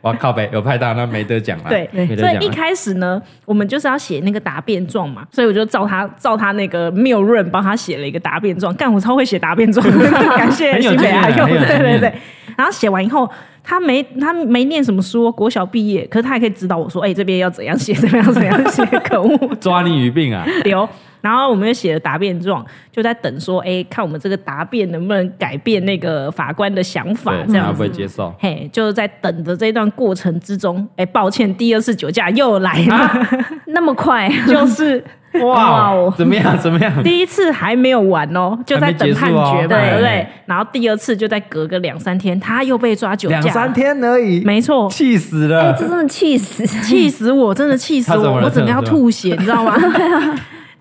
[SPEAKER 2] 哇靠北，有拍到那没得讲了。
[SPEAKER 1] 对
[SPEAKER 2] 没。得
[SPEAKER 1] 所
[SPEAKER 2] 讲啊
[SPEAKER 1] 以一
[SPEAKER 2] 了。
[SPEAKER 1] 开始呢，我们就是要写那个答辩状嘛，所以我就照他照他那个谬论帮他写了一个答辩状。干，我超会写答辩状， 感谢
[SPEAKER 2] 很有
[SPEAKER 1] 新北阿
[SPEAKER 2] 经验啊
[SPEAKER 1] 佑，
[SPEAKER 2] 很有
[SPEAKER 1] 对
[SPEAKER 2] 经验
[SPEAKER 1] 对对。然后写完以后，他没他没念什么书哦，国小毕业，可是他还可以指导我说，哎、这边要怎样写，这边要怎样写，可恶。
[SPEAKER 2] 抓你语病啊！
[SPEAKER 1] 丢。然后我们就写了答辩状，就在等说，哎，看我们这个答辩能不能改变那个法官的想法，
[SPEAKER 2] 对，
[SPEAKER 1] 这
[SPEAKER 2] 他
[SPEAKER 1] 样
[SPEAKER 2] 不
[SPEAKER 1] 子。
[SPEAKER 2] 会接受。
[SPEAKER 1] 嘿，就在等的这段过程之中，哎，抱歉，第二次酒驾又来了，
[SPEAKER 2] 啊
[SPEAKER 3] 那么 快，
[SPEAKER 1] 就是
[SPEAKER 2] 哇
[SPEAKER 3] 哇哦
[SPEAKER 2] 怎么样？怎么样？
[SPEAKER 1] 第一次还没有完哦，就在等判
[SPEAKER 2] 还
[SPEAKER 1] 决
[SPEAKER 2] 没结束哦
[SPEAKER 1] 嘛，对不对
[SPEAKER 2] 对？
[SPEAKER 1] 然后第二次就再隔个两三天，他又被抓酒驾，
[SPEAKER 2] 两三，天而已，
[SPEAKER 1] 没错，
[SPEAKER 2] 气死
[SPEAKER 3] 哎
[SPEAKER 2] 了，
[SPEAKER 3] 这。真的气死！
[SPEAKER 1] 气死我，真的气死
[SPEAKER 2] 他怎么
[SPEAKER 1] 我，
[SPEAKER 2] 了
[SPEAKER 1] 我整个要
[SPEAKER 2] 他怎么了
[SPEAKER 1] 吐血，你知 道吗？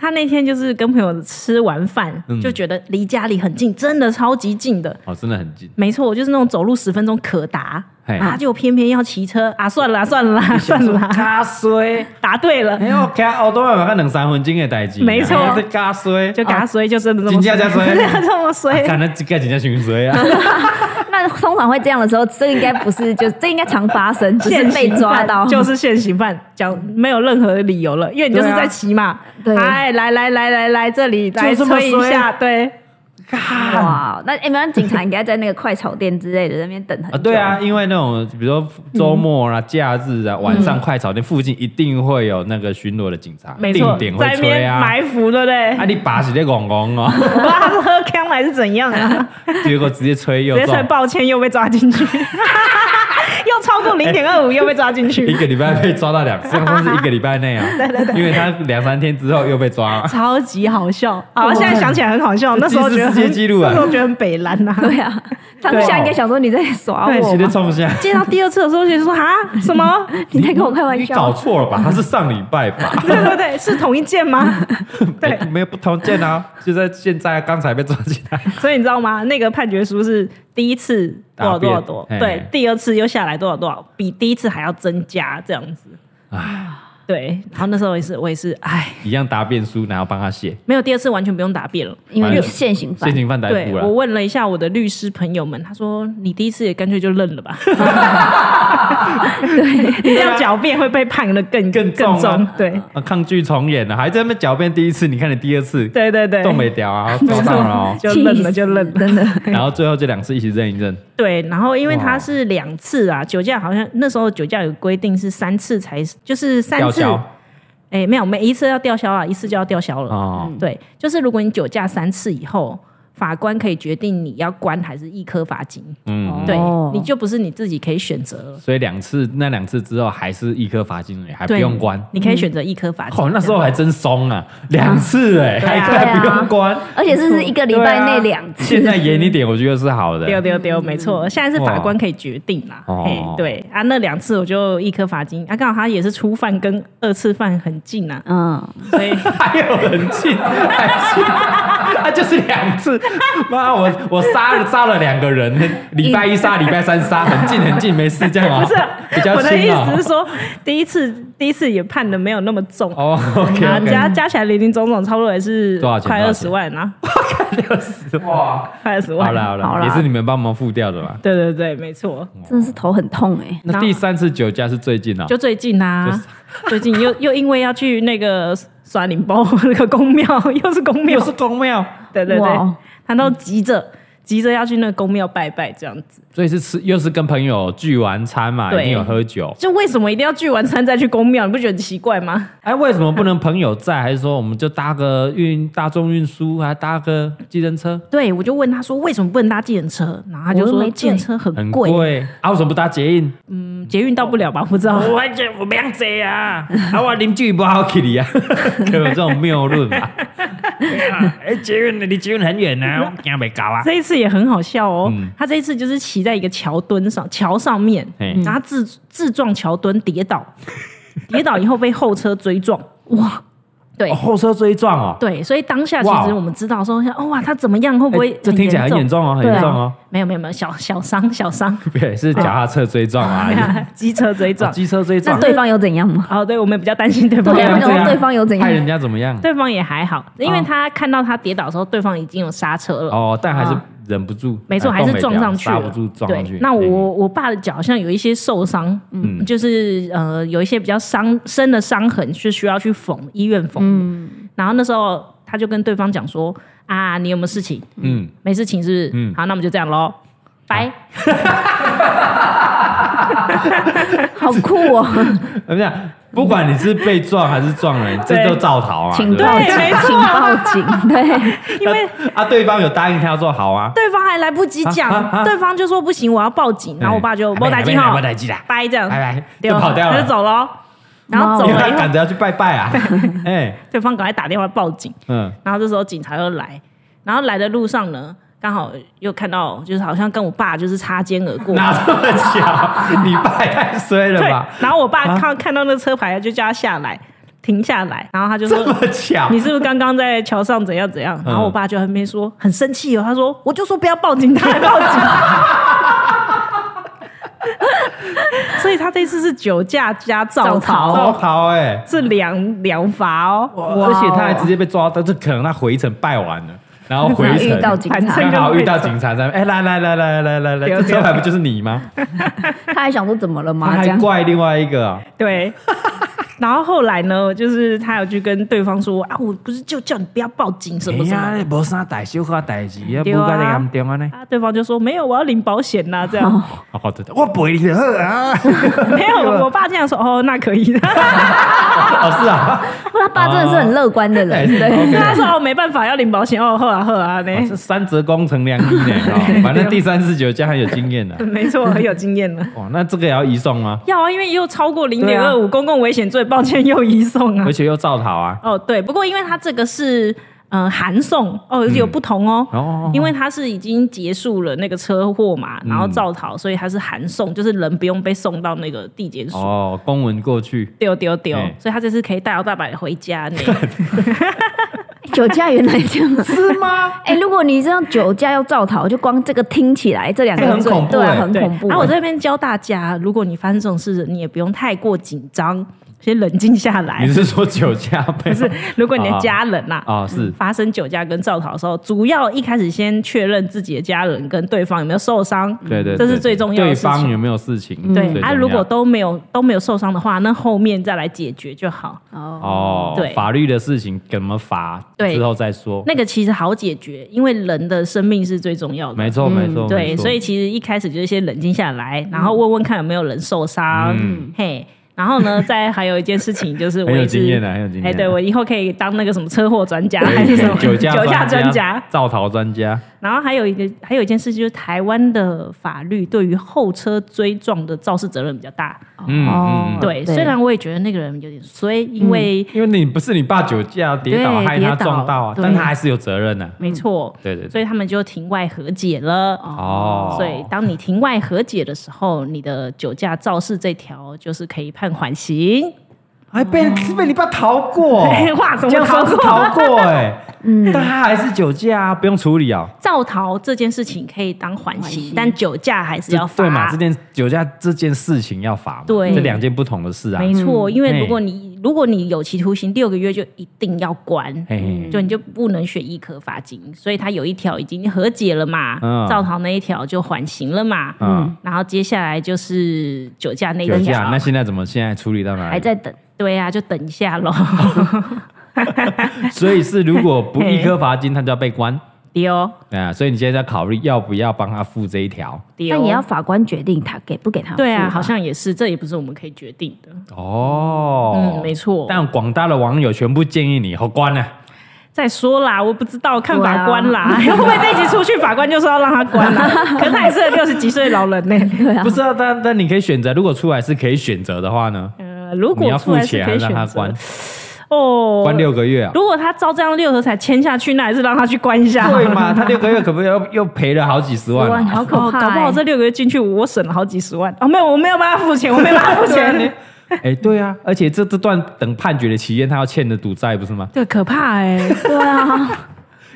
[SPEAKER 1] 他那天就是跟朋友吃完饭，
[SPEAKER 2] 嗯
[SPEAKER 1] 就觉得离家里很近，真的超级近的。
[SPEAKER 2] 哦，真的很近。
[SPEAKER 1] 没错，我就是那种走路十分钟可达，
[SPEAKER 2] 嘿
[SPEAKER 1] 啊，就偏偏要骑车啊！算了啦，算了啦，算了啦，
[SPEAKER 2] 哎卡衰，
[SPEAKER 1] 答对了
[SPEAKER 2] 哎，呦，卡好多人看两三分钟的代志，
[SPEAKER 1] 没错
[SPEAKER 2] 哎这卡衰，
[SPEAKER 1] 就给他衰，就真的这么
[SPEAKER 2] 真的 这么衰啊
[SPEAKER 1] 真的这么衰，
[SPEAKER 2] 看那几个真正凶衰 啊！
[SPEAKER 3] 那通常会这样的时候，这应该不是，就这应该常发生，只是
[SPEAKER 1] 现
[SPEAKER 3] 被
[SPEAKER 1] 行
[SPEAKER 3] 抓
[SPEAKER 1] 犯
[SPEAKER 3] 到，
[SPEAKER 1] 就是现行犯，讲没有任何理由了，因为你就是
[SPEAKER 2] 对啊
[SPEAKER 1] 在骑嘛，
[SPEAKER 3] 对
[SPEAKER 1] 哎，来来来来来，这里来
[SPEAKER 2] 就这么
[SPEAKER 1] 吹一
[SPEAKER 2] 衰
[SPEAKER 1] 下，对，
[SPEAKER 3] 哇！那哎，那警察应该在那个快炒店之类的那边等很
[SPEAKER 2] 啊，
[SPEAKER 3] 久。
[SPEAKER 2] 对啊，，因为那种比如说周末啊、假日
[SPEAKER 1] 嗯
[SPEAKER 2] 啊、晚上快炒店附近一定会有那个巡逻的警察，
[SPEAKER 1] 没错
[SPEAKER 2] 定点，
[SPEAKER 1] 在
[SPEAKER 2] 会
[SPEAKER 1] 那
[SPEAKER 2] 吹
[SPEAKER 1] 边
[SPEAKER 2] 啊。
[SPEAKER 1] 埋伏，对不对？
[SPEAKER 2] 啊，你把起在拱拱哦，
[SPEAKER 1] 哇，他是喝康还是怎样啊？
[SPEAKER 2] 结果直接吹又
[SPEAKER 1] 直接
[SPEAKER 2] 中
[SPEAKER 1] 说，抱歉，又被抓进去， 又超过零点二五，又被抓进
[SPEAKER 2] 一
[SPEAKER 1] 去，
[SPEAKER 2] 个礼拜被抓到两次，或是一个礼拜内啊，因为他两三天之后又被抓了。
[SPEAKER 1] 超级好 笑。好，现在想起来很好笑，
[SPEAKER 2] 这
[SPEAKER 1] 那时候
[SPEAKER 2] 这
[SPEAKER 1] 觉得
[SPEAKER 2] 世界
[SPEAKER 1] 很
[SPEAKER 2] 纪录啊
[SPEAKER 1] 那时候觉得很北蓝呐。
[SPEAKER 3] 对啊，当下应该想说你在耍
[SPEAKER 2] 但
[SPEAKER 3] 我
[SPEAKER 2] 其实
[SPEAKER 3] 吗？
[SPEAKER 2] 冲下，
[SPEAKER 1] 见到第二次的时候，就说啊什么？
[SPEAKER 3] 你在跟 我开玩
[SPEAKER 2] 你
[SPEAKER 3] 笑
[SPEAKER 2] 搞
[SPEAKER 3] 吗？
[SPEAKER 2] 错了吧？他是上礼拜吧？
[SPEAKER 1] 对对对，是同一件 吗？ 对
[SPEAKER 2] 没，没有不同见啊，就在现在刚才被抓起来。
[SPEAKER 1] 所以你知道吗？那个判决书是第一次多
[SPEAKER 2] 答
[SPEAKER 1] 少
[SPEAKER 2] 辩
[SPEAKER 1] 多少多，
[SPEAKER 2] 嘿
[SPEAKER 1] 对，第二次又下来多少多少，比第一次还要增加这样子。对，然后那时候也是，我也是，哎，
[SPEAKER 2] 一样答辩书，然后帮他写，
[SPEAKER 1] 没有第二次完全不用答辩了。
[SPEAKER 3] 因为你是现行犯
[SPEAKER 2] 现，行犯逮
[SPEAKER 1] 对
[SPEAKER 2] 捕
[SPEAKER 1] 我
[SPEAKER 2] 了。
[SPEAKER 1] 问了一下我的律师朋友们，他说你第一次也干脆就认 了吧， 你这样狡辩会被判的更
[SPEAKER 2] 更重
[SPEAKER 1] 更
[SPEAKER 2] 啊
[SPEAKER 1] 重，对
[SPEAKER 2] 啊，抗拒重演了，还在那边狡辩第一次，你看你第二次
[SPEAKER 1] 对对对，
[SPEAKER 2] 动没屌啊，抓上了 哦，
[SPEAKER 1] 就认了就认了
[SPEAKER 3] 气死真的。
[SPEAKER 2] 然后最后这两次一起认一认，
[SPEAKER 1] 对，然后因为
[SPEAKER 2] 哇
[SPEAKER 1] 他是两次啊，酒驾好像那时候酒驾有规定是三次才，就是三
[SPEAKER 2] 吊
[SPEAKER 1] 次，
[SPEAKER 2] 销
[SPEAKER 1] 哎，没有每一次要吊销啊，一次就要吊销了。
[SPEAKER 2] 哦，
[SPEAKER 1] 对，就是如果你酒驾三次以后，法官可以决定你要关还是一颗罚金，
[SPEAKER 2] 嗯，
[SPEAKER 1] 对
[SPEAKER 3] 哦，
[SPEAKER 1] 你就不是你自己可以选择了，
[SPEAKER 2] 所以两次那两次之后还是一颗罚金而已，还不用关。
[SPEAKER 1] 你可以选择一颗罚金。
[SPEAKER 2] 哦，那时候还真松啊，两次哎，
[SPEAKER 1] 对
[SPEAKER 2] 还
[SPEAKER 1] 啊
[SPEAKER 2] 还不用关，
[SPEAKER 3] 而且这是一个礼
[SPEAKER 2] 对
[SPEAKER 3] 拜
[SPEAKER 2] 啊
[SPEAKER 3] 内两次，
[SPEAKER 2] 现在严一点，我觉得是好的。
[SPEAKER 1] 丢丢丢，没错，现在是法官可以决定啦。
[SPEAKER 2] 哇
[SPEAKER 1] 嘿
[SPEAKER 2] 哦
[SPEAKER 1] 对啊，那两次我就一颗罚金啊，刚好他也是初犯跟二次犯很近啊，
[SPEAKER 3] 嗯，
[SPEAKER 1] 所以
[SPEAKER 2] 还有人进，还进，他就是两次。 妈，我我杀了杀了两个人，礼拜一杀，礼拜三杀，很近很近，没事这样 啊、
[SPEAKER 1] 不是
[SPEAKER 2] 比较
[SPEAKER 1] 我的意
[SPEAKER 2] 轻
[SPEAKER 1] 思
[SPEAKER 2] 啊
[SPEAKER 1] 是、说，第一次第一次也判的没有那么重。
[SPEAKER 2] 哦。OK
[SPEAKER 1] 啊，
[SPEAKER 2] OK，
[SPEAKER 1] 加加起来零零总总差不多也是
[SPEAKER 2] 多少钱
[SPEAKER 1] 快
[SPEAKER 2] 多少
[SPEAKER 1] 二
[SPEAKER 2] 钱
[SPEAKER 1] 十万啊，
[SPEAKER 2] 六十哇，
[SPEAKER 1] 快二十万。
[SPEAKER 2] 好了好
[SPEAKER 3] 好
[SPEAKER 2] 了，
[SPEAKER 3] 啦
[SPEAKER 2] 也是你们帮忙付掉的嘛。
[SPEAKER 1] 对对对，没错，
[SPEAKER 3] 真的是头很痛哎。
[SPEAKER 2] 那第三次酒驾是最近啊、
[SPEAKER 1] 就最近啊
[SPEAKER 2] 就，
[SPEAKER 1] 最近又又因为要去那个耍 宁包那个公庙，又是公庙
[SPEAKER 2] 又，是公庙，
[SPEAKER 1] 对对
[SPEAKER 3] 哇
[SPEAKER 1] 对
[SPEAKER 3] 哦，
[SPEAKER 1] 他都急着急着要去那个宫庙拜拜这样子。
[SPEAKER 2] 所以是吃，又是跟朋友聚完餐嘛，
[SPEAKER 1] 对
[SPEAKER 2] 一定有喝酒。
[SPEAKER 1] 就为什么一定要聚完餐再去宫庙？你不觉得很奇怪吗？
[SPEAKER 2] 哎，为什么不能朋友在？还是说我们就搭个运大众运输，还搭个计程车？
[SPEAKER 1] 对，我就问他说为什么不能搭计程车，然后他就
[SPEAKER 3] 我又
[SPEAKER 1] 说
[SPEAKER 3] 没
[SPEAKER 1] 计程车
[SPEAKER 2] 很
[SPEAKER 1] 很贵，
[SPEAKER 2] 贵啊！为什么不搭捷运？
[SPEAKER 1] 嗯捷运到不了吧？不知道。
[SPEAKER 2] 我这我不想坐啊！ 啊，我邻居不好去你啊！可有这种谬论嘛？哎，捷运离捷运很远 啊，我惊没搞啊！
[SPEAKER 1] 这一次也很好笑哦，
[SPEAKER 2] 嗯
[SPEAKER 1] 他这一次就是骑在一个桥墩上，桥上面，
[SPEAKER 2] 嘿
[SPEAKER 1] 然后他自自撞桥墩跌 倒，跌倒以后被后车追撞，哇，对、
[SPEAKER 2] 哦后车追撞哦，
[SPEAKER 1] 对，所以当下其
[SPEAKER 2] 哇
[SPEAKER 1] 实我们知道说，像哦哇，他怎么样，会不会、
[SPEAKER 2] 哎这听起来很严重哦，很
[SPEAKER 3] 对啊
[SPEAKER 2] 严重 哦。
[SPEAKER 1] 没有没有没有，小小伤小伤，
[SPEAKER 2] 对，是脚踏车追撞啊，
[SPEAKER 1] 机车追
[SPEAKER 2] 哦
[SPEAKER 1] 撞。
[SPEAKER 2] 机车追
[SPEAKER 3] 那
[SPEAKER 2] 撞，
[SPEAKER 3] 对方有怎样吗？
[SPEAKER 1] 哦，对，我们比较担心对方
[SPEAKER 3] 对
[SPEAKER 1] 有没
[SPEAKER 3] 啊
[SPEAKER 1] 有，
[SPEAKER 3] 那
[SPEAKER 2] 对啊
[SPEAKER 3] 对方有怎样
[SPEAKER 2] 害？人家怎么样？
[SPEAKER 1] 对方也还好，因为
[SPEAKER 2] 哦
[SPEAKER 1] 他看到他跌倒的时候，对方已经有刹车了。
[SPEAKER 2] 哦，但还是
[SPEAKER 1] 啊
[SPEAKER 2] 忍不住，
[SPEAKER 1] 没错，
[SPEAKER 2] 哎
[SPEAKER 1] 还
[SPEAKER 2] 动
[SPEAKER 1] 是
[SPEAKER 2] 不
[SPEAKER 1] 撞
[SPEAKER 2] 了
[SPEAKER 1] 上去
[SPEAKER 2] 刹
[SPEAKER 1] 了。
[SPEAKER 2] 不住撞上去
[SPEAKER 1] 对。那
[SPEAKER 2] 嗯
[SPEAKER 1] 我我爸的脚好像有一些受伤，嗯，就是呃有一些比较伤深的伤痕是需要去缝医院缝。嗯，然后那时候他就跟对方讲说啊，你有没有事情？
[SPEAKER 2] 嗯，
[SPEAKER 1] 没事情是不是？
[SPEAKER 2] 嗯
[SPEAKER 1] 好，那我们就这样喽，拜。
[SPEAKER 3] 好酷哦！
[SPEAKER 2] 怎么样？不管你是被撞还是撞人，这
[SPEAKER 1] 对
[SPEAKER 2] 都造逃嘛，
[SPEAKER 3] 请
[SPEAKER 2] 对
[SPEAKER 3] 报
[SPEAKER 2] 不
[SPEAKER 1] 对
[SPEAKER 3] 警
[SPEAKER 1] 没错，
[SPEAKER 3] 请报警。对，
[SPEAKER 1] 因为
[SPEAKER 2] 对啊，对方有答应，他要说好啊，
[SPEAKER 1] 对方还来不及讲，
[SPEAKER 2] 啊啊啊
[SPEAKER 1] 对方就说不行，我要报警。 然后我爸就
[SPEAKER 2] 哎
[SPEAKER 1] 报打
[SPEAKER 2] 还没
[SPEAKER 1] 警
[SPEAKER 2] 还
[SPEAKER 1] 号，
[SPEAKER 2] 没来不及啦
[SPEAKER 1] 拜这样，
[SPEAKER 2] 拜拜
[SPEAKER 1] 嗯对
[SPEAKER 2] 就跑掉了
[SPEAKER 1] 他就走了。然后走
[SPEAKER 2] 因为
[SPEAKER 1] 了
[SPEAKER 2] 他
[SPEAKER 1] 以后，
[SPEAKER 2] 赶着要去拜 拜啊，哎，
[SPEAKER 1] 对方赶快打电话报警。
[SPEAKER 2] 嗯，
[SPEAKER 1] 然后这时候警察又来，然后来的路上呢，刚好又看到就是好像跟我爸就是擦肩而过。
[SPEAKER 2] 哪这么巧？你爸也太衰了
[SPEAKER 1] 对
[SPEAKER 2] 吧？，啊
[SPEAKER 1] 然后我爸看、看到那车牌，就叫他下来，停下来，然后他就
[SPEAKER 2] 这
[SPEAKER 1] 说
[SPEAKER 2] 么巧
[SPEAKER 1] 你？是不是刚刚在桥上怎样怎
[SPEAKER 2] 嗯
[SPEAKER 1] 样？然后我爸就在那边说很生气哦，他说我就说不要报警，他还报警。 所以他这次是酒驾加造逃，
[SPEAKER 3] 造逃
[SPEAKER 2] 造逃哎！
[SPEAKER 1] 是两两罚哦。
[SPEAKER 3] 哇
[SPEAKER 2] 而且他还直接被抓到，这可能他回程拜完了，然后哦回
[SPEAKER 3] 然后
[SPEAKER 2] 程
[SPEAKER 3] 遇到警察，
[SPEAKER 2] 刚好遇到警察在那边，哎，来来来来来来来，
[SPEAKER 1] 对
[SPEAKER 2] 这
[SPEAKER 1] 对
[SPEAKER 2] 车牌不就是你吗？
[SPEAKER 3] 他还想说怎么了
[SPEAKER 2] 他
[SPEAKER 3] 吗？这
[SPEAKER 2] 还
[SPEAKER 3] 样
[SPEAKER 2] 怪另外一个啊，
[SPEAKER 1] 对。 然后后来呢，就是他有去跟对方说啊，我不是就叫你不要报警什么什么
[SPEAKER 2] 哎呀，无啥大小可代志，也
[SPEAKER 1] 对
[SPEAKER 2] 无
[SPEAKER 1] 啊
[SPEAKER 2] 甲你严重啊呢。
[SPEAKER 1] 啊，对方就说没有，我要领保险呐、这样
[SPEAKER 2] 哦，对对， 我陪你就好啊。
[SPEAKER 1] 没有。我爸这样说哦，那可以的。
[SPEAKER 2] 哦，是啊，
[SPEAKER 3] 他爸真的是很乐观的
[SPEAKER 2] 哎
[SPEAKER 3] 人，
[SPEAKER 2] 是
[SPEAKER 3] 对，
[SPEAKER 1] 他
[SPEAKER 2] OK
[SPEAKER 1] 说哦，没办法，要领保险哦，喝啊喝啊呢。
[SPEAKER 2] 哦这三折工程良 医呢，
[SPEAKER 1] 啊
[SPEAKER 2] 哦反正第三十九家很有经验的。啊
[SPEAKER 1] 没错，很有经 验了。
[SPEAKER 2] 哇，那这个也要移送吗？
[SPEAKER 1] 要啊，因为又超过零
[SPEAKER 2] 对
[SPEAKER 1] 点
[SPEAKER 2] 啊
[SPEAKER 1] 二五公共危险罪，抱歉又移送啊
[SPEAKER 2] 而。且又造逃啊。
[SPEAKER 1] 哦，对，不过因为它这个是呃函送哦，
[SPEAKER 2] 嗯
[SPEAKER 1] 有不同哦。
[SPEAKER 2] 哦，
[SPEAKER 1] 因为它是已经结束了那个车祸嘛，然后造逃，所以它是函送，就是人不用被送到那个地检署。
[SPEAKER 2] 哦，公文过去，
[SPEAKER 1] 丢丢丢
[SPEAKER 2] 哎，
[SPEAKER 1] 所以他这次可以大摇大摆的回家呢。
[SPEAKER 3] 酒驾原来这样是吗？ 哎，如果你这样酒驾要造逃，就光这个听起来这两
[SPEAKER 2] 哎
[SPEAKER 3] 个
[SPEAKER 2] 很
[SPEAKER 3] 罪
[SPEAKER 2] 恐，怖
[SPEAKER 3] 对啊，
[SPEAKER 2] 哎
[SPEAKER 3] 很
[SPEAKER 1] 对
[SPEAKER 3] 恐怖。
[SPEAKER 1] 然后我在这边教大家，如果你发生这种事，你也不用太过紧张，先冷静下来
[SPEAKER 2] 你。是说酒驾呗？
[SPEAKER 1] 哎就是如果你
[SPEAKER 2] 哦
[SPEAKER 1] 的家人呐、
[SPEAKER 2] 哦是
[SPEAKER 1] 发生酒驾跟造逃的时候，主要一开始先确认自己的家人跟对方有没有受伤，
[SPEAKER 2] 对对，
[SPEAKER 1] 这是
[SPEAKER 2] 对
[SPEAKER 1] 最重要的
[SPEAKER 2] 对
[SPEAKER 1] 事情
[SPEAKER 2] 方有没有事情？
[SPEAKER 1] 对
[SPEAKER 2] 最
[SPEAKER 1] 啊，
[SPEAKER 2] 重要
[SPEAKER 1] 如果都没有都没有受伤的话，那后面再来解决就好。
[SPEAKER 2] 哦，
[SPEAKER 1] 对
[SPEAKER 2] 法律的事情怎么罚，
[SPEAKER 1] 对
[SPEAKER 2] 之后再说。
[SPEAKER 1] 那个其实好解决，因为人的生命是最重要的。
[SPEAKER 2] 没错，没错，
[SPEAKER 1] 嗯
[SPEAKER 2] 没
[SPEAKER 1] 对，
[SPEAKER 2] 错
[SPEAKER 1] 所以其实一开始就是先冷静下来，然后问问看有没有人受伤，嘿。然后呢，再还有一件事情就是，我
[SPEAKER 2] 嗯 很有
[SPEAKER 1] 也是
[SPEAKER 2] 经验啊很有经验
[SPEAKER 1] 哎，对我以后可以当那个什么车祸专家
[SPEAKER 2] 对
[SPEAKER 1] 还是 什么
[SPEAKER 2] 酒驾
[SPEAKER 1] 酒驾专
[SPEAKER 2] 专
[SPEAKER 1] 家。、
[SPEAKER 2] 造逃专家，
[SPEAKER 1] 然后还有一个，还有一件事就是，台湾的法律对于后车追撞的肇事责任比较大。
[SPEAKER 2] 嗯嗯，
[SPEAKER 3] 哦
[SPEAKER 2] 嗯嗯
[SPEAKER 1] 对，虽然我也觉得那个人有点衰，因为、
[SPEAKER 2] 因为你不是你爸酒驾跌倒
[SPEAKER 1] 对
[SPEAKER 2] 害他
[SPEAKER 1] 跌倒
[SPEAKER 2] 撞到啊，
[SPEAKER 1] 对
[SPEAKER 2] 但他还是有责任的。
[SPEAKER 1] 没错，
[SPEAKER 2] 对对
[SPEAKER 1] 所
[SPEAKER 2] 对，
[SPEAKER 1] 以他们就庭外和解了。
[SPEAKER 2] 哦
[SPEAKER 1] 所以当你庭外和解的时候，你的酒驾肇事这条就是可以判缓刑。
[SPEAKER 2] 还哎被是被你爸逃 过
[SPEAKER 1] 哇，哦怎
[SPEAKER 2] 这
[SPEAKER 1] 么
[SPEAKER 2] 样
[SPEAKER 1] 逃
[SPEAKER 2] 算是
[SPEAKER 1] 过？
[SPEAKER 2] 逃过 哎，
[SPEAKER 1] 嗯
[SPEAKER 2] 但他还是酒驾啊，不用处理啊。
[SPEAKER 1] 造逃这件事情可以当缓
[SPEAKER 3] 缓
[SPEAKER 1] 刑
[SPEAKER 3] 刑，
[SPEAKER 1] 但酒驾还是
[SPEAKER 2] 这
[SPEAKER 1] 要罚。
[SPEAKER 2] 对嘛？这件酒驾这件事情要罚嘛，
[SPEAKER 1] 对
[SPEAKER 2] 这两件不同的事啊。
[SPEAKER 1] 没错，因为如果
[SPEAKER 2] 嘿
[SPEAKER 1] 你如果你有期徒刑六个月，就一定要关。
[SPEAKER 2] 嘿嘿，
[SPEAKER 1] 就你就不能选一颗罚金，所以他有一条已经和解了嘛，
[SPEAKER 2] 嗯
[SPEAKER 1] 造逃那一条就缓刑了嘛，
[SPEAKER 2] 嗯，
[SPEAKER 1] 然后接下来就是酒驾那一
[SPEAKER 2] 酒
[SPEAKER 1] 条，
[SPEAKER 2] 驾那现在怎么现在处理到哪里？
[SPEAKER 3] 还在等，
[SPEAKER 1] 对啊，就等一下喽。
[SPEAKER 2] 所以是如果不
[SPEAKER 1] 嘿
[SPEAKER 2] 一颗罚金，他就要被关。
[SPEAKER 1] 丢
[SPEAKER 2] 啊，所以你现在在考虑要不要帮他付这一条
[SPEAKER 1] 丢，
[SPEAKER 3] 但也要法官决定他给不给他付
[SPEAKER 1] 对啊，好像也是，这也不是我们可以决定的。
[SPEAKER 2] 哦，
[SPEAKER 1] 嗯，没错。
[SPEAKER 2] 但广大的网友全部建议你，好关啊了、
[SPEAKER 1] 再说啦，我不知道，看
[SPEAKER 3] 对啊
[SPEAKER 1] 法官啦。 会不会这一集出去，法官就说要让他关 啦？可是他也是个六十几岁的老人呢、
[SPEAKER 2] 不是啊，但但你可以选择，如果出来是可以选择的话呢，
[SPEAKER 1] 呃，如
[SPEAKER 2] 你
[SPEAKER 1] 果
[SPEAKER 2] 要
[SPEAKER 1] 出
[SPEAKER 2] 付
[SPEAKER 1] 来是
[SPEAKER 2] 钱
[SPEAKER 1] 可
[SPEAKER 2] 还
[SPEAKER 1] 以
[SPEAKER 2] 是让
[SPEAKER 1] 选
[SPEAKER 2] 他
[SPEAKER 1] 择
[SPEAKER 2] 关？
[SPEAKER 1] 哦，
[SPEAKER 2] 关六个月啊？
[SPEAKER 1] 如果他照这样六合彩签下去，那还是让他去关一下。
[SPEAKER 2] 对嘛？他六个月可不可以又又赔了好几十万、
[SPEAKER 3] 哇，
[SPEAKER 2] 啊？
[SPEAKER 3] 好可
[SPEAKER 1] 哦，
[SPEAKER 3] 怕、欸
[SPEAKER 1] 搞不好这六个月进去，我省了好几十万。哦，没有，我没有帮他付 钱，我没帮他付
[SPEAKER 2] 对啊
[SPEAKER 1] 钱
[SPEAKER 2] 你。哎、对啊，而且这这段等判决的期间，他要欠的赌债不是吗？
[SPEAKER 1] 对，可怕哎、
[SPEAKER 3] 对 啊，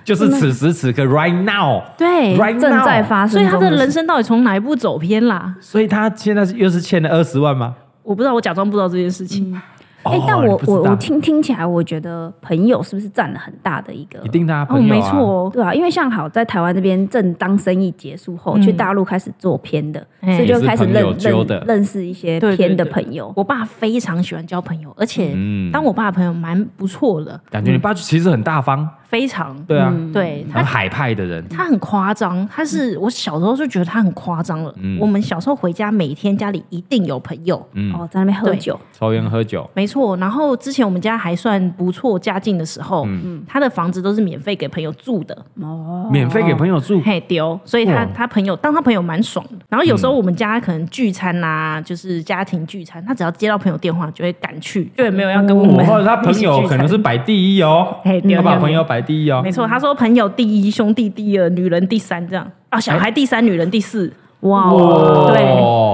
[SPEAKER 2] 就是此时此刻，right now，
[SPEAKER 1] 对
[SPEAKER 2] Right now
[SPEAKER 3] 正在发生
[SPEAKER 1] 所以
[SPEAKER 3] 中事，
[SPEAKER 1] 他的人生到底从哪一步走偏啦？
[SPEAKER 2] 所以他现在是又是欠了二十万吗？
[SPEAKER 1] 我不知道，我假装不知道这件事情。
[SPEAKER 3] 哎、
[SPEAKER 2] 哦
[SPEAKER 3] 但
[SPEAKER 2] 你
[SPEAKER 3] 我
[SPEAKER 2] 不知
[SPEAKER 3] 我
[SPEAKER 2] 道
[SPEAKER 3] 我听听起来，我觉得朋友是不是占了很大的一个？
[SPEAKER 2] 一定的、啊，
[SPEAKER 1] 哦，
[SPEAKER 2] 朋友、啊
[SPEAKER 1] 没错、哦，
[SPEAKER 3] 对啊，因为像好在台湾这边，正当生意结束后，
[SPEAKER 1] 嗯
[SPEAKER 3] 去大陆开始做偏的，
[SPEAKER 1] 哎
[SPEAKER 3] 所以就开始
[SPEAKER 2] 也是朋友
[SPEAKER 3] 认
[SPEAKER 2] 揪
[SPEAKER 3] 认
[SPEAKER 2] 的
[SPEAKER 3] 认识一些
[SPEAKER 1] 对对
[SPEAKER 3] 偏的
[SPEAKER 1] 对
[SPEAKER 3] 朋友。
[SPEAKER 1] 我爸非常喜欢交朋友，而且
[SPEAKER 2] 嗯
[SPEAKER 1] 当我爸的朋友蛮不错的，
[SPEAKER 2] 感觉你爸其实很大方，
[SPEAKER 1] 非常
[SPEAKER 2] 对啊，
[SPEAKER 1] 对
[SPEAKER 2] 很
[SPEAKER 1] 他。
[SPEAKER 2] 海派的人，
[SPEAKER 1] 他很夸张，他是我小时候就觉得他很夸张了。
[SPEAKER 2] 嗯
[SPEAKER 1] 我们小时候回家，每天家里一定有朋友，
[SPEAKER 2] 嗯，
[SPEAKER 3] 哦，在那边喝
[SPEAKER 1] 对
[SPEAKER 3] 酒，
[SPEAKER 2] 抽烟喝酒，
[SPEAKER 1] 没错。然后之前我们家还算不错，家境的时候，
[SPEAKER 2] 嗯
[SPEAKER 1] 他的房子都是免费给朋友住的，
[SPEAKER 3] 哦，
[SPEAKER 2] 免费给朋友住，
[SPEAKER 1] 嘿丢，所以他、
[SPEAKER 2] 哦
[SPEAKER 1] 他朋友，当他朋友蛮爽的。然后有时候
[SPEAKER 2] 嗯
[SPEAKER 1] 我们家可能聚餐呐、就是家庭聚餐，他只要接到朋友电话就会赶去，就也没有要跟我们、
[SPEAKER 2] 哦，他朋友可能是摆第一哦，
[SPEAKER 1] 嘿对
[SPEAKER 2] 他把
[SPEAKER 1] 对
[SPEAKER 2] 朋友摆第一哦
[SPEAKER 1] 没，错，他说朋友第一，兄弟第二，女人第三，这样啊，小孩第三，女人第四。哇
[SPEAKER 2] 哇
[SPEAKER 1] 哦，对，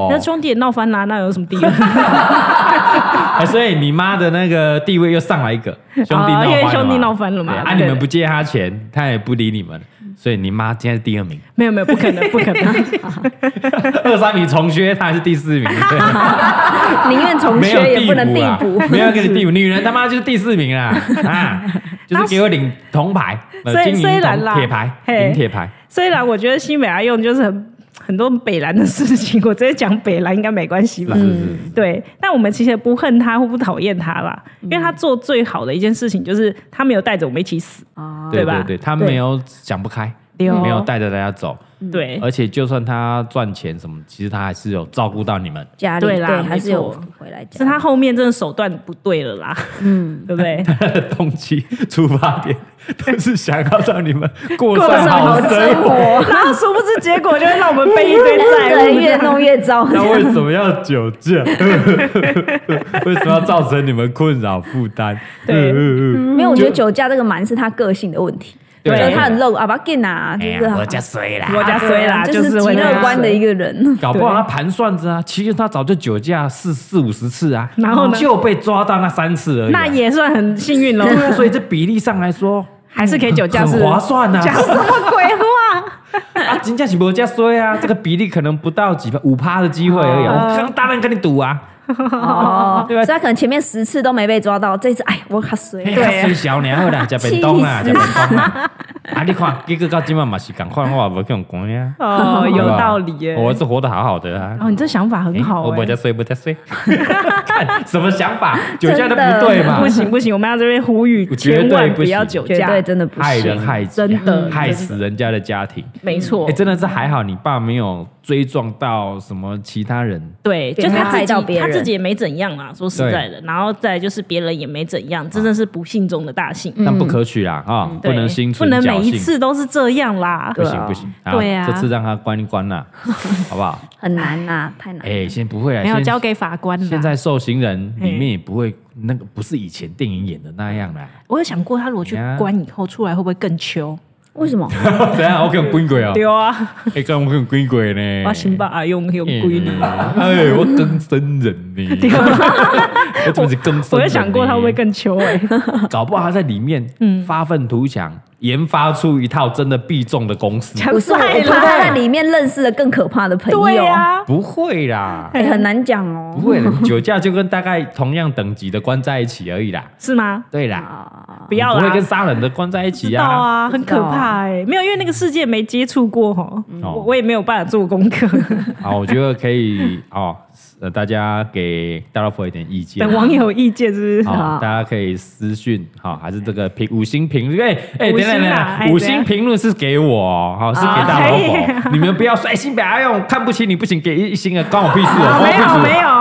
[SPEAKER 1] 那兄弟也闹翻啦、那有什么第二？
[SPEAKER 2] 哎，所以你妈的那个地位又上来一 个，兄弟闹翻了嘛
[SPEAKER 1] 哦因为兄弟闹翻了嘛
[SPEAKER 2] 对啊，
[SPEAKER 1] 对
[SPEAKER 2] 你们不借他钱，他也不理你们，所以你妈现在是第二名，
[SPEAKER 1] 没有没有，不可能，不 可能。
[SPEAKER 2] 二三名重缺，他还是第四名， 对
[SPEAKER 3] 宁愿重
[SPEAKER 2] 没有
[SPEAKER 3] 缺也
[SPEAKER 2] 第
[SPEAKER 3] 不能
[SPEAKER 2] 五
[SPEAKER 3] 递
[SPEAKER 2] 啊
[SPEAKER 3] 补，，
[SPEAKER 2] 没有给你 第五，女人他妈就是第四名啦，啊，就是给我领铜牌，呃，
[SPEAKER 1] 虽
[SPEAKER 2] 金银
[SPEAKER 1] 虽然
[SPEAKER 2] 铜
[SPEAKER 1] 啦
[SPEAKER 2] 铁牌，
[SPEAKER 1] 嘿
[SPEAKER 2] 银铁牌，
[SPEAKER 1] 虽然我觉得新北阿用就是很很多北兰的事情，我直接讲北兰应该没关系
[SPEAKER 2] 是
[SPEAKER 1] 吧？
[SPEAKER 2] 是是。
[SPEAKER 1] 对，但我们其实也不恨他或不讨厌他啦，因为他做最好的一件事情就是他没有带着我们一起死。
[SPEAKER 3] 啊，
[SPEAKER 2] 对
[SPEAKER 1] 哦对吧
[SPEAKER 2] 对，他没有想不开，没
[SPEAKER 1] 对哦
[SPEAKER 2] 有带着大家走，
[SPEAKER 1] 对，呃
[SPEAKER 2] 而且就算他赚钱什么，其实他还是有照顾到你们。
[SPEAKER 3] 家里
[SPEAKER 1] 对啦
[SPEAKER 3] 对还是有
[SPEAKER 1] 没错
[SPEAKER 3] 回来家
[SPEAKER 1] 是
[SPEAKER 3] 里，
[SPEAKER 1] 他后面真的手段不对了啦，嗯， 对不对？
[SPEAKER 2] 动机出发点都是想要让你们过
[SPEAKER 1] 过
[SPEAKER 2] 上
[SPEAKER 1] 上
[SPEAKER 2] 好
[SPEAKER 1] 好
[SPEAKER 2] 生活，
[SPEAKER 1] 然后殊不知结果就会让我们背一堆债
[SPEAKER 3] 对，
[SPEAKER 1] 务。
[SPEAKER 3] 越弄越 糟。
[SPEAKER 2] 那为什么要酒 驾？为什么要造成你们困扰负担？
[SPEAKER 1] 对
[SPEAKER 2] 嗯，嗯嗯
[SPEAKER 3] 没有，我觉得酒驾这个蛮是他个性的问题，
[SPEAKER 2] 对
[SPEAKER 3] 就是
[SPEAKER 2] 啊
[SPEAKER 3] 他很露啊，不劲啊，就
[SPEAKER 2] 哎
[SPEAKER 3] 是
[SPEAKER 2] 呀，我
[SPEAKER 3] 好
[SPEAKER 2] 家衰啦。
[SPEAKER 1] 我家衰啦，
[SPEAKER 3] 就是是
[SPEAKER 1] 会
[SPEAKER 3] 极
[SPEAKER 1] 这样
[SPEAKER 3] 乐观的一个人。
[SPEAKER 2] 搞不好他盘算着啊，其实他早就酒驾四四五十次啊，
[SPEAKER 1] 然后呢
[SPEAKER 2] 就被抓到那三次而已啊。
[SPEAKER 1] 那也算很幸运喽，
[SPEAKER 2] 对 啊，所以这比例上来说，
[SPEAKER 1] 还是可以酒驾是
[SPEAKER 2] 很划算呐、
[SPEAKER 1] 讲 什么鬼话？
[SPEAKER 2] 啊，金价起不加衰啊，这个比例可能不到几五趴的机会而已。
[SPEAKER 1] 哦
[SPEAKER 2] 我跟当然跟你赌啊，
[SPEAKER 3] 哦，
[SPEAKER 2] 对吧
[SPEAKER 3] 所以他可能前面十次都没被抓到，这次哎，我卡衰
[SPEAKER 2] 嘿
[SPEAKER 3] 了。
[SPEAKER 1] 啊对啊
[SPEAKER 2] 较水小年后啦，食便当 啦，食
[SPEAKER 3] 气
[SPEAKER 2] 便当啦。啊，你看，结果到今晚嘛是赶快我也无去用管呀。
[SPEAKER 1] 哦，有
[SPEAKER 2] 对吧
[SPEAKER 1] 道理耶。
[SPEAKER 2] 我是活得好好的啊。
[SPEAKER 1] 哦，你这想法很
[SPEAKER 2] 诶
[SPEAKER 1] 好
[SPEAKER 2] 我不
[SPEAKER 1] 哎
[SPEAKER 2] 加。衰，不 加衰。看什么想法，酒驾都不对嘛
[SPEAKER 1] 不，行不行，我们要这边呼吁，
[SPEAKER 2] 绝对
[SPEAKER 1] 千万
[SPEAKER 2] 不行
[SPEAKER 1] 要酒
[SPEAKER 3] 绝对
[SPEAKER 1] 驾，
[SPEAKER 3] 真的不
[SPEAKER 2] 害
[SPEAKER 3] 行
[SPEAKER 2] 人。害己啊
[SPEAKER 1] 真的
[SPEAKER 2] 害
[SPEAKER 1] 真的
[SPEAKER 2] 死人家的家庭。
[SPEAKER 1] 没错
[SPEAKER 2] 哎，，真的是还好，你爸没有追撞到什么其他人。
[SPEAKER 1] 对，
[SPEAKER 3] 别
[SPEAKER 1] 就他
[SPEAKER 3] 害
[SPEAKER 1] 自
[SPEAKER 3] 到
[SPEAKER 1] 己
[SPEAKER 3] 别
[SPEAKER 1] 他
[SPEAKER 3] 人
[SPEAKER 1] 自己也没怎样啦，说实在的，然后再来就是别人也没怎样，真的是不幸中的大幸，
[SPEAKER 2] 但不可取啦啊，嗯不
[SPEAKER 1] 嗯对
[SPEAKER 2] 能心
[SPEAKER 1] 不
[SPEAKER 2] 存
[SPEAKER 1] 能每
[SPEAKER 2] 侥
[SPEAKER 1] 一
[SPEAKER 2] 幸。
[SPEAKER 1] 次都是这样啦
[SPEAKER 2] 不。
[SPEAKER 3] 对
[SPEAKER 2] 行
[SPEAKER 3] 啊
[SPEAKER 2] 不行，
[SPEAKER 1] 对啊
[SPEAKER 2] 这次让他关一关啦，好 不好？
[SPEAKER 3] 很难呐、太难。
[SPEAKER 2] 哎，先不会啊，
[SPEAKER 1] 没有
[SPEAKER 2] 先
[SPEAKER 1] 交给法官啦。
[SPEAKER 2] 现在受刑人里
[SPEAKER 1] 嗯
[SPEAKER 2] 面
[SPEAKER 1] 嘿
[SPEAKER 2] 也不会那个不是以前电影演的那样啦，
[SPEAKER 1] 我有想过，他如果去
[SPEAKER 2] 哎呀
[SPEAKER 1] 关以后出来会不会更秋？
[SPEAKER 3] 为什么？
[SPEAKER 2] 怎样？我跟鬼鬼啊，
[SPEAKER 1] 对啊，
[SPEAKER 2] 哎，跟我跟鬼鬼呢？
[SPEAKER 1] 我先把阿用用
[SPEAKER 2] 哎嗯
[SPEAKER 1] 归你。
[SPEAKER 2] 哎，我更生人 呢， 我怎么是更生人呢？
[SPEAKER 1] 我有想过他会不会嗯更秋哎、
[SPEAKER 2] 搞不好他在里面发愤图强，研发出一套真的必中的 公式。
[SPEAKER 1] 强
[SPEAKER 3] 不是我，
[SPEAKER 1] 塞
[SPEAKER 3] 怕他在
[SPEAKER 1] 啦，
[SPEAKER 3] 里面认识了更可怕的朋
[SPEAKER 1] 对
[SPEAKER 3] 友。
[SPEAKER 1] 呀、啊，
[SPEAKER 2] 不会啦，
[SPEAKER 3] 哎很难讲
[SPEAKER 2] 不
[SPEAKER 3] 哦。
[SPEAKER 2] 会 啦，酒驾就跟大概同样等级的关在一起而已啦。
[SPEAKER 1] 是吗？
[SPEAKER 2] 对啦，
[SPEAKER 3] 啊，
[SPEAKER 1] 不要
[SPEAKER 2] 不会
[SPEAKER 1] 啦
[SPEAKER 2] 跟。杀人的关在一
[SPEAKER 1] 知
[SPEAKER 2] 起
[SPEAKER 1] 道
[SPEAKER 2] 啊。
[SPEAKER 1] 啊，很可怕哎、没有，因为那个世界没接触过哈，
[SPEAKER 2] 哦
[SPEAKER 1] 我我也没有办法做功课。
[SPEAKER 2] 啊，我觉得可以哦，呃，大家给大老婆一点意见
[SPEAKER 1] 等。网友意见是不是？
[SPEAKER 2] 好，
[SPEAKER 3] 好
[SPEAKER 2] 大家可以私讯，好，还是这个评五星评论，哎、哎，
[SPEAKER 1] 五
[SPEAKER 2] 等
[SPEAKER 1] 星
[SPEAKER 2] 等等
[SPEAKER 1] 啦哎
[SPEAKER 2] 等，五
[SPEAKER 1] 怎
[SPEAKER 2] 星
[SPEAKER 1] 样
[SPEAKER 2] 评论是给我哦，好，是给大老 婆，你们不要说，哎、新北阿用看不起你，不行，给一星啊，关我屁事哦，
[SPEAKER 1] 啊 没有
[SPEAKER 2] 关我屁事
[SPEAKER 1] 没
[SPEAKER 2] 哦。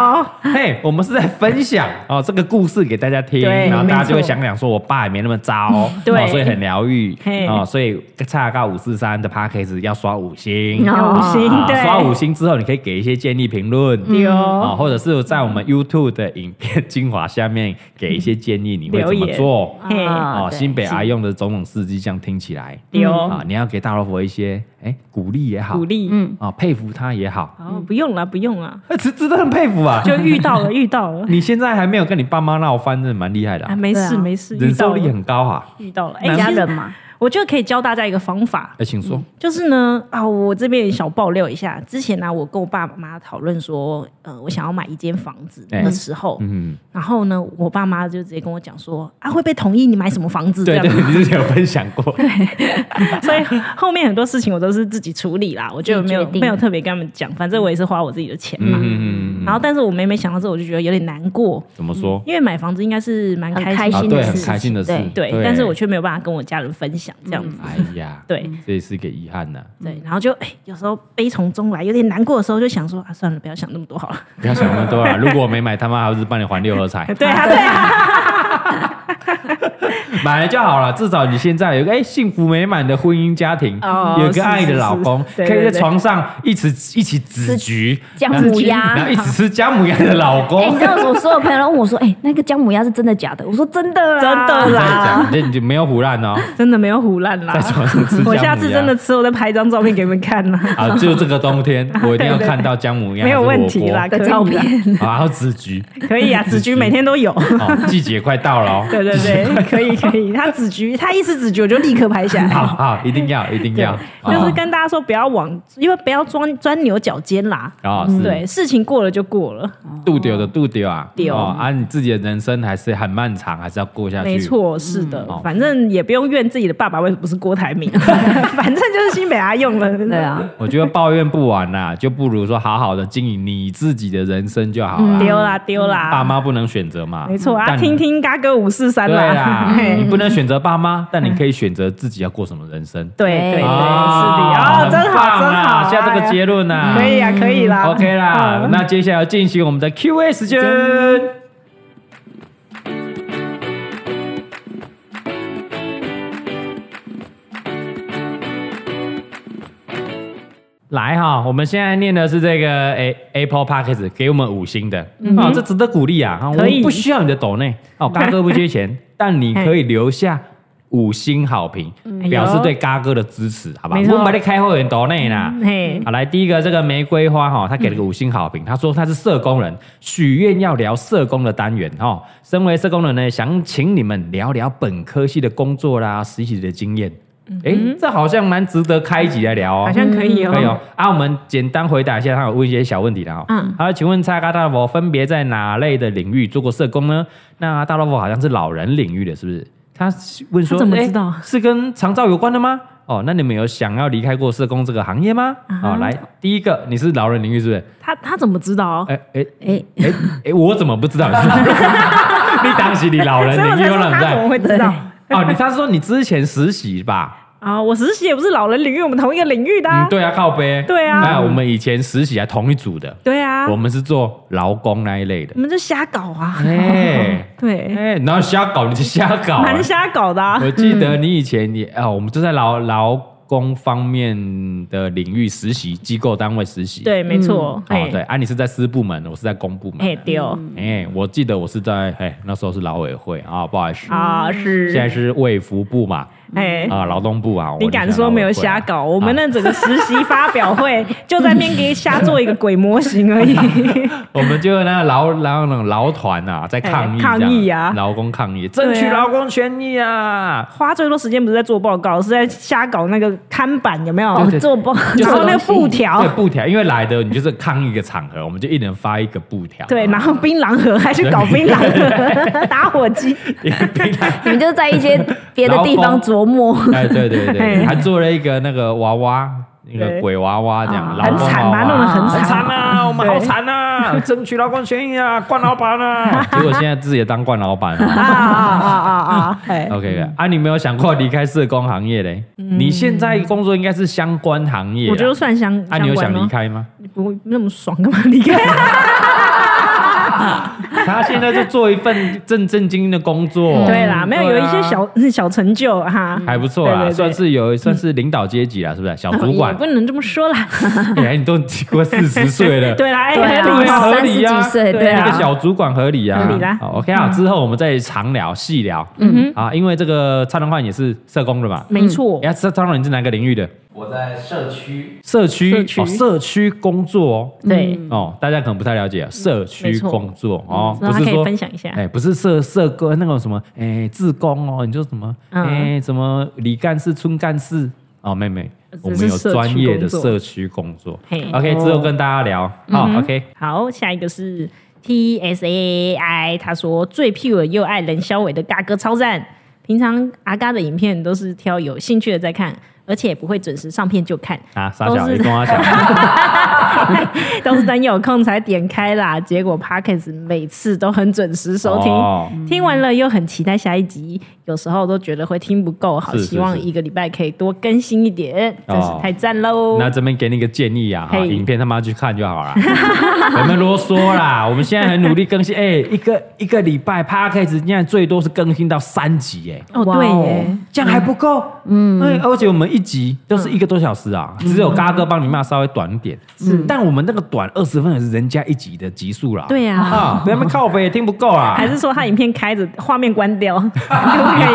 [SPEAKER 1] 有，
[SPEAKER 2] 嘿，我们是在 分享哦这个故事给大家听，
[SPEAKER 1] 对
[SPEAKER 2] 然后大家
[SPEAKER 1] 没错
[SPEAKER 2] 就会想想说，我爸也没那么糟，
[SPEAKER 1] 对
[SPEAKER 2] 哦，所以很疗愈
[SPEAKER 1] 嘿，
[SPEAKER 2] 哦，所以差到五四三的 p a c k a g e 要刷五星，
[SPEAKER 3] 哦
[SPEAKER 1] 要五星
[SPEAKER 2] 啊
[SPEAKER 1] 嗯对，
[SPEAKER 2] 刷五星之后，你可以给一些建议评论，
[SPEAKER 1] 有
[SPEAKER 2] 啊，或者是在我们 YouTube 的影片精华下面给一些建议，你会怎么做？
[SPEAKER 1] 嘿
[SPEAKER 3] 啊
[SPEAKER 2] 哦，
[SPEAKER 3] 对
[SPEAKER 2] 新北阿用的种种事迹，这样听起来
[SPEAKER 1] 有
[SPEAKER 2] 啊，你要给大老婆一些哎鼓励也好，
[SPEAKER 1] 鼓励，
[SPEAKER 3] 嗯，
[SPEAKER 2] 啊，佩服她也好，
[SPEAKER 1] 哦，不用了不用了，
[SPEAKER 2] 哎，值值得很佩服啊！
[SPEAKER 1] 就遇到了遇到 了，
[SPEAKER 2] 你现在还没有跟你爸妈闹翻，真的蛮厉害的啊
[SPEAKER 1] 啊，，没
[SPEAKER 3] 对
[SPEAKER 1] 事
[SPEAKER 3] 啊
[SPEAKER 1] 没事，遇
[SPEAKER 2] 忍
[SPEAKER 1] 到
[SPEAKER 2] 受力
[SPEAKER 1] 了
[SPEAKER 2] 很高啊。
[SPEAKER 1] 遇到了，哎，
[SPEAKER 3] 家
[SPEAKER 1] 其实
[SPEAKER 3] 人嘛，
[SPEAKER 1] 我觉得可以教大家一个方法，
[SPEAKER 2] 哎，请说，
[SPEAKER 1] 就是呢，啊，我这边也小爆料一下，之前呢、我跟我爸爸妈妈讨论说，呃，我想要买一间房子
[SPEAKER 2] 哎
[SPEAKER 1] 的时候，
[SPEAKER 2] 嗯，
[SPEAKER 1] 然后呢，我爸妈就直接跟我讲说，啊，会被同意你买什么房子这
[SPEAKER 2] 对
[SPEAKER 1] 样
[SPEAKER 2] 对， 你之前有分享过，
[SPEAKER 1] 所以后面很多事情我都是自己处理啦，我就没有
[SPEAKER 3] 自己决定
[SPEAKER 1] 没有特别跟他们讲，反正我也是花我自己的钱
[SPEAKER 2] 嗯
[SPEAKER 1] 嘛。
[SPEAKER 2] 嗯嗯嗯，
[SPEAKER 1] 然后，但是我每每想到这，我就觉得有点难过，
[SPEAKER 2] 怎么说？
[SPEAKER 1] 因为买房子应该是蛮
[SPEAKER 3] 很
[SPEAKER 1] 开
[SPEAKER 3] 开
[SPEAKER 2] 啊，
[SPEAKER 3] 心
[SPEAKER 2] 对，
[SPEAKER 3] 的
[SPEAKER 2] 很
[SPEAKER 3] 事，
[SPEAKER 2] 开心的事
[SPEAKER 3] 对，
[SPEAKER 1] 对，但是我却没有办法跟我家人分享这样子，
[SPEAKER 2] 哎呀，
[SPEAKER 1] 对。
[SPEAKER 2] 这也是一个遗憾呐。
[SPEAKER 3] 嗯
[SPEAKER 1] 对，然后就哎、有时候悲从中来，有点难过的时候，就想说啊，算了，不要想那么多好了。
[SPEAKER 2] 不要想那么 多啊！如果我没买，他妈还不是帮你还六合彩？
[SPEAKER 1] 对啊，对 啊，
[SPEAKER 2] 买了就好了，至少你现在有个哎、幸福美满的婚姻家庭，
[SPEAKER 1] 哦
[SPEAKER 2] 有个爱的老公，
[SPEAKER 1] 是是是对
[SPEAKER 2] 可以
[SPEAKER 1] 对
[SPEAKER 2] 在
[SPEAKER 1] 对
[SPEAKER 2] 床上一起一起子菊
[SPEAKER 3] 姜母鸭
[SPEAKER 2] 然后一起吃姜母鸭的老
[SPEAKER 3] 哎、
[SPEAKER 2] 公
[SPEAKER 3] 你，知道我所有朋友都问我说：“哎、那个姜母鸭是真的假的？”我说：“真的啦，
[SPEAKER 1] 真的啦
[SPEAKER 2] 哎讲，这你就没有胡乱哦。
[SPEAKER 1] 真的没有胡乱啦
[SPEAKER 2] 在床上吃姜母。鸭
[SPEAKER 1] 我下次真的吃，我再拍一张照片给你们看 啦。
[SPEAKER 2] 啊，就这个 冬天，我一定要看到姜母鸭
[SPEAKER 1] 没有问题啦，
[SPEAKER 2] 还
[SPEAKER 1] 可
[SPEAKER 3] 的
[SPEAKER 1] 以啦
[SPEAKER 3] 照片，
[SPEAKER 2] 是火锅啊，还有子菊，
[SPEAKER 1] 可以啊，
[SPEAKER 2] 紫
[SPEAKER 1] 子
[SPEAKER 2] 菊
[SPEAKER 1] 菊每天都 有。
[SPEAKER 2] 哦，季节快到了哦，
[SPEAKER 1] 对对 对，可以可以，他子菊，他一吃子菊我就立刻拍下
[SPEAKER 2] 好
[SPEAKER 1] 来。
[SPEAKER 2] 好，一定要一定
[SPEAKER 1] 对
[SPEAKER 2] 要，
[SPEAKER 1] 就是
[SPEAKER 2] 哦
[SPEAKER 1] 跟大家说不要往，因为不要钻钻牛角尖啦。
[SPEAKER 2] 哦，是
[SPEAKER 1] 嗯对，事情过了就过了，
[SPEAKER 2] 度丢的度丢啊，
[SPEAKER 1] 对
[SPEAKER 2] 哦啊，你自己的人生还是很漫长，还是要过下去。
[SPEAKER 1] 没，错，是的
[SPEAKER 2] 嗯好，
[SPEAKER 1] 反正也不用怨自己的爸爸为什么不是郭台铭， 反正就是新北阿用了。
[SPEAKER 3] 对，啊，
[SPEAKER 2] 我觉得抱怨不完啦，就不如说好好的经营你自己的人生就好了。
[SPEAKER 1] 丢啦丢
[SPEAKER 2] 嗯爸
[SPEAKER 1] 啦，
[SPEAKER 2] 妈不能选择嘛，
[SPEAKER 1] 嗯哦没错啊，
[SPEAKER 2] 但
[SPEAKER 1] 听听嘎哥五四三
[SPEAKER 2] 对
[SPEAKER 1] 啦
[SPEAKER 2] 啦，，
[SPEAKER 1] 嘿
[SPEAKER 2] 你不能选择爸妈，但你可以选择自己要过什么人生。
[SPEAKER 1] 嗯对对对，是的，
[SPEAKER 2] 啊
[SPEAKER 1] 哦，真
[SPEAKER 2] 很
[SPEAKER 1] 好
[SPEAKER 2] 棒
[SPEAKER 1] 真
[SPEAKER 2] 啦
[SPEAKER 1] 好，
[SPEAKER 2] 下这个结论呐，
[SPEAKER 1] 可以啊，可以啦
[SPEAKER 2] OK 啦，
[SPEAKER 1] 嗯
[SPEAKER 2] 那接下来要进行我们的 Q&A 时间。来哈，我们现在念的是这个 A Apple Podcast 给我们五星的，啊，这值得鼓励啊！啊
[SPEAKER 1] 嗯
[SPEAKER 2] 我
[SPEAKER 1] 可以嗯
[SPEAKER 2] 们不需要你的抖内哦，嘎哥不 缺钱，但你可以留下五星好评，表示对嘎哥的支持，好
[SPEAKER 1] 嗯
[SPEAKER 2] 吧？
[SPEAKER 1] 哎没错
[SPEAKER 2] 我们把你开会员抖内啦，
[SPEAKER 1] 嘿，
[SPEAKER 2] 好，来第一个这个玫瑰花哈、他给了个五星好评，他说他是社工人，许愿要聊社工的单元哦。身为社工人呢，想请你们聊聊本科系的工作啦、实习的经验。哎、这好像蛮值得开一集来聊哦。
[SPEAKER 1] 嗯好像可以
[SPEAKER 2] 可以哦
[SPEAKER 1] 哦，。
[SPEAKER 2] 啊，我们简单回答一下，他有问一些小问题的哦。嗯，他说：“请问蔡嘎大老婆分别在哪类的领域做过社工呢？”那大老婆好像是老人领域的，是不是？他问说：“
[SPEAKER 1] 他怎么
[SPEAKER 2] 诶
[SPEAKER 1] 知道
[SPEAKER 2] 是跟长照有关的吗？”哦，那你们有想要离开过社工这个行业吗？
[SPEAKER 1] 啊
[SPEAKER 2] 哦，来，第一个你是老人领域是不是？
[SPEAKER 1] 他他怎么知道？
[SPEAKER 2] 哎哎
[SPEAKER 3] 哎、
[SPEAKER 2] 哎哎，我怎么不知道你 是？你当时你老人
[SPEAKER 1] 所以我
[SPEAKER 2] 领
[SPEAKER 1] 才
[SPEAKER 2] 域有
[SPEAKER 1] 说
[SPEAKER 2] 哪
[SPEAKER 1] 他怎么
[SPEAKER 2] 在？
[SPEAKER 1] 会知道
[SPEAKER 2] 哦，你他说你之前实习吧？
[SPEAKER 1] 啊？我实习也不是老人领域，我们同一个领域 的啊
[SPEAKER 2] 嗯，。对啊，靠背。
[SPEAKER 1] 对啊
[SPEAKER 2] 那我们以前实习还同一组的。
[SPEAKER 1] 对啊，
[SPEAKER 2] 我们是做劳工那一类 的
[SPEAKER 1] 我。们就瞎搞啊。
[SPEAKER 2] 哎
[SPEAKER 1] 对，
[SPEAKER 2] 哎，然后瞎搞你就瞎搞啊、
[SPEAKER 1] 蛮瞎搞的啊。嗯
[SPEAKER 2] 我记得你以前也啊、我们就在劳劳工方面的领域实习，机构单位实习。
[SPEAKER 1] 对，没错。
[SPEAKER 2] 哦
[SPEAKER 1] 嘿
[SPEAKER 2] 对，，啊，你是在私部门，我是在公部门。
[SPEAKER 1] 嘿哦
[SPEAKER 2] 哎、
[SPEAKER 1] 丢
[SPEAKER 2] 我记得我是在哎那时候是劳委会啊、不好意思，
[SPEAKER 1] 啊是。
[SPEAKER 2] 现在是卫福部嘛
[SPEAKER 1] 哎，
[SPEAKER 2] 啊劳动部啊。我
[SPEAKER 1] 你敢说没有瞎搞？我们
[SPEAKER 2] 那。
[SPEAKER 1] 那整个实习发表 会就在那边给瞎做一个鬼模型而已。
[SPEAKER 2] 我们就那个劳劳那种劳团啊，在抗议、
[SPEAKER 1] 哎抗议啊
[SPEAKER 2] 劳工抗议，争取
[SPEAKER 1] 对啊
[SPEAKER 2] 劳工权益啊！
[SPEAKER 1] 花最多时间不是在做报告，是在瞎搞那个看板，有没有？
[SPEAKER 3] 哦，做不，
[SPEAKER 1] 然后那个布条
[SPEAKER 2] 对，布条，因为来的你就是抗议一个场合，我们就一人发一个布条。
[SPEAKER 1] 对， 然后槟榔盒还去搞槟榔盒， 打火机，
[SPEAKER 3] 你们就在一些别的地方琢磨。
[SPEAKER 2] 哎，对对
[SPEAKER 1] 哎
[SPEAKER 2] 对，还做了一个那个娃娃，那个鬼娃娃这样，
[SPEAKER 3] 啊
[SPEAKER 2] 劳工
[SPEAKER 1] 很惨
[SPEAKER 2] 娃
[SPEAKER 1] 吧
[SPEAKER 2] 娃
[SPEAKER 1] 弄得很
[SPEAKER 2] 很
[SPEAKER 1] 惨
[SPEAKER 2] 惨啊，我们好惨啊，争取劳工权益啊，冠老板啊， 结果现在自己也当冠老板 了。
[SPEAKER 1] 啊啊啊啊！哎，
[SPEAKER 2] OK，啊，你没有想过离开社工行业嘞？你现在工作应该是相关行业
[SPEAKER 1] 嗯
[SPEAKER 2] 啦，
[SPEAKER 1] 我觉得算相
[SPEAKER 2] 啊，
[SPEAKER 1] 相
[SPEAKER 2] 你有想
[SPEAKER 1] 关
[SPEAKER 2] 离
[SPEAKER 1] 吗？
[SPEAKER 2] 开吗？
[SPEAKER 1] 不那么爽，干嘛离开？
[SPEAKER 2] 他现在就做一份正正经经的工作，
[SPEAKER 1] 对啦，没有有
[SPEAKER 2] 对啊
[SPEAKER 1] 一些小小成就哈，
[SPEAKER 2] 还不错
[SPEAKER 1] 对
[SPEAKER 2] 啦，
[SPEAKER 1] 对对
[SPEAKER 2] 算是有算是领导阶级啦，是不是？小主
[SPEAKER 1] 也
[SPEAKER 2] 管，
[SPEAKER 1] 不能这么说啦。
[SPEAKER 2] 哎，你都过四十 岁了，
[SPEAKER 1] 对啦，哎，
[SPEAKER 3] 对啊
[SPEAKER 1] 合理
[SPEAKER 2] 啊，
[SPEAKER 1] 吧
[SPEAKER 2] 合理啊，
[SPEAKER 3] 三十几岁
[SPEAKER 1] 对啊
[SPEAKER 2] 那个小主管合理啊，
[SPEAKER 1] 合理啦
[SPEAKER 2] 好，OK 啊，之后我们再长聊细聊
[SPEAKER 1] 嗯哦
[SPEAKER 2] 啊，因为这个蔡东焕也是社工的嘛
[SPEAKER 1] 哼，，没错。
[SPEAKER 2] 哎，蔡蔡东焕你是哪个领域的？
[SPEAKER 4] 我在社区
[SPEAKER 2] 社
[SPEAKER 1] 社
[SPEAKER 2] 区
[SPEAKER 1] 区
[SPEAKER 2] 哦，社区工作哦。
[SPEAKER 1] 对，嗯
[SPEAKER 2] 哦，大家可能不太了解社
[SPEAKER 1] 没
[SPEAKER 2] 区
[SPEAKER 1] 错
[SPEAKER 2] 工作哦，
[SPEAKER 1] 那
[SPEAKER 2] 不
[SPEAKER 1] 他
[SPEAKER 2] 是
[SPEAKER 1] 可以
[SPEAKER 2] 说
[SPEAKER 1] 分享一下
[SPEAKER 2] 哎、。不是社社工那个什么，哎、自工哦，你就什么，哎、
[SPEAKER 1] 嗯
[SPEAKER 2] 什么里干事、村干事哦，妹妹，我
[SPEAKER 1] 这
[SPEAKER 2] 们
[SPEAKER 1] 是
[SPEAKER 2] 有
[SPEAKER 1] 社区
[SPEAKER 2] 专业的
[SPEAKER 1] 工作
[SPEAKER 2] 社区工作。
[SPEAKER 1] 嘿
[SPEAKER 2] OK，之后跟大家聊。好、
[SPEAKER 1] 嗯哼
[SPEAKER 2] o k
[SPEAKER 1] 好，下一个是 T S A I，他说最 pure 又爱冷小伟的嘎哥超赞。平常阿嘎的影片都是挑有兴趣的在看，而且不会准时上片就看，
[SPEAKER 2] 啊，傻
[SPEAKER 1] 都
[SPEAKER 2] 小，
[SPEAKER 1] 是
[SPEAKER 2] 你跟我讲，
[SPEAKER 1] 都是等有空才点开啦。 结果 p o c k e t 每次都很准时 收听，
[SPEAKER 2] 哦
[SPEAKER 1] 听完了又很期待下一集，有时候都觉得会听不够，好
[SPEAKER 2] 是是
[SPEAKER 1] 希望
[SPEAKER 2] 是
[SPEAKER 1] 一个礼拜可以多更新一点，真是
[SPEAKER 2] 哦
[SPEAKER 1] 太赞喽！
[SPEAKER 2] 那这边给你一个建议啊，哈，
[SPEAKER 1] 嘿
[SPEAKER 2] 影片他妈去看 就好了，我们啰嗦啦。我们现在很努力更新，哎、 一个一个礼拜 p a c k a g e 现在最多是更新到三集、哎。
[SPEAKER 1] 哦，
[SPEAKER 3] 哇
[SPEAKER 1] 对
[SPEAKER 3] 哦
[SPEAKER 1] 耶，
[SPEAKER 2] 这样还不够，嗯，而且我们一集都是一个多小时啊，
[SPEAKER 1] 嗯
[SPEAKER 2] 只有嘎哥帮你骂稍微短一点，是，但我们那个短二十分也是人家一集的集数啦，
[SPEAKER 1] 对呀
[SPEAKER 2] 啊，不要被靠北也听不够啊
[SPEAKER 1] 还，是说他影片开着，画面关掉？
[SPEAKER 2] 你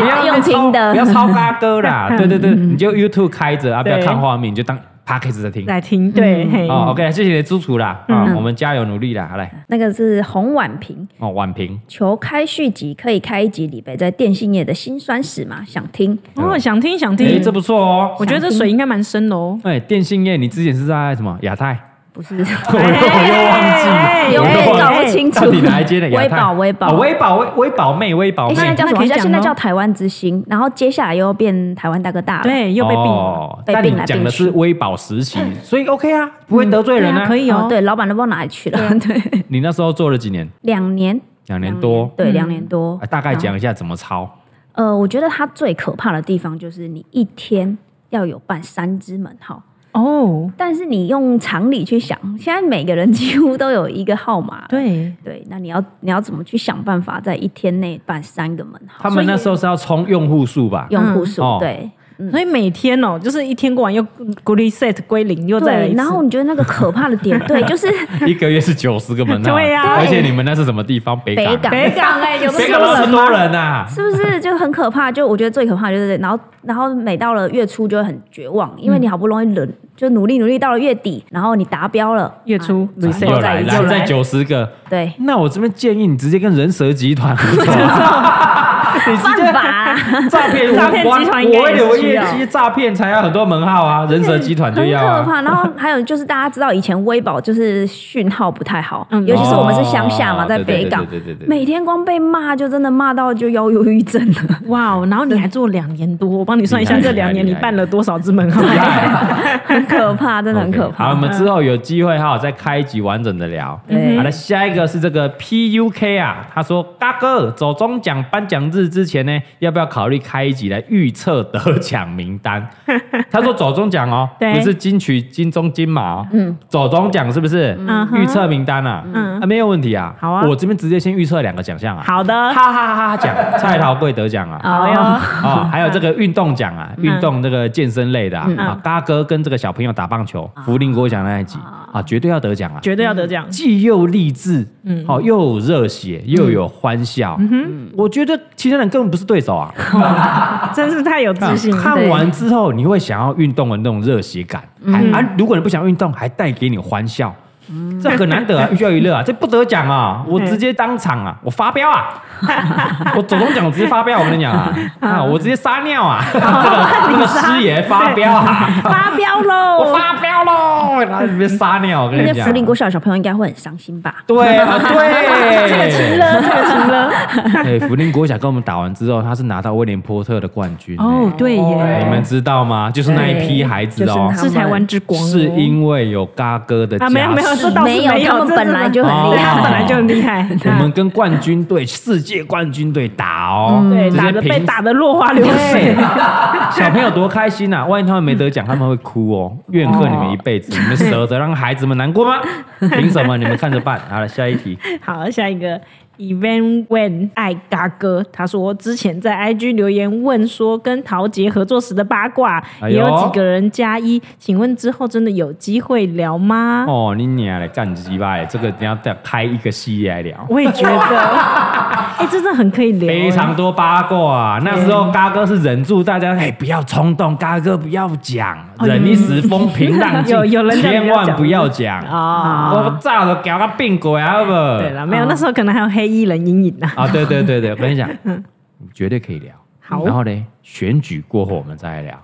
[SPEAKER 2] 不要
[SPEAKER 3] 用听的
[SPEAKER 2] 不要抄嘎哥啦， 对对对，你就 YouTube 开着啊，不
[SPEAKER 1] 对
[SPEAKER 2] 要看画面，你就当 Podcast 在听，
[SPEAKER 1] 来听，对，
[SPEAKER 3] 嗯
[SPEAKER 1] 嘿，
[SPEAKER 2] 哦，OK，谢谢你的支持啦，啊，我们加油努力啦，好来，
[SPEAKER 3] 那个是洪婉平，
[SPEAKER 2] 哦，婉平，
[SPEAKER 3] 求开续集，可以开一集李北在电信业的辛酸史吗？想听。
[SPEAKER 1] 哦，想听想
[SPEAKER 2] 哎，
[SPEAKER 1] 听，
[SPEAKER 2] 这不错哦，
[SPEAKER 1] 我觉得这水应该蛮深的哦。
[SPEAKER 2] 哎，电信业你之前是在什么亚太？
[SPEAKER 3] 不是，
[SPEAKER 2] 我又
[SPEAKER 1] 哎哎
[SPEAKER 2] 我又忘记，我又忘
[SPEAKER 3] 永远
[SPEAKER 1] 哎
[SPEAKER 2] 记
[SPEAKER 3] 搞不清楚
[SPEAKER 2] 到。底哪一间的亚
[SPEAKER 3] 微
[SPEAKER 2] 太？
[SPEAKER 3] 保微保
[SPEAKER 2] 哦微保，微微保妹，微保
[SPEAKER 3] 哎，
[SPEAKER 2] 妹。
[SPEAKER 3] 现在叫
[SPEAKER 1] 那
[SPEAKER 3] 什
[SPEAKER 1] 可
[SPEAKER 3] 么？
[SPEAKER 1] 以讲
[SPEAKER 3] 叫现在
[SPEAKER 1] 哦
[SPEAKER 3] 叫台湾之星，然后接下来又变台湾大哥大了。，
[SPEAKER 1] 对，又被并了，
[SPEAKER 2] 哦
[SPEAKER 3] 被
[SPEAKER 2] 但
[SPEAKER 3] 并
[SPEAKER 2] 你
[SPEAKER 3] 来
[SPEAKER 2] 讲
[SPEAKER 3] 并
[SPEAKER 2] 的是
[SPEAKER 3] 去
[SPEAKER 2] 微保时期，所以 OK 啊，不会得罪人
[SPEAKER 1] 对啊可以
[SPEAKER 3] 哦
[SPEAKER 1] 哦，，
[SPEAKER 3] 对，老板都不知道哪里去了。 对，
[SPEAKER 2] 你那时候做了几年？
[SPEAKER 3] 两年，
[SPEAKER 2] 两年多。
[SPEAKER 3] 对，
[SPEAKER 1] 嗯
[SPEAKER 3] 两年多
[SPEAKER 2] 啊。大概讲一下怎么抄。
[SPEAKER 3] 呃，我觉得它最可怕的地方就是你一天要有办三只门号，
[SPEAKER 1] 哦，
[SPEAKER 3] 但是你用常理去想，现在每个人几乎都有一个号码。
[SPEAKER 1] 对，
[SPEAKER 3] 对，那你要你要怎么去想办法在一天内办三个门号？
[SPEAKER 2] 他们那时候是要冲用户数吧？
[SPEAKER 3] 用户数、
[SPEAKER 2] 嗯哦
[SPEAKER 3] 对。嗯
[SPEAKER 1] 所以每天哦，就是一天过完又鼓励 set 归零，又再来一次
[SPEAKER 3] 对，然后你觉得那个可怕的 点，对，就是
[SPEAKER 2] 一个月是九十个门 号，
[SPEAKER 1] 对啊
[SPEAKER 2] 而且你们那是什么地方？北
[SPEAKER 3] 北港，
[SPEAKER 2] 港，
[SPEAKER 1] 北港
[SPEAKER 3] 哎， 有
[SPEAKER 2] 北
[SPEAKER 1] 有
[SPEAKER 2] 港老
[SPEAKER 1] 人
[SPEAKER 2] 是
[SPEAKER 1] 吗
[SPEAKER 2] 多人啊呐。
[SPEAKER 3] 是不是就很可怕？就我觉得最可怕的就是，然后然后每到了月初就会很绝望，因为你好不容易忍，就努力努力到了月底，然后你达标了，
[SPEAKER 1] 月初
[SPEAKER 3] 啊
[SPEAKER 1] reset
[SPEAKER 2] 又
[SPEAKER 3] 又
[SPEAKER 2] 来
[SPEAKER 3] 来
[SPEAKER 2] 了，
[SPEAKER 3] 又来
[SPEAKER 2] 再九十个。
[SPEAKER 3] 对，
[SPEAKER 2] 那我这边建议你直接跟人蛇集团合作， 你直接
[SPEAKER 3] 犯法啦
[SPEAKER 2] 诈 骗
[SPEAKER 1] 诈骗集团应该
[SPEAKER 2] 我
[SPEAKER 1] 也是
[SPEAKER 2] 有
[SPEAKER 1] 需
[SPEAKER 2] 业
[SPEAKER 1] 要
[SPEAKER 2] 绩诈骗才要很多门号啊，人蛇集团就
[SPEAKER 3] 很
[SPEAKER 2] 要
[SPEAKER 3] 可
[SPEAKER 2] 啊。
[SPEAKER 3] 怕。然后还有就是大家知道以前微保就是讯号不太好，
[SPEAKER 1] 嗯
[SPEAKER 3] 尤其是我们是乡下嘛，
[SPEAKER 2] 哦
[SPEAKER 3] 在北港，
[SPEAKER 2] 对对对对对
[SPEAKER 3] 每天光被骂就真的骂到就腰忧郁症了。
[SPEAKER 1] 哇哦，然后你还做两年多，我帮你算一下
[SPEAKER 2] 厉害
[SPEAKER 1] 这两年
[SPEAKER 2] 厉
[SPEAKER 1] 你
[SPEAKER 2] 害
[SPEAKER 1] 办了多少支门号？
[SPEAKER 2] 对。哎
[SPEAKER 3] 很可怕，真的很可
[SPEAKER 2] OK，好，
[SPEAKER 3] 怕。
[SPEAKER 2] 我们之后有机会哈，再开一集完整的聊。
[SPEAKER 3] 对
[SPEAKER 2] 好了，下一个是这个 PUK 啊，他说：“大哥，走中奖颁奖日之前呢，要不要考虑开一集来预测得奖名单？” 他说：“走中奖哦，
[SPEAKER 1] 对
[SPEAKER 2] 不是金曲、金钟、金马、哦，嗯，走中奖是不是？
[SPEAKER 1] 嗯哼
[SPEAKER 2] 预测名单啊，
[SPEAKER 1] 嗯
[SPEAKER 2] 嗯，没有问题啊。
[SPEAKER 1] 好啊
[SPEAKER 2] 我这边直接先预测两个奖项啊，
[SPEAKER 1] 好的，哎
[SPEAKER 2] 哈哈哈哈奖，蔡桃贵得奖啊。
[SPEAKER 1] 好哟，
[SPEAKER 2] 哦，还有这个运动奖啊，运动这个健身类的啊，
[SPEAKER 1] 嗯
[SPEAKER 2] 啊嘎哥跟这个小朋友打棒球，福林国奖那一集啊，绝对要得奖啊！
[SPEAKER 1] 绝对要得奖。
[SPEAKER 2] 既又励志，嗯，好、又有热血，又有欢笑，嗯我觉得其他人根本不是对手啊！
[SPEAKER 1] 真是太有自信了。
[SPEAKER 2] 看完之
[SPEAKER 1] 嗯
[SPEAKER 2] 后，你会想要运动的那种热血感，还、啊，如果你不想运动，还带给你欢笑，这很难 得啊，寓教于乐啊，这不得奖啊！我直接当场啊，我发 飙啊！我走中奖，我直接发飙，我跟你讲啊，
[SPEAKER 1] 嗯
[SPEAKER 2] 啊，我直接撒尿啊！
[SPEAKER 1] 哦
[SPEAKER 2] 那个师爷发飙啊！
[SPEAKER 3] 发飙
[SPEAKER 2] 我
[SPEAKER 3] 喽！
[SPEAKER 2] 发飙喽！然后里面撒尿，我跟
[SPEAKER 3] 那
[SPEAKER 2] 你
[SPEAKER 3] 些
[SPEAKER 2] 讲
[SPEAKER 3] 福，林国小的小朋友应该会很伤心吧？
[SPEAKER 2] 对啊，
[SPEAKER 3] 哎
[SPEAKER 2] 对，
[SPEAKER 1] 这个情了，这个情了。
[SPEAKER 2] 对，哎福林国小跟我们打完之后，他是拿到威廉波特的冠军、
[SPEAKER 4] 哦，对
[SPEAKER 2] 哎
[SPEAKER 4] 耶，
[SPEAKER 2] 你们知道吗？就是那一批孩子
[SPEAKER 4] 就是
[SPEAKER 2] 哦，
[SPEAKER 4] 他们
[SPEAKER 1] 是台湾之光哦，
[SPEAKER 2] 是因为有嘎哥的加
[SPEAKER 1] 啊，
[SPEAKER 2] 持、
[SPEAKER 1] 没有没有，这倒是
[SPEAKER 3] 没有
[SPEAKER 1] 有，
[SPEAKER 3] 他们
[SPEAKER 1] 这
[SPEAKER 3] 本来就很
[SPEAKER 2] 厉害
[SPEAKER 1] 对哦他们本来就很厉害。
[SPEAKER 2] 我们跟冠军队、世界冠军队打哦，
[SPEAKER 1] 啊对
[SPEAKER 2] 直接
[SPEAKER 1] 打的被
[SPEAKER 2] 平
[SPEAKER 1] 打的落花流水，
[SPEAKER 2] 小朋友多开心呐、万一他们没得奖，他们会哭哦，怨恨你们一辈子，你们舍得让孩子们难过吗？凭什么？你们看着办。好了，下一题，
[SPEAKER 1] 好，下一个。Even when 爱嘎哥，他说之前在 IG 留言问说跟陶杰合作时的八卦，
[SPEAKER 2] 哎呦
[SPEAKER 1] 也有几个人加一，请问之后真的有机会聊 吗？
[SPEAKER 2] 哦，你娘嘞，干鸡巴嘞，这个你要再开一个系列来聊。
[SPEAKER 1] 我也觉得， 哎、真的很可以聊、
[SPEAKER 2] 非常多八卦啊！那时候嘎哥是忍住大家，哎，不要冲动，嘎哥不要讲，忍一时风平浪静，
[SPEAKER 1] 哦有有人叫你
[SPEAKER 2] 千
[SPEAKER 1] 不要讲
[SPEAKER 2] 万不要讲
[SPEAKER 1] 哎啊。
[SPEAKER 2] 我炸了，搞个病鬼啊，好不好？
[SPEAKER 1] 对了，没有、那时候可能还有黑衣人阴影啊。
[SPEAKER 2] 啊，对对对对，我 跟你讲，绝对可以聊。
[SPEAKER 1] 好
[SPEAKER 2] 然后呢，选举过后我们再来聊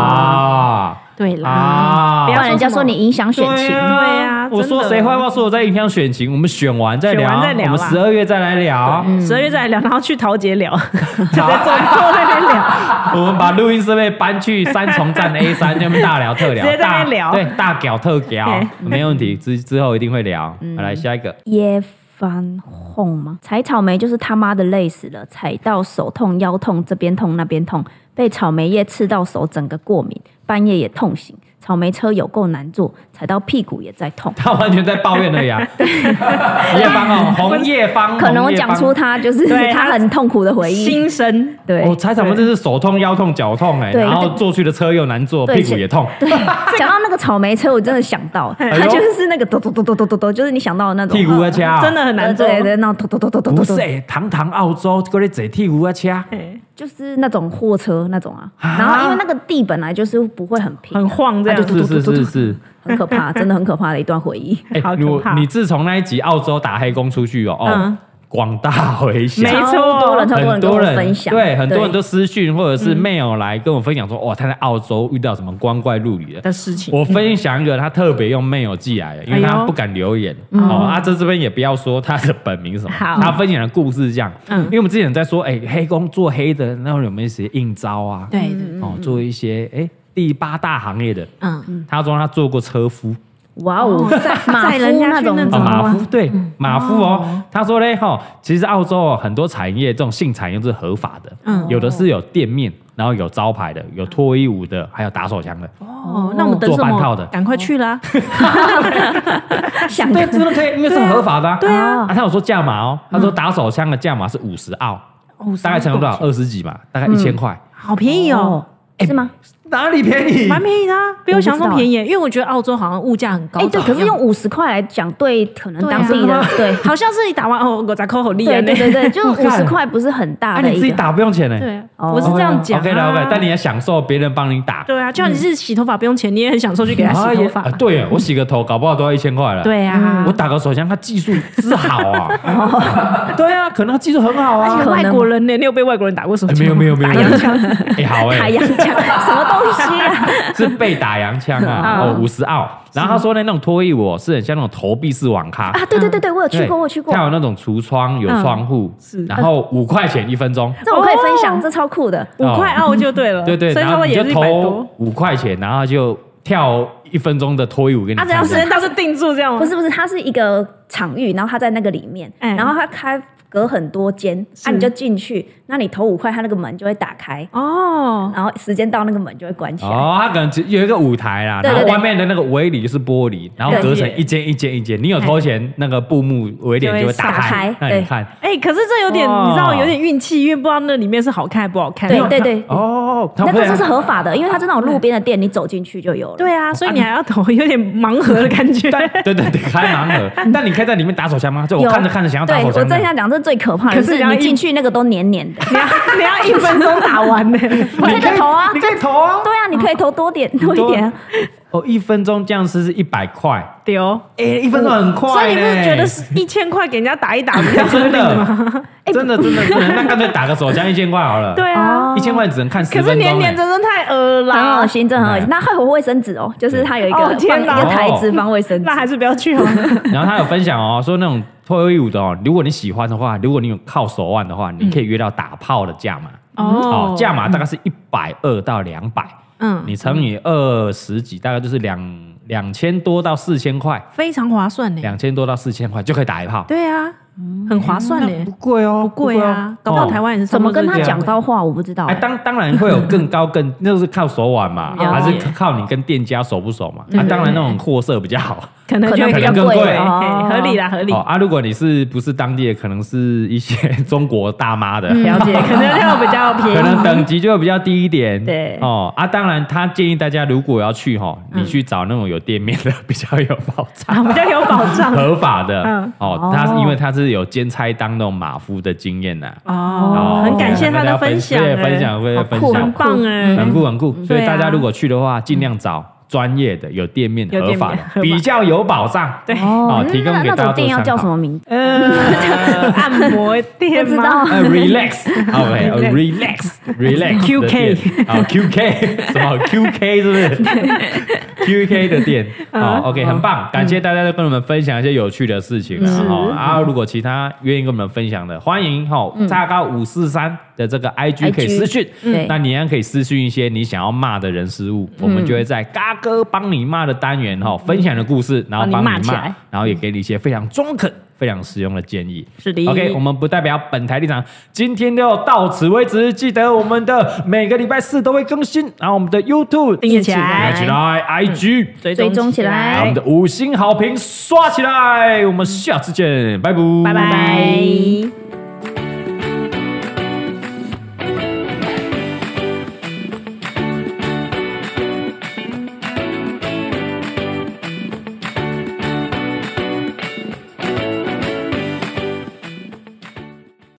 [SPEAKER 2] 啊
[SPEAKER 1] 对啦，
[SPEAKER 2] 啊
[SPEAKER 1] 不
[SPEAKER 3] 不
[SPEAKER 1] 要
[SPEAKER 3] 然人家说你影响选
[SPEAKER 2] 对。
[SPEAKER 3] 情
[SPEAKER 1] 对啊
[SPEAKER 2] 我说
[SPEAKER 1] 真的
[SPEAKER 2] 谁坏话说我在影响选情，我们选完再
[SPEAKER 1] 选
[SPEAKER 2] 聊，啊
[SPEAKER 1] 完再聊
[SPEAKER 2] 我们
[SPEAKER 1] 啦
[SPEAKER 2] 十二月再来聊。啊
[SPEAKER 1] 十二月再来聊，然后去桃姐聊， 就在坐坐那边 聊。
[SPEAKER 2] 我们把录音设备搬去三重站 A 三，那边大聊特聊，
[SPEAKER 1] 直接在那边
[SPEAKER 2] 大
[SPEAKER 1] 聊
[SPEAKER 2] 对，大屌特屌
[SPEAKER 1] 对，
[SPEAKER 2] 没问题，之之后一定会聊。
[SPEAKER 1] 嗯
[SPEAKER 2] 好来下一个，
[SPEAKER 3] 椰翻红吗？采草莓就是他妈的累死了，踩到手痛、腰痛，这边痛那边痛，被草莓叶刺到手，整个过敏，半夜也痛醒。草莓车有够难坐，踩到屁股也在痛。
[SPEAKER 2] 他完全在抱怨而已 啊。叶芳哦，红叶芳，
[SPEAKER 3] 可能我
[SPEAKER 2] 红叶芳
[SPEAKER 3] 讲出他 就是
[SPEAKER 1] 对
[SPEAKER 3] 他
[SPEAKER 1] 他
[SPEAKER 3] 很痛苦的回忆，
[SPEAKER 1] 新生
[SPEAKER 3] 对
[SPEAKER 2] 哦，采草莓真是手痛、腰痛、脚痛哎，
[SPEAKER 3] 对
[SPEAKER 2] 然后坐去的车又难坐，
[SPEAKER 3] 对
[SPEAKER 2] 屁股也痛。
[SPEAKER 3] 对， 讲到那个草莓车，我真的想到，
[SPEAKER 2] 呦
[SPEAKER 3] 他就是那个抖抖抖抖抖抖抖，就是你想到的那种呃
[SPEAKER 2] 屁股在掐哦，
[SPEAKER 1] 真的很难做。
[SPEAKER 3] 对对，那种抖抖抖抖抖
[SPEAKER 2] 不
[SPEAKER 3] 抖
[SPEAKER 2] 是
[SPEAKER 3] 抖，
[SPEAKER 2] 欸，堂堂澳洲搁咧坐屁股在车，
[SPEAKER 1] 嘿
[SPEAKER 3] 就是那种货车那种啊。
[SPEAKER 2] 啊
[SPEAKER 3] 然后因为那个地本来就是不会很平，
[SPEAKER 1] 很晃这
[SPEAKER 3] 那
[SPEAKER 1] 样
[SPEAKER 3] 就
[SPEAKER 1] 子。
[SPEAKER 2] 是是是是。
[SPEAKER 3] 很可怕，真的很可怕的一段回 忆。
[SPEAKER 2] 哎
[SPEAKER 1] 好，可
[SPEAKER 2] 我
[SPEAKER 1] 怕
[SPEAKER 2] 你自从那一集澳洲打黑工出去哦，哦
[SPEAKER 1] 嗯，
[SPEAKER 2] 广大回响
[SPEAKER 1] 没。错
[SPEAKER 3] 超多人，超多
[SPEAKER 2] 很
[SPEAKER 3] 人跟
[SPEAKER 2] 多
[SPEAKER 3] 我
[SPEAKER 2] 人
[SPEAKER 3] 分享，
[SPEAKER 2] 对，很多人都私讯或者是 mail 来跟我分享说，哇，他在澳洲遇到什么光怪陆离的。
[SPEAKER 1] 的事情，
[SPEAKER 2] 我分享一个，他特别用 mail 寄来的，因为
[SPEAKER 1] 哎
[SPEAKER 2] 他
[SPEAKER 1] 呦
[SPEAKER 2] 不敢留言。哦，啊，这这边也不要说他的本名什么，
[SPEAKER 1] 好
[SPEAKER 2] 他分享的故事是这样。
[SPEAKER 1] 嗯
[SPEAKER 2] 因为我们之前在说，哎，黑工做黑的，那有没有一些应招啊？
[SPEAKER 4] 对对
[SPEAKER 2] 哦，做一些哎第八大行业的，
[SPEAKER 1] 嗯，
[SPEAKER 2] 他说他做过车夫，
[SPEAKER 3] 哇 哦，在马
[SPEAKER 1] 载人
[SPEAKER 3] 夫
[SPEAKER 1] 家
[SPEAKER 3] 那
[SPEAKER 1] 去那
[SPEAKER 3] 种
[SPEAKER 2] 啊，
[SPEAKER 1] 种
[SPEAKER 2] 马夫对马夫哦，他说嘞哈，其实澳洲哦很多产业这种性产业是合法的，
[SPEAKER 1] 嗯
[SPEAKER 2] 有的是有店面，然后有招牌的，有脱衣舞的，还有打手枪的，
[SPEAKER 1] 哦，那我们等什
[SPEAKER 2] 做半套的
[SPEAKER 1] 么？哦赶快去啦！
[SPEAKER 3] 想
[SPEAKER 2] 对，真的可以，因为是合法的、啊。对
[SPEAKER 3] 啊
[SPEAKER 2] 他有说价码哦，
[SPEAKER 1] 嗯
[SPEAKER 2] 他说打手枪的价码是五十澳，
[SPEAKER 1] 哦
[SPEAKER 2] 大概乘以多少？二十几嘛，大
[SPEAKER 1] 嗯
[SPEAKER 2] 概一千块，
[SPEAKER 1] 好便宜哦，，
[SPEAKER 3] 是吗？
[SPEAKER 2] 哪里便宜？
[SPEAKER 1] 蛮便宜的啊，比我想象中便宜。因为我觉得澳洲好像物价很高。
[SPEAKER 3] 哎，对，可是用五十块来讲，对可能当地的
[SPEAKER 2] 啊
[SPEAKER 3] 对。
[SPEAKER 1] 好像是你打完哦，我在扣 好厉害
[SPEAKER 3] 对
[SPEAKER 1] 呢
[SPEAKER 3] 对。对对，就
[SPEAKER 2] 你看
[SPEAKER 3] 五十块不是很大
[SPEAKER 2] 啊，
[SPEAKER 3] 的
[SPEAKER 2] 你
[SPEAKER 3] 一
[SPEAKER 2] 自己
[SPEAKER 3] 个，
[SPEAKER 2] 打不用钱呢。
[SPEAKER 1] 对，
[SPEAKER 3] 哦
[SPEAKER 1] 我是这样讲啊。
[SPEAKER 2] OK 了 OK，但你也享受别人帮你打。
[SPEAKER 1] 对啊，就像你是洗头发不用钱，你也很享受去给他
[SPEAKER 2] 啊
[SPEAKER 1] 洗
[SPEAKER 2] 也
[SPEAKER 1] 头发
[SPEAKER 2] 啊。对，我洗个头搞不好都要一千块了。。
[SPEAKER 1] 对啊
[SPEAKER 2] 我，打个手枪，他技术之 好啊！对啊，可能他技术很好
[SPEAKER 1] 而
[SPEAKER 2] 啊
[SPEAKER 1] 且。外国人呢，你有被外国人打过手
[SPEAKER 2] 哎
[SPEAKER 1] 枪？
[SPEAKER 2] 没有没有没有，
[SPEAKER 1] 打
[SPEAKER 2] 没有
[SPEAKER 1] 洋 枪。 哦
[SPEAKER 2] 哎好哎，
[SPEAKER 3] 打洋枪， 什么东 西啊？
[SPEAKER 2] 是被打洋枪啊，
[SPEAKER 1] 嗯
[SPEAKER 2] 哦，五十澳。然后他说呢，那种脱衣舞哦是很像那种投币式网咖，
[SPEAKER 3] 啊，对对对对，我有去
[SPEAKER 2] 对
[SPEAKER 3] 过，我有去过
[SPEAKER 2] 它，有那种橱窗，有窗户，
[SPEAKER 1] 是
[SPEAKER 2] 然后五块钱一分钟，
[SPEAKER 3] 这我可以分
[SPEAKER 2] 哦
[SPEAKER 3] 享，这超酷的。
[SPEAKER 1] 五块澳就对了，
[SPEAKER 2] 对对，
[SPEAKER 1] 所以
[SPEAKER 2] 然
[SPEAKER 1] 他
[SPEAKER 2] 后
[SPEAKER 1] 们
[SPEAKER 2] 你
[SPEAKER 1] 也
[SPEAKER 2] 就是
[SPEAKER 1] 一百
[SPEAKER 2] 投
[SPEAKER 1] 多。
[SPEAKER 2] 五块钱，然后就跳一分钟的脱衣舞给你
[SPEAKER 1] 啊，只要
[SPEAKER 2] 看
[SPEAKER 1] 时。间到是定住这样吗？
[SPEAKER 3] 不是不是，它是一个场域，然后它在那个里面，
[SPEAKER 1] 嗯
[SPEAKER 3] 然后它开隔很多间，啊，
[SPEAKER 1] 是
[SPEAKER 3] 你就进去，那你投五块，它那个门就会打开，
[SPEAKER 1] 哦，
[SPEAKER 3] 然后时间到那个门就会关起来。
[SPEAKER 2] 哦，它可能只有一个舞台啦，
[SPEAKER 3] 对
[SPEAKER 2] 然后
[SPEAKER 3] 对对
[SPEAKER 2] 外面的那个围篱是玻璃，然后隔成一间一间一间。你有投钱，那个布幕围帘就会打开
[SPEAKER 3] 就会打开，
[SPEAKER 2] 那你
[SPEAKER 3] 对
[SPEAKER 2] 看。
[SPEAKER 1] 哎、可是这有点，
[SPEAKER 2] 哦
[SPEAKER 1] 你知道，有点运气，因为不知道那里面是好看还不好看。
[SPEAKER 3] 对对对，
[SPEAKER 2] 哦，它
[SPEAKER 3] 那
[SPEAKER 2] 不
[SPEAKER 3] 个就是合法的，因为它是那种路边的店，你走进去就有
[SPEAKER 1] 嗯
[SPEAKER 3] 了。
[SPEAKER 2] 哦
[SPEAKER 1] 对啊，所以你还要投，有点盲盒的感觉。
[SPEAKER 2] 对对对，开盲盒。
[SPEAKER 1] 嗯
[SPEAKER 2] 但你可以在里面打手枪吗？就我
[SPEAKER 3] 有
[SPEAKER 2] 看着看着想要打
[SPEAKER 3] 对
[SPEAKER 2] 手
[SPEAKER 3] 我
[SPEAKER 2] 枪的。
[SPEAKER 3] 正想讲，这最可怕的
[SPEAKER 1] 可是
[SPEAKER 3] 是
[SPEAKER 1] 你要
[SPEAKER 3] 你
[SPEAKER 1] 一
[SPEAKER 3] 进去那个都黏黏的。
[SPEAKER 1] 你要你要 一分钟打完呢、
[SPEAKER 3] 我那个投啊，
[SPEAKER 2] 你可以投啊。
[SPEAKER 3] 对啊，你可以投多点多一点啊，
[SPEAKER 2] 哦，一分钟这样吃是一百块，
[SPEAKER 1] 丢。
[SPEAKER 2] 哎，一分钟很
[SPEAKER 1] 所以你
[SPEAKER 2] 快呢。
[SPEAKER 1] 不是觉得是一千块给人家打一 打比较合
[SPEAKER 2] 真
[SPEAKER 1] 理吗？
[SPEAKER 2] 的，真的，真的，真的，那干脆打个手枪一千块好了。，
[SPEAKER 1] 对啊，
[SPEAKER 3] 哦
[SPEAKER 2] 一千块只能看十
[SPEAKER 1] 可
[SPEAKER 2] 分
[SPEAKER 1] 是黏
[SPEAKER 2] 钟
[SPEAKER 1] 黏
[SPEAKER 2] 欸。
[SPEAKER 1] 真的太恶
[SPEAKER 3] 很
[SPEAKER 1] 啦
[SPEAKER 3] 恶，心，真的
[SPEAKER 2] 哎
[SPEAKER 3] 很恶心。那还有卫生纸哦，就是它有一个
[SPEAKER 1] 哦
[SPEAKER 3] 放一
[SPEAKER 1] 天哪
[SPEAKER 3] 个台子放卫生纸
[SPEAKER 1] 那，还是不要去哦 好了。
[SPEAKER 2] 然后他有分享哦，说那种脱衣舞的哦，如果你喜欢的话，如果你有靠手腕的话，你可以约到打炮的价码。哦，价码大概是一百二到两百，
[SPEAKER 1] 嗯，
[SPEAKER 2] 你乘以二十几，大概就是两两千多到四千块，
[SPEAKER 1] 非常划算呢。
[SPEAKER 2] 两千多到四千块就可以打一炮。
[SPEAKER 1] 对啊，很划算呢，
[SPEAKER 2] 贵哦，
[SPEAKER 1] 不贵啊，搞不好台湾也是差
[SPEAKER 3] 嗯怎
[SPEAKER 1] 不
[SPEAKER 3] 么
[SPEAKER 1] 多这
[SPEAKER 3] 跟
[SPEAKER 1] 个价
[SPEAKER 3] 他
[SPEAKER 1] 格。
[SPEAKER 3] 讲到话，我不知道
[SPEAKER 2] 哎，。当当然会有更高更，那是靠手 腕嘛，
[SPEAKER 1] 了
[SPEAKER 2] 还
[SPEAKER 1] 解
[SPEAKER 2] 是靠你跟店家熟不熟嘛？啊，
[SPEAKER 1] 啊嗯
[SPEAKER 2] 当然那种货色比较好。
[SPEAKER 1] 可能就会比较
[SPEAKER 2] 可能更
[SPEAKER 1] 贵，
[SPEAKER 2] 贵
[SPEAKER 1] 嘿合理啦，合理
[SPEAKER 2] 哦。啊，如果你是不是当地的，可能是一些中国大妈的，
[SPEAKER 1] 了 解，可能要比较便
[SPEAKER 2] 嗯可能
[SPEAKER 1] 宜。
[SPEAKER 2] 等级就会比较低一点。
[SPEAKER 1] 对嗯
[SPEAKER 2] 哦啊，当然他建议大家如果要去哈，你去找那种有店面的比较有保 障。
[SPEAKER 1] 啊，比较有保 障
[SPEAKER 2] 合法的、
[SPEAKER 1] 嗯
[SPEAKER 2] 哦
[SPEAKER 3] 哦，
[SPEAKER 2] 他是因为他是有兼差当那种马夫的经验呐、
[SPEAKER 1] 哦。很感谢他的分享，
[SPEAKER 2] 对分
[SPEAKER 1] 哎
[SPEAKER 2] 享，嗯会分
[SPEAKER 3] 酷
[SPEAKER 1] 很
[SPEAKER 2] 享，
[SPEAKER 1] 棒哎，
[SPEAKER 2] 很酷很酷。所
[SPEAKER 1] 对
[SPEAKER 2] 以
[SPEAKER 1] 啊
[SPEAKER 2] 大家如果去的话，尽量找专业的、有店面的、
[SPEAKER 1] 有
[SPEAKER 2] 合
[SPEAKER 1] 店面
[SPEAKER 2] 法
[SPEAKER 1] 合法
[SPEAKER 2] 的，比较有保障。
[SPEAKER 1] 对，
[SPEAKER 2] 哦
[SPEAKER 3] 哦，
[SPEAKER 2] 提供
[SPEAKER 3] 那
[SPEAKER 2] 给
[SPEAKER 3] 那
[SPEAKER 2] 大家
[SPEAKER 3] 种
[SPEAKER 2] 做
[SPEAKER 3] 店要
[SPEAKER 2] 参
[SPEAKER 3] 叫
[SPEAKER 2] 考
[SPEAKER 3] 什么名字？
[SPEAKER 2] 呃，
[SPEAKER 1] 嗯按摩
[SPEAKER 3] 不
[SPEAKER 1] 店
[SPEAKER 3] 知
[SPEAKER 1] 吗？
[SPEAKER 3] 道。
[SPEAKER 2] 呃，relax，OK，relax，relax
[SPEAKER 1] QK
[SPEAKER 2] 啊，QK 什么 QK 是不是？QK 的 店，
[SPEAKER 3] 啊
[SPEAKER 2] 好，OK，很棒，
[SPEAKER 3] 嗯
[SPEAKER 2] 感谢大家都跟我们分享一些有趣的事情啊，哈，然后如果其他愿意跟我们分享的，欢迎哈，
[SPEAKER 3] 嗯
[SPEAKER 2] 大高五四三的这个 IG 可以私讯，
[SPEAKER 3] 对
[SPEAKER 2] 那你也可以私讯一些你想要骂的人事物，我
[SPEAKER 3] 嗯
[SPEAKER 2] 们就会在嘎哥帮你骂的单元哈，分享的故事，然后帮
[SPEAKER 3] 帮
[SPEAKER 2] 你
[SPEAKER 3] 你骂起
[SPEAKER 2] 骂
[SPEAKER 3] 来，
[SPEAKER 2] 然后也给你一些非常中肯、非常实用的建议。
[SPEAKER 1] 是的
[SPEAKER 2] OK，我们不代表本台立场，今天就到此为止。记得我们的每个礼拜四都会更新，然后我们的 YouTube
[SPEAKER 1] 订阅起来
[SPEAKER 2] 订阅起来，IG，、
[SPEAKER 3] 追踪起来
[SPEAKER 2] 然后我们的五星好评刷起来。我们下次见，拜拜，
[SPEAKER 1] 拜拜。